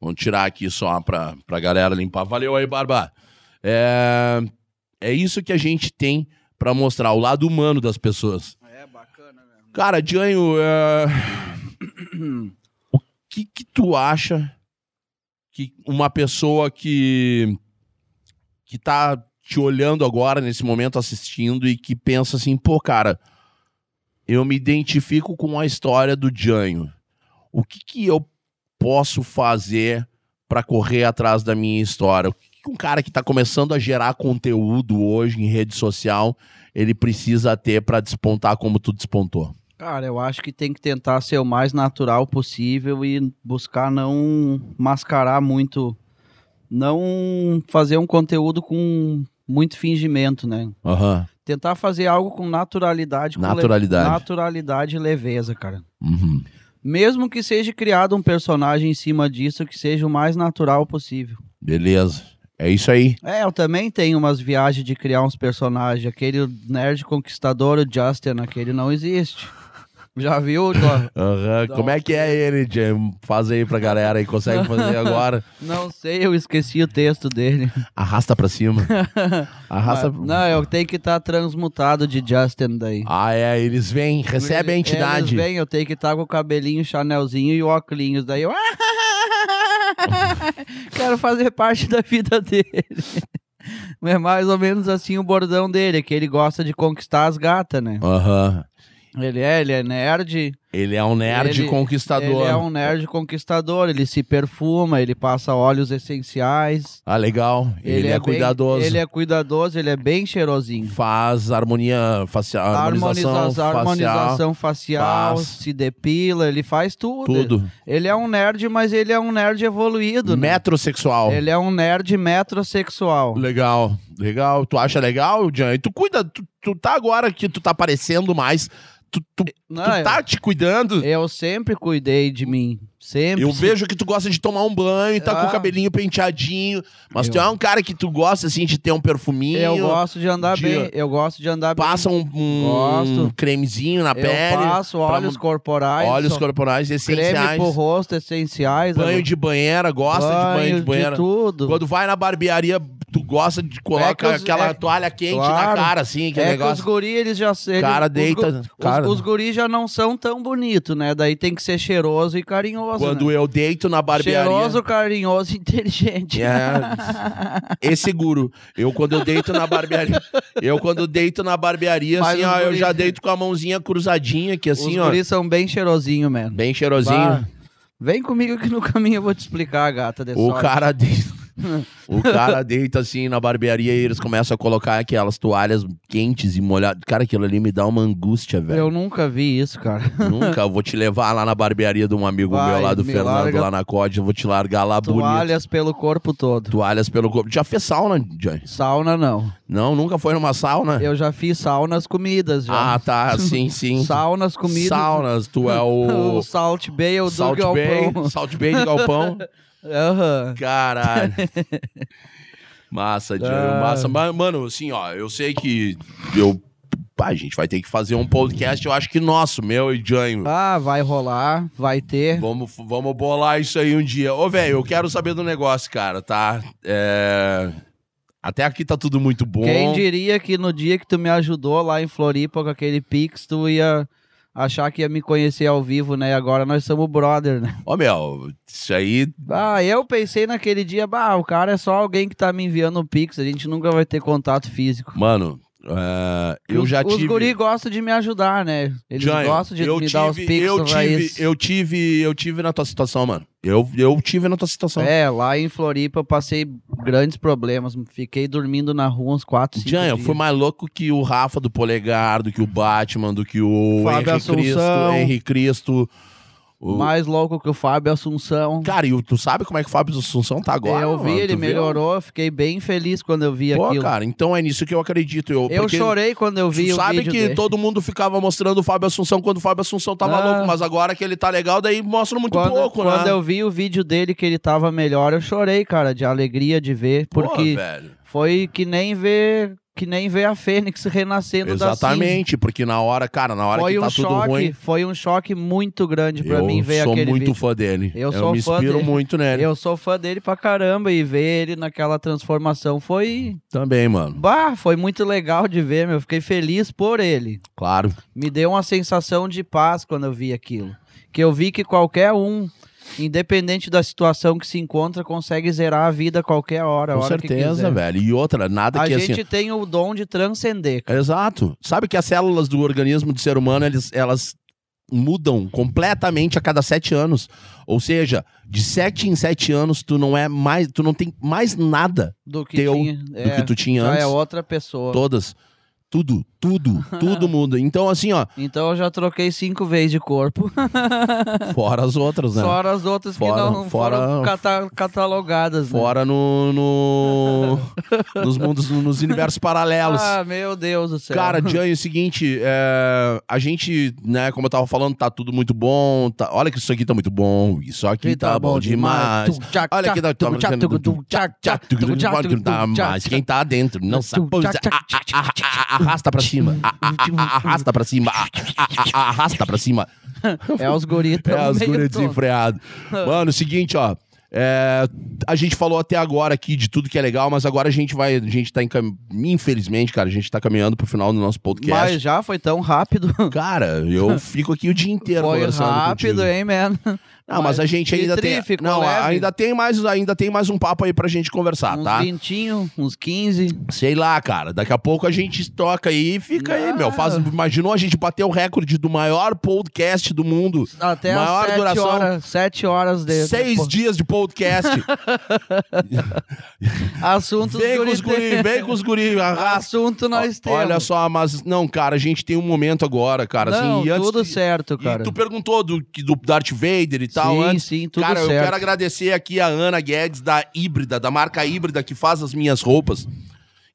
Speaker 1: Vamos tirar aqui só pra, pra galera limpar. Valeu aí, Barba. É, é isso que a gente tem pra mostrar, o lado humano das pessoas.
Speaker 2: É, bacana, né?
Speaker 1: Cara, Janho, é, o que que tu acha que uma pessoa que, que tá te olhando agora, nesse momento, assistindo, e que pensa assim, pô, cara, eu me identifico com a história do Janho. O que que eu posso fazer pra correr atrás da minha história? O que que um cara que tá começando a gerar conteúdo hoje em rede social, ele precisa ter pra despontar como tu despontou?
Speaker 2: Cara, eu acho que tem que tentar ser o mais natural possível e buscar não mascarar muito, não fazer um conteúdo com muito fingimento, né?
Speaker 1: Aham.
Speaker 2: Tentar fazer algo com naturalidade, com le-
Speaker 1: Naturalidade.
Speaker 2: naturalidade e leveza, cara.
Speaker 1: Uhum.
Speaker 2: Mesmo que seja criado um personagem em cima disso, que seja o mais natural possível.
Speaker 1: Beleza. É isso aí.
Speaker 2: É, eu também tenho umas viagens de criar uns personagens. Aquele nerd conquistador, o Justin, aquele não existe. Já viu? Tó?
Speaker 1: Aham.
Speaker 2: Dá
Speaker 1: Como é que é ele, Jim? Faz aí pra galera aí, consegue fazer agora.
Speaker 2: Não sei, eu esqueci o texto dele.
Speaker 1: Arrasta pra cima. Arrasta
Speaker 2: Mas- Não, eu tenho que estar transmutado de Justin daí.
Speaker 1: Ah, é, eles vêm, recebem a
Speaker 2: Eles-
Speaker 1: entidade.
Speaker 2: Eles vêm, eu tenho que estar com o cabelinho, chanelzinho e o óculos. Daí eu. Quero fazer parte da vida dele. É mais ou menos assim o bordão dele, que ele gosta de conquistar as gatas, né?
Speaker 1: Aham.
Speaker 2: Ele é, ele é nerd.
Speaker 1: Ele é um nerd
Speaker 2: Ele-
Speaker 1: conquistador.
Speaker 2: Ele é um nerd conquistador, ele se perfuma, ele passa óleos essenciais.
Speaker 1: Ah, legal. Ele, é,
Speaker 2: bem-
Speaker 1: cuidadoso.
Speaker 2: Ele é cuidadoso, ele é bem cheirosinho.
Speaker 1: Faz harmonia facial, harmonização,
Speaker 2: Harmoniza-
Speaker 1: facial,
Speaker 2: harmonização facial,
Speaker 1: faz.
Speaker 2: se depila, ele faz tudo.
Speaker 1: tudo.
Speaker 2: Ele é um nerd, mas ele é um nerd evoluído, né?
Speaker 1: Metrosexual.
Speaker 2: Ele é um nerd metrosexual.
Speaker 1: Legal, legal. Tu acha legal, Jean? E tu cuida, tu, tu tá agora que tu tá aparecendo mais, tu, tu, tu
Speaker 2: Não,
Speaker 1: tá te cuidando.
Speaker 2: Ah, eu, eu sempre cuidei de mim. Sempre.
Speaker 1: Eu
Speaker 2: se-
Speaker 1: vejo que tu gosta de tomar um banho, tá com o
Speaker 2: Ah.
Speaker 1: cabelinho penteadinho, mas tu
Speaker 2: Eu-
Speaker 1: é um cara que tu gosta, assim, de ter um perfuminho.
Speaker 2: Eu gosto de andar
Speaker 1: de-
Speaker 2: bem. Eu gosto de andar
Speaker 1: passa um, um
Speaker 2: Gosto.
Speaker 1: cremezinho na
Speaker 2: bem.
Speaker 1: pele,
Speaker 2: eu passo
Speaker 1: pra
Speaker 2: óleos corporais.
Speaker 1: óleos
Speaker 2: só-
Speaker 1: corporais
Speaker 2: Creme
Speaker 1: essenciais,
Speaker 2: pro rosto essenciais.
Speaker 1: banho de banheira, gosta de banho de banheira.
Speaker 2: tudo.
Speaker 1: Quando vai na barbearia, tu gosta de
Speaker 2: É que
Speaker 1: colocar
Speaker 2: os-
Speaker 1: aquela
Speaker 2: é-
Speaker 1: toalha quente na
Speaker 2: Claro.
Speaker 1: cara, assim, aquele
Speaker 2: é que os
Speaker 1: negócio.
Speaker 2: guri, eles já... Eles,
Speaker 1: cara
Speaker 2: os gu-
Speaker 1: deita,
Speaker 2: Os,
Speaker 1: cara.
Speaker 2: os guri já não são tão bonitos, né? Daí tem que ser cheiroso e carinhoso,
Speaker 1: Quando eu deito na
Speaker 2: né?
Speaker 1: barbearia.
Speaker 2: Cheiroso, carinhoso e inteligente.
Speaker 1: É, é seguro. Eu quando eu deito na barbearia, eu quando deito na barbearia,
Speaker 2: Mas
Speaker 1: assim,
Speaker 2: os
Speaker 1: ó, eu
Speaker 2: guri-
Speaker 1: já deito com a mãozinha cruzadinha aqui, assim,
Speaker 2: os
Speaker 1: ó,
Speaker 2: guris são bem cheirosinhos, mesmo.
Speaker 1: bem cheirosinho.
Speaker 2: Bah, Vem comigo que no caminho eu vou te explicar, gata. De
Speaker 1: o
Speaker 2: sorte.
Speaker 1: cara deita, o cara deita assim na barbearia e eles começam a colocar aquelas toalhas quentes e molhadas. Cara, aquilo ali me dá uma angústia, velho.
Speaker 2: Eu nunca vi isso, cara.
Speaker 1: Nunca eu vou te levar lá na barbearia de um amigo
Speaker 2: Vai,
Speaker 1: meu lá do
Speaker 2: me
Speaker 1: Fernando,
Speaker 2: larga.
Speaker 1: lá na Code, eu vou te largar lá bonito.
Speaker 2: Toalhas pelo corpo todo.
Speaker 1: Toalhas pelo corpo. Já fez sauna, Johnny?
Speaker 2: Sauna, não.
Speaker 1: Não, nunca foi numa sauna?
Speaker 2: Eu já fiz saunas comidas, já.
Speaker 1: Ah, tá, sim, sim.
Speaker 2: Saunas comidas.
Speaker 1: Saunas, tu é o.
Speaker 2: O Salt Bay é o do
Speaker 1: Salt Bay,
Speaker 2: Galpão.
Speaker 1: Salt Bay de Galpão.
Speaker 2: Aham.
Speaker 1: Caralho. Massa, Johnny,
Speaker 2: Ah.
Speaker 1: massa. Mas, mano, assim, ó, eu sei que eu. Pá, a gente vai ter que fazer um podcast, eu acho que nosso, meu e Janho.
Speaker 2: Ah, vai rolar, vai ter.
Speaker 1: Vamos, vamos bolar isso aí um dia. Ô, velho, eu quero saber do negócio, cara, tá? É, Até aqui tá tudo muito bom.
Speaker 2: Quem diria que no dia que tu me ajudou lá em Floripa com aquele Pix, tu ia achar que ia me conhecer ao vivo, né? E agora nós somos brother, né?
Speaker 1: Ô, meu, isso aí
Speaker 2: Ah, eu pensei naquele dia, bah, o cara é só alguém que tá me enviando o Pix, a gente nunca vai ter contato físico.
Speaker 1: Mano, é, eu
Speaker 2: os,
Speaker 1: já tive.
Speaker 2: Os guri gostam de me ajudar, né? Eles
Speaker 1: Jânio,
Speaker 2: gostam de
Speaker 1: eu
Speaker 2: me
Speaker 1: tive,
Speaker 2: dar os Pix
Speaker 1: eu
Speaker 2: no
Speaker 1: tive,
Speaker 2: raiz.
Speaker 1: eu tive, eu tive na tua situação, mano. Eu, eu tive na tua situação.
Speaker 2: É, lá em Floripa eu passei grandes problemas, fiquei dormindo na rua uns 4, 5
Speaker 1: Jan, eu
Speaker 2: dias.
Speaker 1: fui mais louco que o Rafa do Polegar, do que o Batman, do que o
Speaker 2: Fábio
Speaker 1: Henrique
Speaker 2: Assunção.
Speaker 1: Cristo, Henrique Cristo. O...
Speaker 2: Mais louco que o Fábio Assunção.
Speaker 1: Cara, e o- tu sabe como é que o Fábio Assunção tá agora?
Speaker 2: É, eu vi,
Speaker 1: mano?
Speaker 2: ele
Speaker 1: Tu viu?
Speaker 2: melhorou, eu fiquei bem feliz quando eu vi
Speaker 1: Pô,
Speaker 2: aquilo.
Speaker 1: cara, então é nisso que eu acredito. Eu,
Speaker 2: eu
Speaker 1: porque
Speaker 2: chorei quando eu vi
Speaker 1: Tu
Speaker 2: o
Speaker 1: sabe que
Speaker 2: vídeo dele.
Speaker 1: todo mundo ficava mostrando o Fábio Assunção quando o Fábio Assunção tava
Speaker 2: Ah.
Speaker 1: louco, mas agora que ele tá legal, daí mostra muito
Speaker 2: quando,
Speaker 1: pouco,
Speaker 2: quando
Speaker 1: né?
Speaker 2: eu vi o vídeo dele que ele tava melhor, eu chorei, cara, de alegria de ver,
Speaker 1: Pô,
Speaker 2: porque
Speaker 1: velho.
Speaker 2: foi que nem ver que nem ver a Fênix renascendo da cinza.
Speaker 1: Exatamente, porque na hora, cara, na hora
Speaker 2: Foi
Speaker 1: que tá
Speaker 2: um
Speaker 1: tudo
Speaker 2: choque,
Speaker 1: ruim,
Speaker 2: foi um choque muito grande pra
Speaker 1: eu
Speaker 2: mim ver
Speaker 1: sou
Speaker 2: aquele
Speaker 1: muito
Speaker 2: vídeo.
Speaker 1: fã dele.
Speaker 2: Eu sou
Speaker 1: me
Speaker 2: fã
Speaker 1: inspiro
Speaker 2: dele.
Speaker 1: muito nele.
Speaker 2: Eu sou fã dele pra caramba e ver ele naquela transformação foi,
Speaker 1: Também, mano.
Speaker 2: bah, foi muito legal de ver, meu, fiquei feliz por ele.
Speaker 1: Claro.
Speaker 2: Me deu uma sensação de paz quando eu vi aquilo. Que eu vi que qualquer um, independente da situação que se encontra, consegue zerar a vida a qualquer hora. a
Speaker 1: Com
Speaker 2: hora que
Speaker 1: certeza,
Speaker 2: quiser.
Speaker 1: velho. E outra, nada
Speaker 2: A
Speaker 1: que
Speaker 2: gente
Speaker 1: assim.
Speaker 2: tem o dom de transcender. cara.
Speaker 1: Exato. Sabe que as células do organismo do ser humano, eles- elas mudam completamente a cada sete anos. Ou seja, de sete em sete anos, tu não é mais. Tu não tem mais nada
Speaker 2: Do que
Speaker 1: Teu,
Speaker 2: tinha.
Speaker 1: do que tu tinha
Speaker 2: É, já
Speaker 1: antes.
Speaker 2: é outra pessoa.
Speaker 1: Todas. Tudo. Tudo, tudo muda. Então, assim, ó,
Speaker 2: Então eu já troquei cinco vezes de corpo.
Speaker 1: fora as outras, né?
Speaker 2: Fora as outras
Speaker 1: Fora-
Speaker 2: que não
Speaker 1: fora-
Speaker 2: foram cata- catalogadas. né?
Speaker 1: Fora no, no- nos mundos, nos universos paralelos.
Speaker 2: Ah, meu Deus do céu.
Speaker 1: Cara, Jean, é o seguinte, é, a gente, né, como eu tava falando, tá tudo muito bom. tá- olha que isso aqui tá muito bom. Isso aqui
Speaker 2: Que
Speaker 1: tá, bom demais.
Speaker 2: Tu, tchac,
Speaker 1: Olha
Speaker 2: tchac,
Speaker 1: que tá
Speaker 2: tu, tchac, tu, tu, tchac, tchac, tu, tchac, tu,
Speaker 1: tá
Speaker 2: tchac,
Speaker 1: mais. Quem tá dentro não sabe. Pois é. Ah, ah, ah, ah, Arrasta pra cima. Ah, ah, ah, ah, Arrasta pra cima. Ah, ah, ah, ah, Arrasta pra cima.
Speaker 2: É os guris tão
Speaker 1: É, as
Speaker 2: meio Ah.
Speaker 1: gurias
Speaker 2: todo.
Speaker 1: desenfreadas. Mano, o seguinte, ó. é, a gente falou até agora aqui de tudo que é legal, mas agora a gente vai. A gente tá em cam... Infelizmente, cara, a gente tá caminhando pro final do nosso podcast.
Speaker 2: Mas já foi tão rápido.
Speaker 1: Cara, eu fico aqui o dia inteiro
Speaker 2: Foi
Speaker 1: conversando
Speaker 2: rápido,
Speaker 1: contigo.
Speaker 2: hein, man?
Speaker 1: Não, mas, a gente
Speaker 2: que
Speaker 1: ainda
Speaker 2: tri,
Speaker 1: tem.
Speaker 2: ficou
Speaker 1: Não,
Speaker 2: leve.
Speaker 1: ainda tem mais, ainda tem mais um papo aí pra gente conversar,
Speaker 2: né, uns
Speaker 1: tá?
Speaker 2: 20, uns 15.
Speaker 1: Sei lá, cara. Daqui a pouco a gente toca aí e fica aí,
Speaker 2: Não.
Speaker 1: meu. Faz, imaginou a gente bater o recorde do maior podcast do mundo.
Speaker 2: Até
Speaker 1: Maior
Speaker 2: as 7
Speaker 1: duração.
Speaker 2: horas. 7 horas de.
Speaker 1: Seis
Speaker 2: pô,
Speaker 1: dias de podcast.
Speaker 2: Assuntos
Speaker 1: vem com os
Speaker 2: guris
Speaker 1: guri,
Speaker 2: tem.
Speaker 1: vem com os guri, arrasta.
Speaker 2: Assunto nós temos.
Speaker 1: Olha só, mas não, cara, a gente tem um momento agora, cara.
Speaker 2: Não,
Speaker 1: assim, e antes
Speaker 2: tudo
Speaker 1: de-
Speaker 2: certo,
Speaker 1: e
Speaker 2: cara.
Speaker 1: tu perguntou do, que- do Darth Vader e tal
Speaker 2: sim,
Speaker 1: antes.
Speaker 2: sim, tudo
Speaker 1: cara,
Speaker 2: certo.
Speaker 1: eu quero agradecer aqui a Ana Guedes da Híbrida, da marca Híbrida que faz as minhas roupas.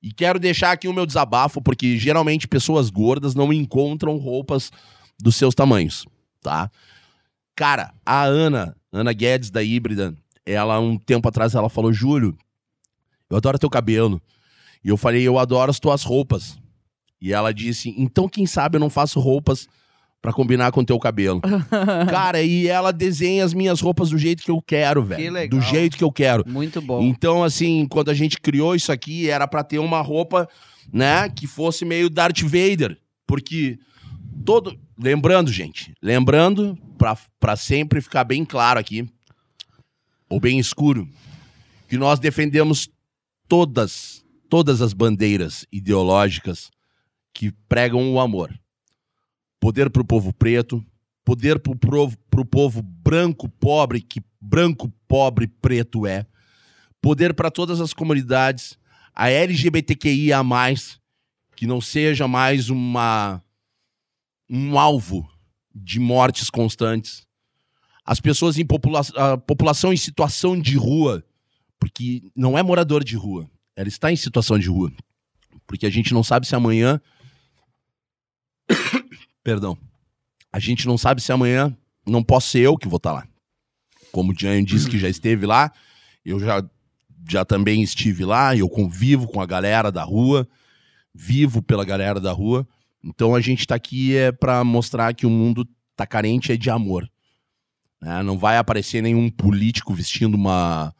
Speaker 1: E quero deixar aqui o meu desabafo, porque geralmente pessoas gordas não encontram roupas dos seus tamanhos, tá? Cara, a Ana, Ana Guedes da Híbrida, ela um tempo atrás ela falou: "Júlio, eu adoro teu cabelo". E eu falei: "Eu adoro as tuas roupas". E ela disse: "Então quem sabe eu não faço roupas pra combinar com teu cabelo". Cara, e ela desenha as minhas roupas do jeito que eu quero, velho.
Speaker 2: legal.
Speaker 1: Do jeito que eu quero.
Speaker 2: Muito bom.
Speaker 1: Então, assim, quando a gente criou isso aqui, era pra ter uma roupa, né, que fosse meio Darth Vader, porque todo, lembrando, gente, lembrando pra- pra sempre ficar bem claro aqui ou bem escuro, que nós defendemos todas, todas as bandeiras ideológicas que pregam o amor. Poder pro povo preto, poder pro povo, pro povo branco pobre que branco pobre preto é poder para todas as comunidades, a LGBTQIA+, que não seja mais uma um alvo de mortes constantes. As pessoas em popula a população em situação de rua, porque não é morador de rua, ela está em situação de rua. Porque a gente não sabe se amanhã Perdão. A gente não sabe se amanhã não posso ser eu que vou estar lá. Como o Jean disse que já esteve lá, eu já já também estive lá, eu convivo com a galera da rua, vivo pela galera da rua. Então a gente tá aqui é para mostrar que o mundo tá carente é de amor. né? Não vai aparecer nenhum político vestindo uma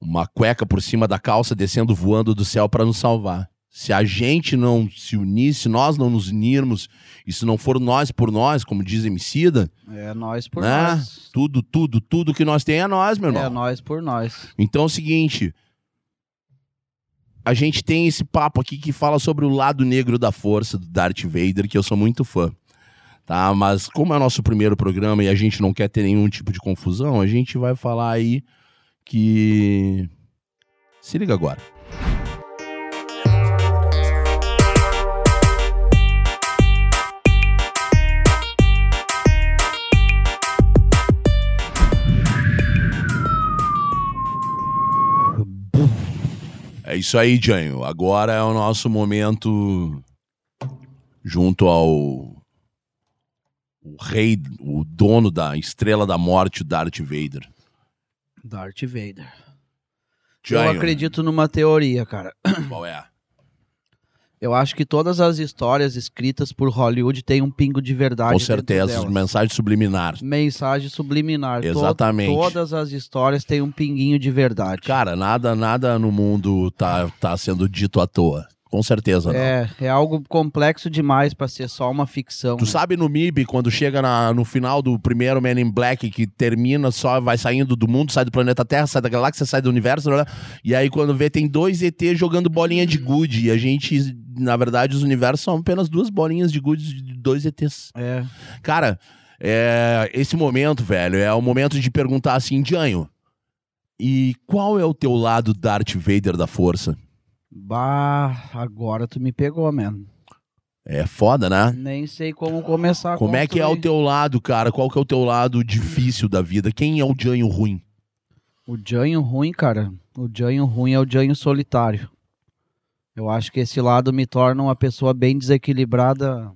Speaker 1: uma cueca por cima da calça descendo voando do céu para nos salvar. Se a gente não se unir, se nós não nos unirmos, e se não for nós por nós, como diz Emicida,
Speaker 2: É nós por
Speaker 1: Né?
Speaker 2: nós.
Speaker 1: tudo, tudo, tudo que nós tem é nós, meu irmão.
Speaker 2: É nós por nós.
Speaker 1: Então é o seguinte. A gente tem esse papo aqui que fala sobre o lado negro da força do Darth Vader, que eu sou muito fã. Tá? Mas como é nosso primeiro programa e a gente não quer ter nenhum tipo de confusão, a gente vai falar aí que. Se liga agora. É isso aí, Janho. Agora é o nosso momento junto ao o rei, o dono da estrela da morte, o Darth Vader.
Speaker 2: Darth Vader. Eu
Speaker 1: Janho,
Speaker 2: acredito numa teoria, cara.
Speaker 1: qual é?
Speaker 2: Eu acho que todas as histórias escritas por Hollywood têm um pingo de verdade.
Speaker 1: Com
Speaker 2: dentro
Speaker 1: certeza,
Speaker 2: delas.
Speaker 1: mensagem subliminar.
Speaker 2: Mensagem subliminar. To-
Speaker 1: Exatamente.
Speaker 2: todas as histórias têm um pinguinho de verdade.
Speaker 1: Cara, nada, nada no mundo tá, tá sendo dito à toa. Com certeza, não.
Speaker 2: é, é algo complexo demais pra ser só uma ficção.
Speaker 1: Tu
Speaker 2: né?
Speaker 1: sabe no MIB, quando chega na- no final do primeiro Men in Black, que termina, só vai saindo do mundo, sai do planeta Terra, sai da galáxia, sai do universo, né? e aí quando vê, tem dois ET jogando bolinha de gude. E a gente, na verdade, os universos são apenas duas bolinhas de gude de dois ETs.
Speaker 2: É.
Speaker 1: Cara, é, esse momento, velho, é o momento de perguntar assim, Janho, e qual é o teu lado Darth Vader da força?
Speaker 2: Bah, agora tu me pegou, mano.
Speaker 1: É foda, né?
Speaker 2: Nem sei como começar a
Speaker 1: Como é que é o
Speaker 2: Ah, construir.
Speaker 1: teu lado, cara? Qual que é o teu lado difícil da vida? Quem é o Janho ruim?
Speaker 2: O Janho ruim, cara. O Janho ruim é o Janho solitário. Eu acho que esse lado me torna uma pessoa bem desequilibrada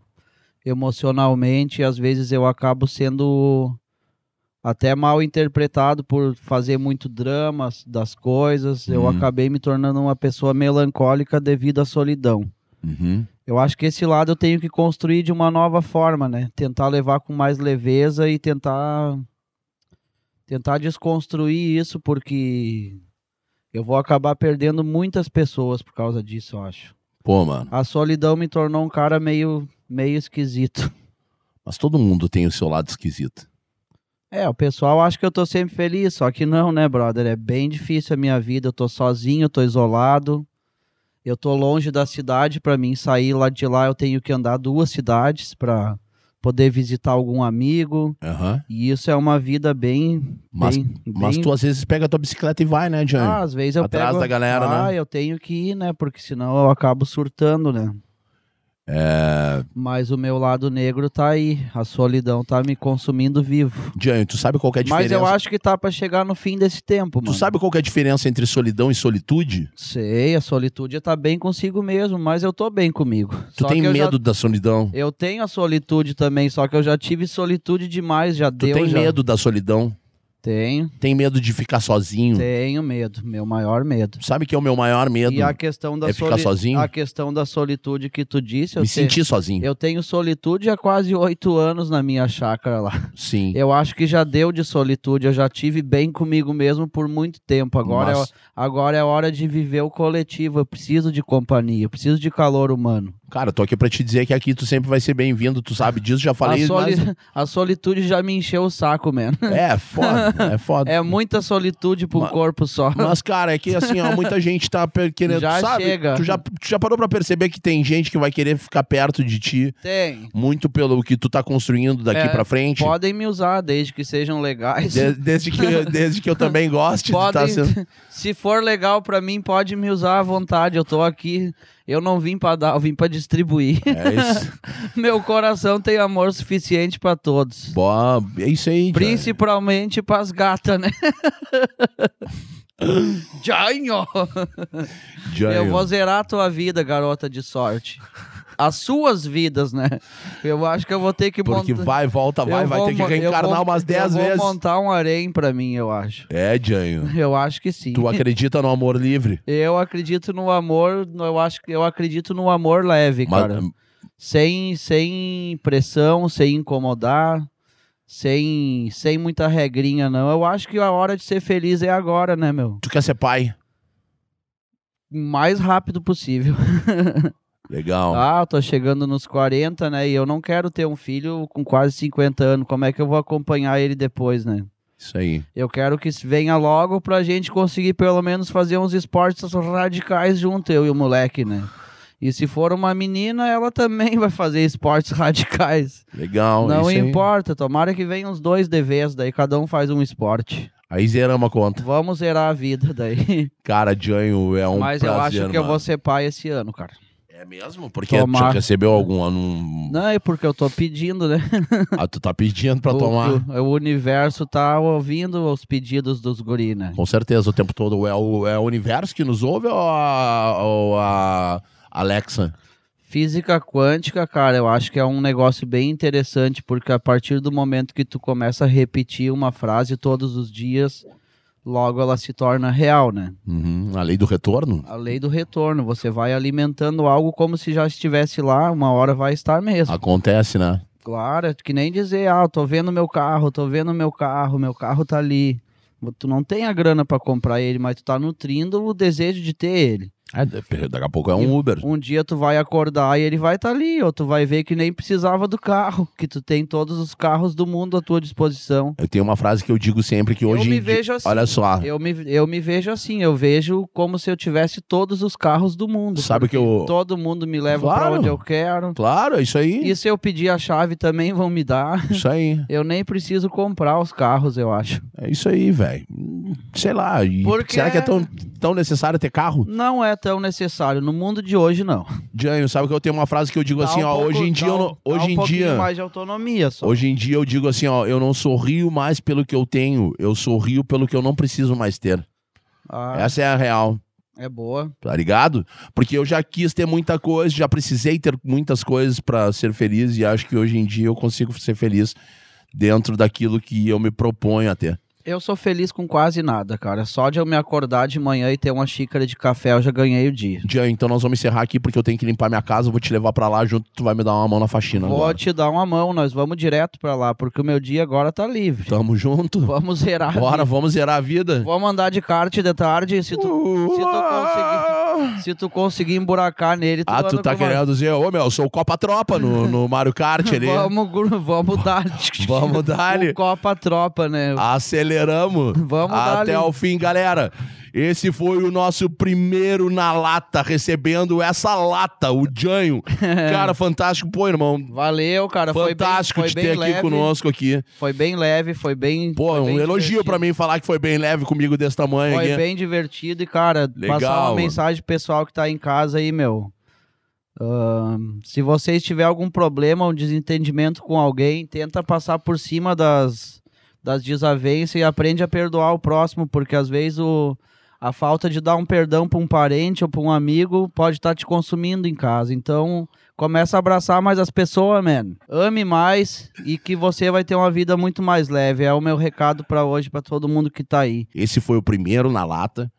Speaker 2: emocionalmente e às vezes eu acabo sendo até mal interpretado por fazer muito drama das coisas. Eu
Speaker 1: Uhum.
Speaker 2: acabei me tornando uma pessoa melancólica devido à solidão.
Speaker 1: Uhum.
Speaker 2: Eu acho que esse lado eu tenho que construir de uma nova forma, né? Tentar levar com mais leveza e tentar tentar desconstruir isso porque eu vou acabar perdendo muitas pessoas por causa disso, eu acho.
Speaker 1: Pô, mano.
Speaker 2: A solidão me tornou um cara meio meio esquisito.
Speaker 1: Mas todo mundo tem o seu lado esquisito.
Speaker 2: É, o pessoal acha que eu tô sempre feliz, só que não, né, brother? É bem difícil a minha vida, eu tô sozinho, eu tô isolado. Eu tô longe da cidade, pra mim sair lá de lá eu tenho que andar duas cidades pra poder visitar algum amigo.
Speaker 1: Aham.
Speaker 2: E isso é uma vida bem,
Speaker 1: Mas,
Speaker 2: bem,
Speaker 1: mas
Speaker 2: bem-
Speaker 1: tu às vezes pega a tua bicicleta e vai, né, Janho?
Speaker 2: Ah, às vezes eu
Speaker 1: atrás
Speaker 2: pego...
Speaker 1: da galera,
Speaker 2: ah,
Speaker 1: né?
Speaker 2: eu tenho que ir, né? Porque senão eu acabo surtando, né?
Speaker 1: É...
Speaker 2: Mas o meu lado negro tá aí, a solidão tá me consumindo vivo.
Speaker 1: Janho, tu sabe qual que é a diferença?
Speaker 2: Mas eu acho que tá pra chegar no fim desse tempo,
Speaker 1: Tu
Speaker 2: mano.
Speaker 1: sabe qual que é a diferença entre solidão e solitude?
Speaker 2: Sei, a solitude tá bem consigo mesmo, mas eu tô bem comigo.
Speaker 1: Tu
Speaker 2: Só
Speaker 1: tem
Speaker 2: que eu já-
Speaker 1: medo da solidão?
Speaker 2: Eu tenho a solitude também, só que eu já tive solitude demais, já
Speaker 1: Tu
Speaker 2: deu.
Speaker 1: tem
Speaker 2: já...
Speaker 1: medo da solidão?
Speaker 2: Tenho,
Speaker 1: Tem medo de ficar sozinho?
Speaker 2: tenho medo, meu maior medo.
Speaker 1: Tu sabe que é o meu maior medo?
Speaker 2: E a questão da
Speaker 1: É ficar sozinho?
Speaker 2: A questão da solitude que tu disse, eu,
Speaker 1: Me
Speaker 2: te-
Speaker 1: sentir sozinho.
Speaker 2: eu tenho solitude há quase oito anos na minha chácara lá.
Speaker 1: Sim.
Speaker 2: Eu acho que já deu de solitude, eu já tive bem comigo mesmo por muito tempo. Agora,
Speaker 1: Mas-
Speaker 2: é, agora é hora de viver o coletivo. Eu preciso de companhia, eu preciso de calor humano.
Speaker 1: Cara, tô aqui pra te dizer que aqui tu sempre vai ser bem-vindo, tu sabe disso, já falei, um-
Speaker 2: a, soli-
Speaker 1: mas...
Speaker 2: a solitude já me encheu o saco, mano.
Speaker 1: É, foda, é foda.
Speaker 2: É muita solitude pro
Speaker 1: Ma-
Speaker 2: corpo só.
Speaker 1: Mas, cara, é que assim, ó, muita gente tá per- querendo,
Speaker 2: Já
Speaker 1: sabe?
Speaker 2: chega.
Speaker 1: Tu, já, tu já parou pra perceber que tem gente que vai querer ficar perto de ti
Speaker 2: Tem.
Speaker 1: muito pelo que tu tá construindo daqui
Speaker 2: É,
Speaker 1: pra frente?
Speaker 2: Podem me usar desde que sejam legais.
Speaker 1: De- desde, que, eu- desde que eu também goste de tá
Speaker 2: Podem-
Speaker 1: sendo...
Speaker 2: Se for legal pra mim, pode me usar à vontade. Eu tô aqui. Eu não vim pra dar, eu vim pra distribuir.
Speaker 1: É isso.
Speaker 2: Meu coração tem amor suficiente pra todos.
Speaker 1: Boa, é isso aí, cara.
Speaker 2: Principalmente pras gatas, né? Jainho!
Speaker 1: Johnny.
Speaker 2: Eu vou zerar a tua vida, garota de sorte. As suas vidas, né? Eu acho que eu vou ter que
Speaker 1: Porque
Speaker 2: montar-
Speaker 1: vai, volta, vai,
Speaker 2: Eu
Speaker 1: vai
Speaker 2: vou
Speaker 1: ter que
Speaker 2: mo- eu
Speaker 1: reencarnar
Speaker 2: vou-
Speaker 1: umas 10
Speaker 2: Eu
Speaker 1: vezes.
Speaker 2: vou montar um harém pra mim, eu acho.
Speaker 1: É, Janho.
Speaker 2: Eu acho que sim.
Speaker 1: Tu acredita no amor livre?
Speaker 2: Eu acredito no amor, eu acho que eu acredito no amor leve,
Speaker 1: Mas-
Speaker 2: cara. Sem sem pressão, sem incomodar, sem sem muita regrinha não. Eu acho que a hora de ser feliz é agora, né, meu?
Speaker 1: tu quer ser pai?
Speaker 2: O mais rápido possível.
Speaker 1: Legal.
Speaker 2: Ah, eu tô chegando nos 40, né? E eu não quero ter um filho com quase 50 anos. Como é que eu vou acompanhar ele depois, né?
Speaker 1: Isso aí.
Speaker 2: Eu quero que isso venha logo pra gente conseguir pelo menos fazer uns esportes radicais junto, eu e o moleque, né? E se for uma menina, ela também vai fazer esportes radicais.
Speaker 1: Legal.
Speaker 2: Não
Speaker 1: isso aí.
Speaker 2: importa, tomara que venham uns dois DVs, daí cada um faz um esporte.
Speaker 1: Aí zeramos a conta.
Speaker 2: Vamos zerar a vida daí.
Speaker 1: Cara, Janho é um
Speaker 2: Mas eu acho
Speaker 1: prazer,
Speaker 2: que eu
Speaker 1: mano.
Speaker 2: vou ser pai esse ano, cara.
Speaker 1: É mesmo? Porque
Speaker 2: Tomar.
Speaker 1: tu já recebeu algum... algum-
Speaker 2: Não, é porque eu tô pedindo, né?
Speaker 1: Ah, tu tá pedindo pra
Speaker 2: o,
Speaker 1: tomar?
Speaker 2: O, o universo tá ouvindo os pedidos dos guri, né?
Speaker 1: Com certeza, o tempo todo. É o, é o universo que nos ouve ou a, ou a Alexa?
Speaker 2: Física quântica, cara, eu acho que é um negócio bem interessante, porque a partir do momento que tu começa a repetir uma frase todos os dias, logo ela se torna real, né?
Speaker 1: Uhum, A lei do retorno?
Speaker 2: A lei do retorno, você vai alimentando algo como se já estivesse lá, uma hora vai estar mesmo.
Speaker 1: Acontece, né?
Speaker 2: Claro, é que nem dizer, ah, eu tô vendo meu carro, tô vendo meu carro, meu carro tá ali. Tu não tem a grana pra comprar ele, mas tu tá nutrindo o desejo de ter ele.
Speaker 1: É, de- daqui a pouco é um Uber.
Speaker 2: Um dia tu vai acordar e ele vai estar ali, ou tu vai ver que nem precisava do carro, que tu tem todos os carros do mundo à tua disposição.
Speaker 1: Eu tenho uma frase que eu digo sempre que hoje...
Speaker 2: eu me
Speaker 1: em dia-
Speaker 2: vejo assim.
Speaker 1: Olha só,
Speaker 2: Eu me, eu me vejo assim, eu vejo como se eu tivesse todos os carros do mundo.
Speaker 1: sabe que
Speaker 2: porque
Speaker 1: eu...
Speaker 2: Todo mundo me leva pra
Speaker 1: Claro.
Speaker 2: onde eu quero.
Speaker 1: Claro, é isso aí.
Speaker 2: E se eu pedir a chave também vão me dar.
Speaker 1: Isso aí.
Speaker 2: Eu nem preciso comprar os carros, eu acho.
Speaker 1: É isso aí, velho. Sei lá. e
Speaker 2: Porque-
Speaker 1: Será que é tão, tão necessário ter carro?
Speaker 2: Não é tão necessário. No mundo de hoje, não.
Speaker 1: Jânio, sabe que eu tenho uma frase que eu digo
Speaker 2: Dá
Speaker 1: Tipo assim,
Speaker 2: um
Speaker 1: ó,
Speaker 2: pouco-
Speaker 1: hoje em
Speaker 2: dá
Speaker 1: dia, eu
Speaker 2: um-
Speaker 1: não-
Speaker 2: dá
Speaker 1: hoje
Speaker 2: um
Speaker 1: em
Speaker 2: pouquinho
Speaker 1: dia,
Speaker 2: mais de autonomia só.
Speaker 1: hoje em dia eu digo assim, ó, eu não sorrio mais pelo que eu tenho, eu sorrio pelo que eu não preciso mais ter.
Speaker 2: Ah,
Speaker 1: Essa é a real.
Speaker 2: é. boa.
Speaker 1: tá ligado? Porque eu já quis ter muita coisa, já precisei ter muitas coisas pra ser feliz e acho que hoje em dia eu consigo ser feliz dentro daquilo que eu me proponho a ter.
Speaker 2: Eu sou feliz com quase nada, cara. Só de eu me acordar de manhã e ter uma xícara de café, eu já ganhei o dia.
Speaker 1: Jean, então nós vamos encerrar aqui porque eu tenho que limpar minha casa, eu vou te levar pra lá junto, tu vai me dar uma mão na faxina
Speaker 2: Vou
Speaker 1: agora.
Speaker 2: te dar uma mão, nós vamos direto pra lá, porque o meu dia agora tá livre.
Speaker 1: Tamo junto.
Speaker 2: Vamos zerar.
Speaker 1: Bora, vamos zerar a vida.
Speaker 2: Vou mandar de kart de tarde, se tu,
Speaker 1: Uh.
Speaker 2: se tu conseguir, se tu conseguir emburacar nele, tu
Speaker 1: Ah, tu
Speaker 2: anda
Speaker 1: tá
Speaker 2: com uma-
Speaker 1: querendo dizer, ô meu, eu sou o Copa Tropa no, no Mario Kart ali.
Speaker 2: Vamos, gru- vamos dar.
Speaker 1: Vamos Ah. dar-lhe.
Speaker 2: Um Copa tropa, né?
Speaker 1: Aceleramos.
Speaker 2: Vamos dar
Speaker 1: Até
Speaker 2: ali.
Speaker 1: o fim, galera. Esse foi o nosso primeiro na lata, recebendo essa lata, o Janho. Cara, fantástico, pô, irmão.
Speaker 2: Valeu, É. cara.
Speaker 1: Fantástico
Speaker 2: foi
Speaker 1: de
Speaker 2: bem, foi bem
Speaker 1: ter
Speaker 2: leve,
Speaker 1: aqui conosco aqui.
Speaker 2: Foi bem leve, foi bem.
Speaker 1: Pô,
Speaker 2: foi
Speaker 1: um
Speaker 2: bem
Speaker 1: elogio
Speaker 2: divertido.
Speaker 1: pra mim falar que foi bem leve comigo desse tamanho
Speaker 2: Foi
Speaker 1: aqui.
Speaker 2: bem divertido e, cara,
Speaker 1: Legal,
Speaker 2: passar uma
Speaker 1: mano.
Speaker 2: mensagem pro pessoal que tá aí em casa aí, meu. Ahn, se vocês tiverem algum problema, um desentendimento com alguém, tenta passar por cima das, das desavenças e aprende a perdoar o próximo, porque às vezes o, a falta de dar um perdão pra um parente ou pra um amigo pode estar te consumindo em casa. Então, começa a abraçar mais as pessoas, man. Ame mais e que você vai ter uma vida muito mais leve. É o meu recado pra hoje, pra todo mundo que tá aí.
Speaker 1: Esse foi o primeiro na lata.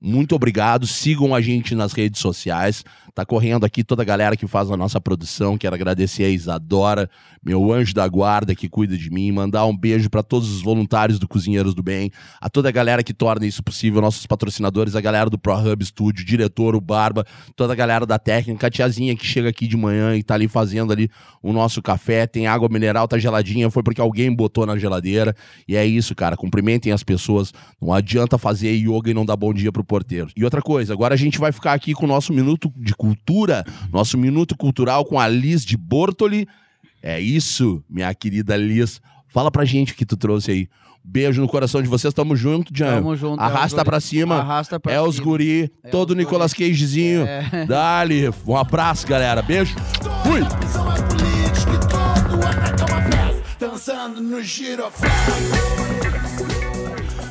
Speaker 1: Muito obrigado. Sigam a gente nas redes sociais. Tá correndo aqui toda a galera que faz a nossa produção. Quero agradecer a Isadora, meu anjo da guarda que cuida de mim. Mandar um beijo para todos os voluntários do Cozinheiros do Bem, a toda a galera que torna isso possível, nossos patrocinadores, a galera do ProHub Studio, o diretor, o Barba, toda a galera da técnica, a tiazinha que chega aqui de manhã e tá ali fazendo ali o nosso café. Tem água mineral, tá geladinha, foi porque alguém botou na geladeira. E é isso, cara. Cumprimentem as pessoas. Não adianta fazer yoga e não dar bom dia pro porteiro. E outra coisa, agora a gente vai ficar aqui com o nosso minuto de cultura, nosso minuto cultural com a Liz de Bortoli. É isso, minha querida Liz. Fala pra gente o que tu trouxe aí. Beijo no coração de vocês. Tamo junto, Jean.
Speaker 2: Tamo junto.
Speaker 1: Arrasta
Speaker 2: é os guri.
Speaker 1: pra cima.
Speaker 2: Arrasta pra
Speaker 1: É os
Speaker 2: cima.
Speaker 1: guri.
Speaker 2: É
Speaker 1: Todo
Speaker 2: os guri.
Speaker 1: Nicolas Cagezinho.
Speaker 2: É.
Speaker 1: Dali. Um abraço, galera. Beijo. Fui.
Speaker 4: São é política e todo ataca uma festa, dançando no giroflé.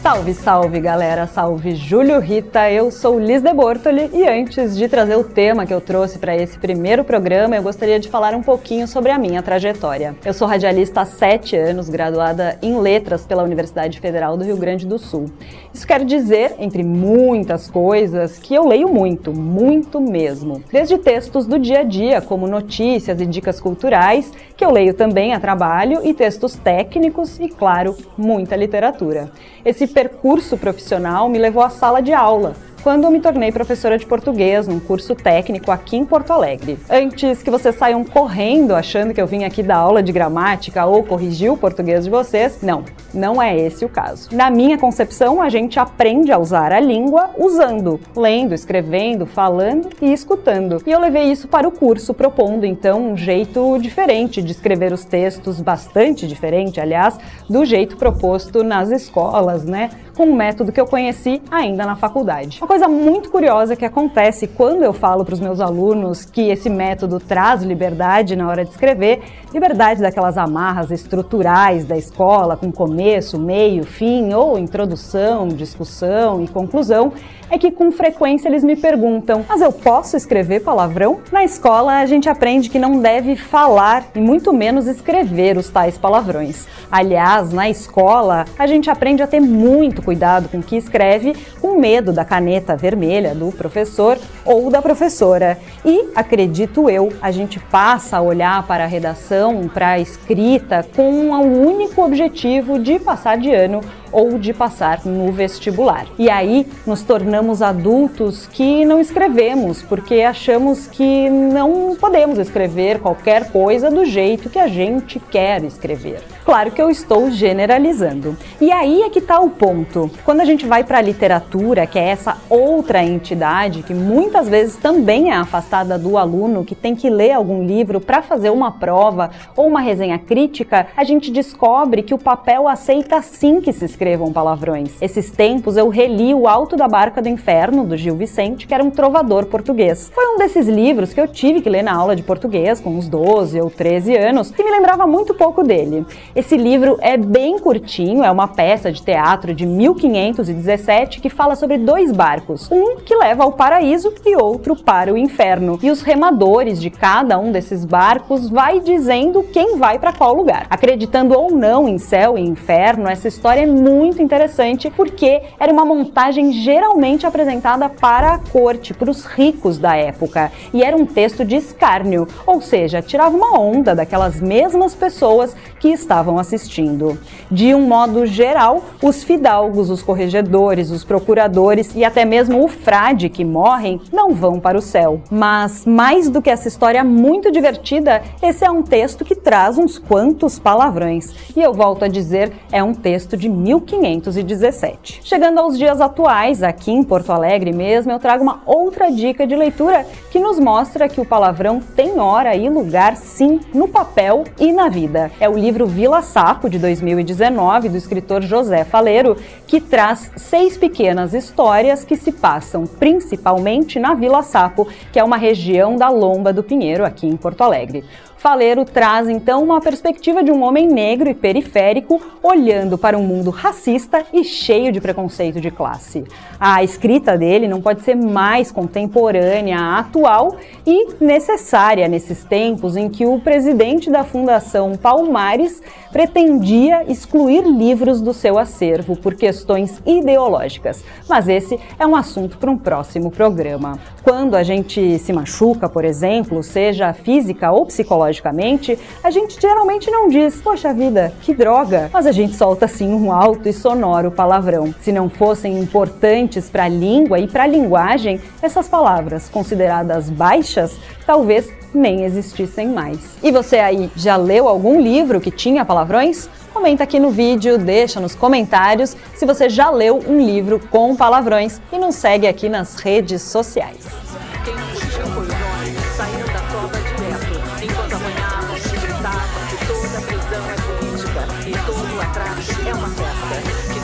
Speaker 5: Salve, salve galera, salve Júlio Rita, eu sou Liz De Bortoli e antes de trazer o tema que eu trouxe para esse primeiro programa, eu gostaria de falar um pouquinho sobre a minha trajetória. Eu sou radialista há sete anos, graduada em letras pela Universidade Federal do Rio Grande do Sul. Isso quer dizer, entre muitas coisas, que eu leio muito, muito mesmo. Desde textos do dia a dia, como notícias e dicas culturais, que eu leio também a trabalho, e textos técnicos e, claro, muita literatura. Esse percurso profissional me levou à sala de aula, quando eu me tornei professora de português num curso técnico aqui em Porto Alegre. Antes que vocês saiam correndo achando que eu vim aqui dar aula de gramática ou corrigir o português de vocês, não, não é esse o caso. Na minha concepção, a gente aprende a usar a língua usando, lendo, escrevendo, falando e escutando. E eu levei isso para o curso, propondo então um jeito diferente de escrever os textos, bastante diferente, aliás, do jeito proposto nas escolas, né? Com um método que eu conheci ainda na faculdade. Uma coisa muito curiosa que acontece quando eu falo para os meus alunos que esse método traz liberdade na hora de escrever, liberdade daquelas amarras estruturais da escola, com começo, meio, fim, ou introdução, discussão e conclusão, é que com frequência eles me perguntam: mas eu posso escrever palavrão? Na escola a gente aprende que não deve falar e muito menos escrever os tais palavrões. Aliás, na escola a gente aprende a ter muito cuidado com o que escreve, com medo da caneta vermelha do professor ou da professora. E, acredito eu, a gente passa a olhar para a redação, para a escrita, com o único objetivo de passar de ano ou de passar no vestibular. E aí nos tornamos adultos que não escrevemos, porque achamos que não podemos escrever qualquer coisa do jeito que a gente quer escrever. Claro que eu estou generalizando. E aí é que está o ponto. Quando a gente vai para a literatura, que é essa outra entidade que muitas vezes também é afastada do aluno que tem que ler algum livro para fazer uma prova ou uma resenha crítica, a gente descobre que o papel aceita sim que se escreva escrevam palavrões. Esses tempos eu reli O Alto da Barca do Inferno, do Gil Vicente, que era um trovador português. Foi um desses livros que eu tive que ler na aula de português, com uns 12 ou 13 anos, que me lembrava muito pouco dele. Esse livro é bem curtinho, é uma peça de teatro de 1517 que fala sobre dois barcos, um que leva ao paraíso e outro para o inferno. E os remadores de cada um desses barcos vai dizendo quem vai para qual lugar. Acreditando ou não em céu e inferno, essa história é muito interessante porque era uma montagem geralmente apresentada para a corte, para os ricos da época, e era um texto de escárnio, ou seja, tirava uma onda daquelas mesmas pessoas que estavam assistindo. De um modo geral, os fidalgos, os corregedores, os procuradores e até mesmo o frade que morrem não vão para o céu. Mas mais do que essa história muito divertida, esse é um texto que traz uns quantos palavrões. E eu volto a dizer, é um texto de 1517. Chegando aos dias atuais, aqui em Porto Alegre mesmo, eu trago uma outra dica de leitura que nos mostra que o palavrão tem hora e lugar sim no papel e na vida. É o livro Vila Sapo de 2019 do escritor José Faleiro, que traz seis pequenas histórias que se passam principalmente na Vila Sapo, que é uma região da Lomba do Pinheiro aqui em Porto Alegre. Faleiro traz então uma perspectiva de um homem negro e periférico olhando para um mundo racista e cheio de preconceito de classe. A escrita dele não pode ser mais contemporânea, atual e necessária nesses tempos em que o presidente da Fundação Palmares pretendia excluir livros do seu acervo por questões ideológicas. Mas esse é um assunto para um próximo programa. Quando a gente se machuca, por exemplo, seja física ou psicológica, psicologicamente, a gente geralmente não diz, poxa vida, que droga, mas a gente solta sim um alto e sonoro palavrão. Se não fossem importantes para a língua e para a linguagem, essas palavras consideradas baixas talvez nem existissem mais. E você aí, já leu algum livro que tinha palavrões? Comenta aqui no vídeo, deixa nos comentários se você já leu um livro com palavrões e nos segue aqui nas redes sociais.
Speaker 6: Quem não puxa coisões, saindo da sova direto. Enquanto apanhavam, se gritavam que toda prisão é política e todo atraso é uma festa. é é